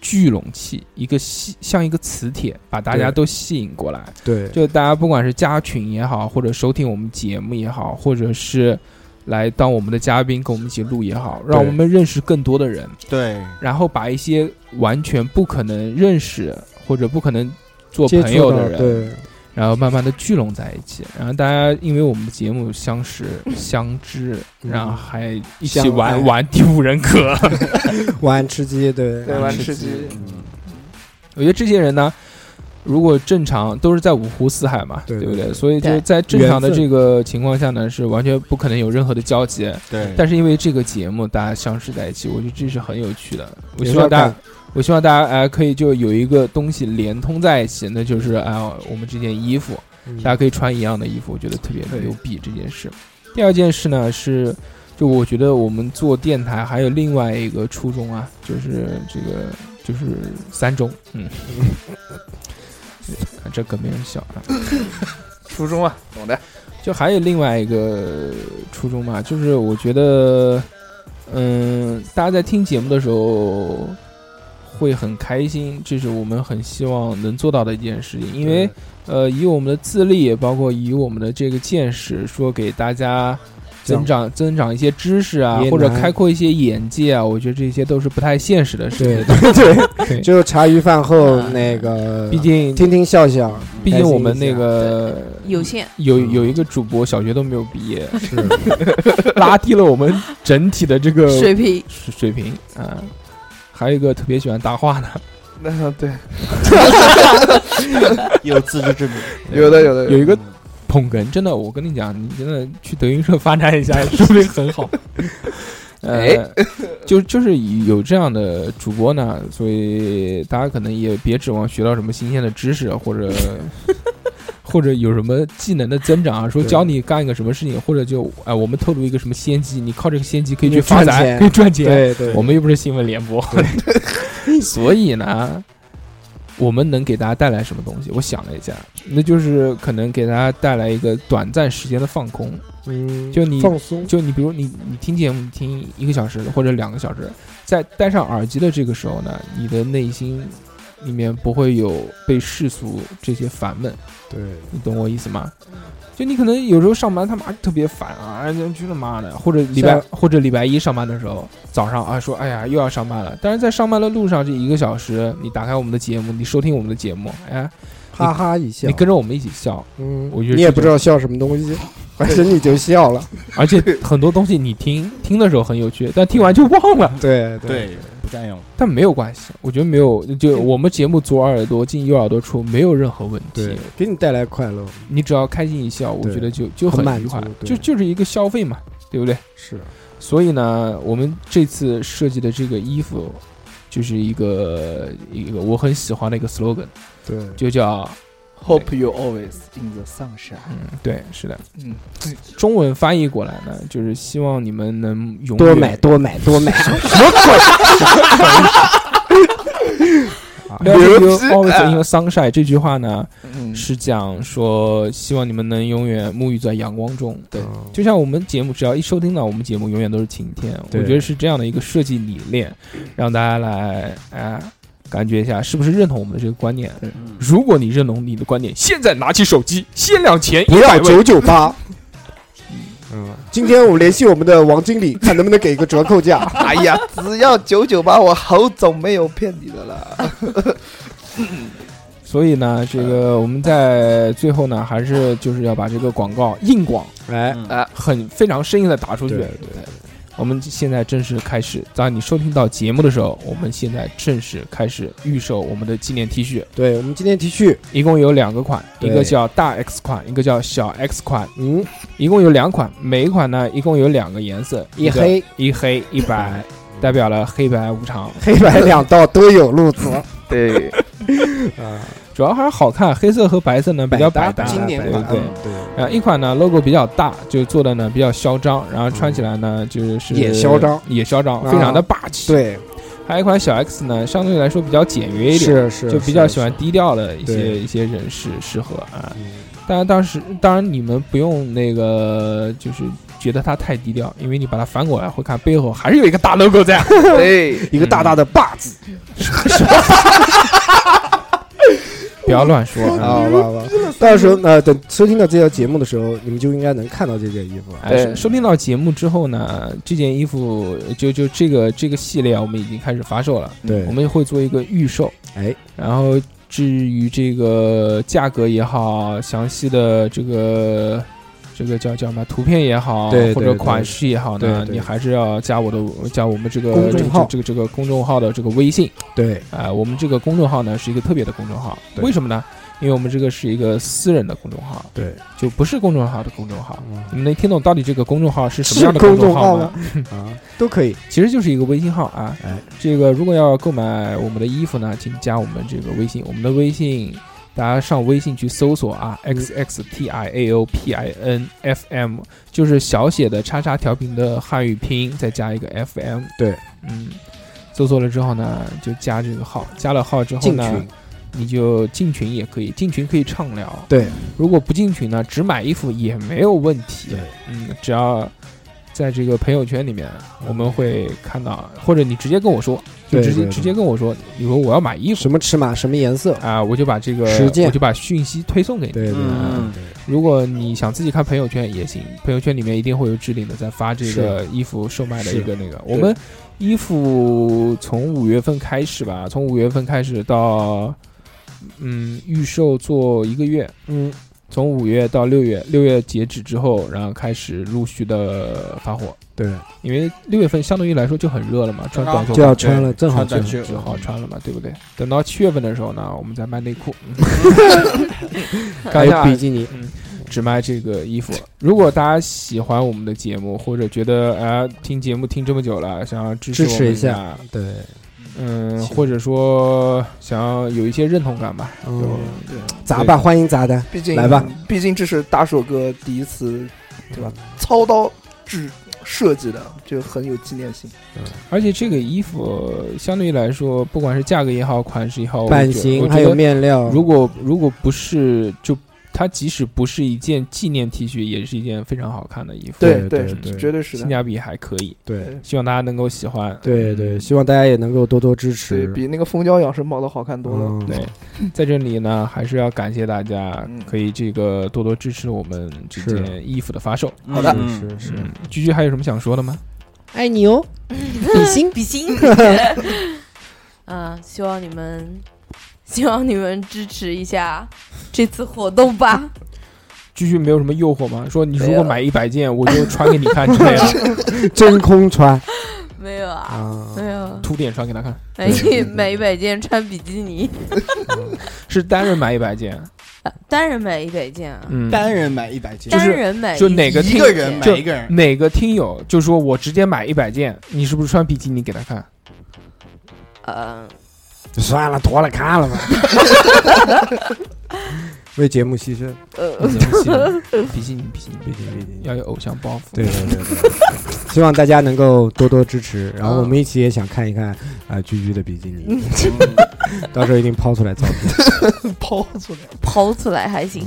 聚拢器，一个吸，像一个磁铁，把大家对都吸引过来。对就大家不管是加群也好，或者收听我们节目也好，或者是来当我们的嘉宾跟我们一起录也好，让我们认识更多的人，对，然后把一些完全不可能认识或者不可能做接朋触友到的人，对然后慢慢的聚拢在一起，然后大家因为我们的节目相识、 相知，嗯然后还一起相爱玩玩第五人格。玩吃鸡，对对玩吃吃鸡， 嗯我觉得这些人呢，如果正常都是在五湖四海嘛，对不对对？对所以就对在正常的缘分这个情况下呢，是完全不可能有任何的交集。对，但是因为这个节目，大家相识在一起，我觉得这是很有趣的。我也希是望要大看家，我希望大家哎、可以就有一个东西连通在一起，那就是哎、我们这件衣服，嗯大家可以穿一样的衣服，我觉得特别牛逼这件事。第二件事呢是，就我觉得我们做电台还有另外一个初衷啊，就是这个就是三中， 嗯，啊这梗没人笑啊。初中啊，懂的，就还有另外一个初衷嘛，就是我觉得，嗯，大家在听节目的时候会很开心，这是我们很希望能做到的一件事情，因为呃，以我们的资历，包括以我们的这个见识，说给大家增长增长一些知识啊也，或者难开阔一些眼界啊，我觉得这些都是不太现实的事对情。对 对对，嗯就茶余饭后哎那个，毕竟，听听笑笑，毕开竟心我一们那下个有限，有有一个主播小学都没有毕业，是 拉低了我们整体的这个水平水水平啊。还有一个特别喜欢搭话的，那 对，有自知之明。有的有的有一个捧哏，真的，我跟你讲，你真的去德云社发展一 下，说不定很好。哎呃，就就是有这样的主播呢，所以大家可能也别指望学到什么新鲜的知识，啊或 者或者有什么技能的增长啊，说对教你干一个什么事情，或者就哎、我们透露一个什么先机，你靠这个先机可以你去发赚财，钱可以赚钱。对对，我们又不是新闻联播，所以呢，我们能给大家带来什么东西？我想了一下，那就是可能给大家带来一个短暂时间的放空。嗯，就你放松，就你比如你你听节目听一个小时或者两个小时，在戴上耳机的这个时候呢，你的内心里面不会有被世俗这些烦闷，对，你懂我意思吗？嗯就你可能有时候上班他妈特别烦啊，哎呀去他妈的！或者礼拜像或者礼拜一上班的时候，早上啊说哎呀又要上班了，但是在上班的路上这一个小时，你打开我们的节目，你收听我们的节目，哎，哈哈一笑你，跟着我们一起 笑，嗯，我觉得你也这不知道笑什么东西，反正你就笑了，而且很多东西你听听的时候很有趣，但听完就忘了， 对，对，不占用。但没有关系，我觉得没有，就我们节目左耳朵进右耳朵出，没有任何问题对。，给你带来快乐，你只要开心一笑，我对觉得就就很满愉快足，对就就是一个消费嘛，对不对？是所以呢，我们这次设计的这个衣服，就是一个一个我很喜欢的一个 slogan，对，就叫 Hope you always in the sunshine。嗯，对，是的，嗯，中文翻译过来呢，就是希望你们能永远多买多买多买，什么鬼？啊。Love you 啊 always in the sunshine 这句话呢，嗯，是讲说希望你们能永远沐浴在阳光中。对嗯就像我们节目，只要一收听到我们节目，永远都是晴天。我对觉得是这样的一个设计理念，让大家来啊、感觉一下，是不是认同我们的这个观念？如果你认同你的观点，现在拿起手机，限量前 不一百要位。九九 八。嗯，今天我们联系我们的王经理，看能不能给一个折扣价。 哎呀，只要九九八，我侯总没有骗你的啦。所以呢，这嗯个我们在最后呢，还是就是要把这个广告硬广 哎，嗯呃很非常生硬的打出去。对我们现在正式开始，当你收听到节目的时候，我们现在正式开始预售我们的纪念 T 恤，对，我们今天 T 恤，一共有两个款，一对个叫大 X 款，一个叫小 X 款，嗯，一共有两款，每一款呢一共有两个颜色，一个黑一黑一 白，代表了黑白无常。黑白两道都有路 子。 对，啊，主要还是好看，黑色和白色呢比较百搭，今年对版对。呃嗯对，然后一款呢，logo 比较大，就做的呢比较嚣张，然后穿起来呢就是嗯也嚣张，也嚣张，啊非常的霸气。，对，还有一款小 X 呢，相对来说比较简约一点，是是，就比较是喜欢。低调的一些对一些人士适合啊。嗯当然，当时当然你们不用那个，就是觉得它太低调，因为你把它翻过来会看背后还是有一个大 logo 在。对，一个大大的霸字不要乱说 啊，啊！好吧好吧，到时候呃，等收听到这条节目的时候，你们就应该能看到这件衣服了。哎，对收收听到节目之后呢，这件衣服就就这个这个系列啊，我们已经开始发售了，对我，们会做一个预售，哎，然后至于这个价格也好，详细的这个这个叫叫什么图片也好，对或者对款对式也好呢对，对你还是要加我的加我们这个公众这个号这个这个公众号的这个微信。对，啊，我们这个公众号呢是一个特别的公众号，对为什么呢？因为我们这个是一个私人的公众号，对，就不是公众号的公众号。嗯你们能听懂到底这个公众号是什么是样的公众众号吗吗？？啊，都可以。其实就是一个微信号啊。哎这个如果要购买我们的衣服呢，请加我们这个微信，我们的微信。大家上微信去搜索啊，x 嗯 x t i a o p i n f m，就是小写的叉叉调频的汉语拼音，再加一个 f m。对，嗯，搜索了之后呢，就加这个号，加了号之后 进呢，群，你就进群也可以，进群可以畅聊。对，如果不进群呢，只买衣服也没有问题。对，嗯，只要在这个朋友圈里面，我们会看到，或者你直接跟我说，就对直对接对直接跟我说，你说我要买衣服哎什么尺码，什么颜色？啊，我就把这个实践我就把讯息推送给你。对对嗯对如果你想自己看朋友圈也行，朋友圈里面一定会有置顶的在发这个衣服售卖的一个那个。我们衣服从五月份开始吧，从五月份开始到嗯预售做一个月，嗯，从五月到六月，六月截止之后，然后开始陆续的发货。对，因为六月份相对于来说就很热了嘛，穿短袖就要穿了，正好穿短就袖就好穿了嘛，对不对？等到七月份的时候呢，我们再卖内 裤， 还看一有下比基尼，只卖这个衣服。如果大家喜欢我们的节目，或者觉得啊、听节目听这么久了，想要支持支持我们一下下，对，嗯，或者说想要有一些认同感吧，嗯，对，砸吧，欢迎砸的，毕竟来吧，毕竟这是大硕哥第一次，对吧？操刀制设计的，就很有纪念性。而且这个衣服相对于来说，不管是价格也好，款式也好，我版觉得型我觉还有得面料，如果如果不是就它即使不是一件纪念 T 恤，也是一件非常好看的衣服，对对对绝对是性的。价比还可以，对对希望大家能够喜欢。对嗯对，希望大家也能够多多支对持，比那个蜂胶养生帽都好看多了。嗯，对，在这里呢，还是要感谢大家嗯可以这个多多支持我们这件衣服的发售。好的，是是是，嗯，居居还有什么想说的吗？爱你哦，比心，比心。嗯，希望你们，希望你们支持一下这次活动吧。居居没有什么诱惑吗？说你如没果有买一百件，我就穿给你看之类的， 真空穿没有啊，啊，没有，凸点穿给他看。买哎 一买一百件穿比基尼， 是单人买一百件，啊单人买一百件啊，嗯，单人买一百件，就是单人买就哪个一听个人买就一个人，哪个听友就说我直接买一百件，你是不是穿比基尼给他看？呃，算了，妥了，看了吧，为节目牺牲，呃， 比基尼，比基尼，毕竟毕竟。要有偶像包袱。对对对对，希望大家能够多多支持，然后我们一起也想看一看啊、呃居居的比基嗯尼，到时候一定抛出来照片。 抛出来，抛出来还行。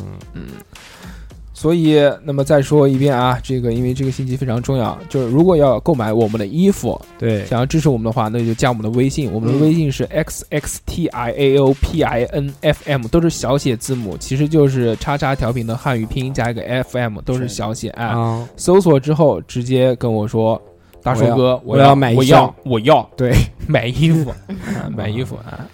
所以，那么再说一遍啊，这个因为这个信息非常重要，就是如果要购买我们的衣服，对，想要支持我们的话，那就加我们的微信，我们的嗯微信是 x x t i a o p i n f m，都是小写字母，其实就是叉叉调频的汉语拼音加一个 f m，都是小写啊。啊，搜索之后直接跟我说，大我叔要哥，我要买一我箱要，我要， 对，买衣 服，啊买衣服啊。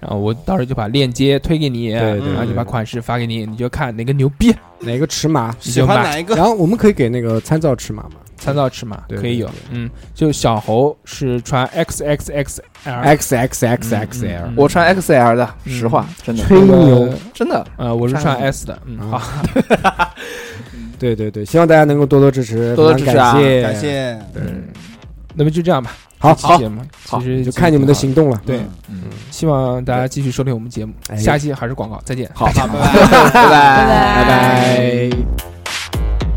然后我到时候就把链接推给你，对对然后就对把款式发给你，你就看哪个牛逼，哪个尺码？你喜就欢买。哪一个？然后我们可以给那个参照尺码嘛参照尺码对可以有对对，嗯，就小猴是穿 X X X L， ，X X X X 啊嗯 L，嗯我穿 XL 的，嗯实话，真的，吹牛呃。真的，呃，我是穿穿 S 的，嗯，啊好，对对对，希望大家能够多多支持，多多支持啊非常感感谢。谢，对，那么就这样吧，好这期节目好其实就看你们的行动了。对，嗯，希望大家继续收听我们节目，哎下期还是广告，再见。好，拜 拜，拜拜拜。拜拜拜。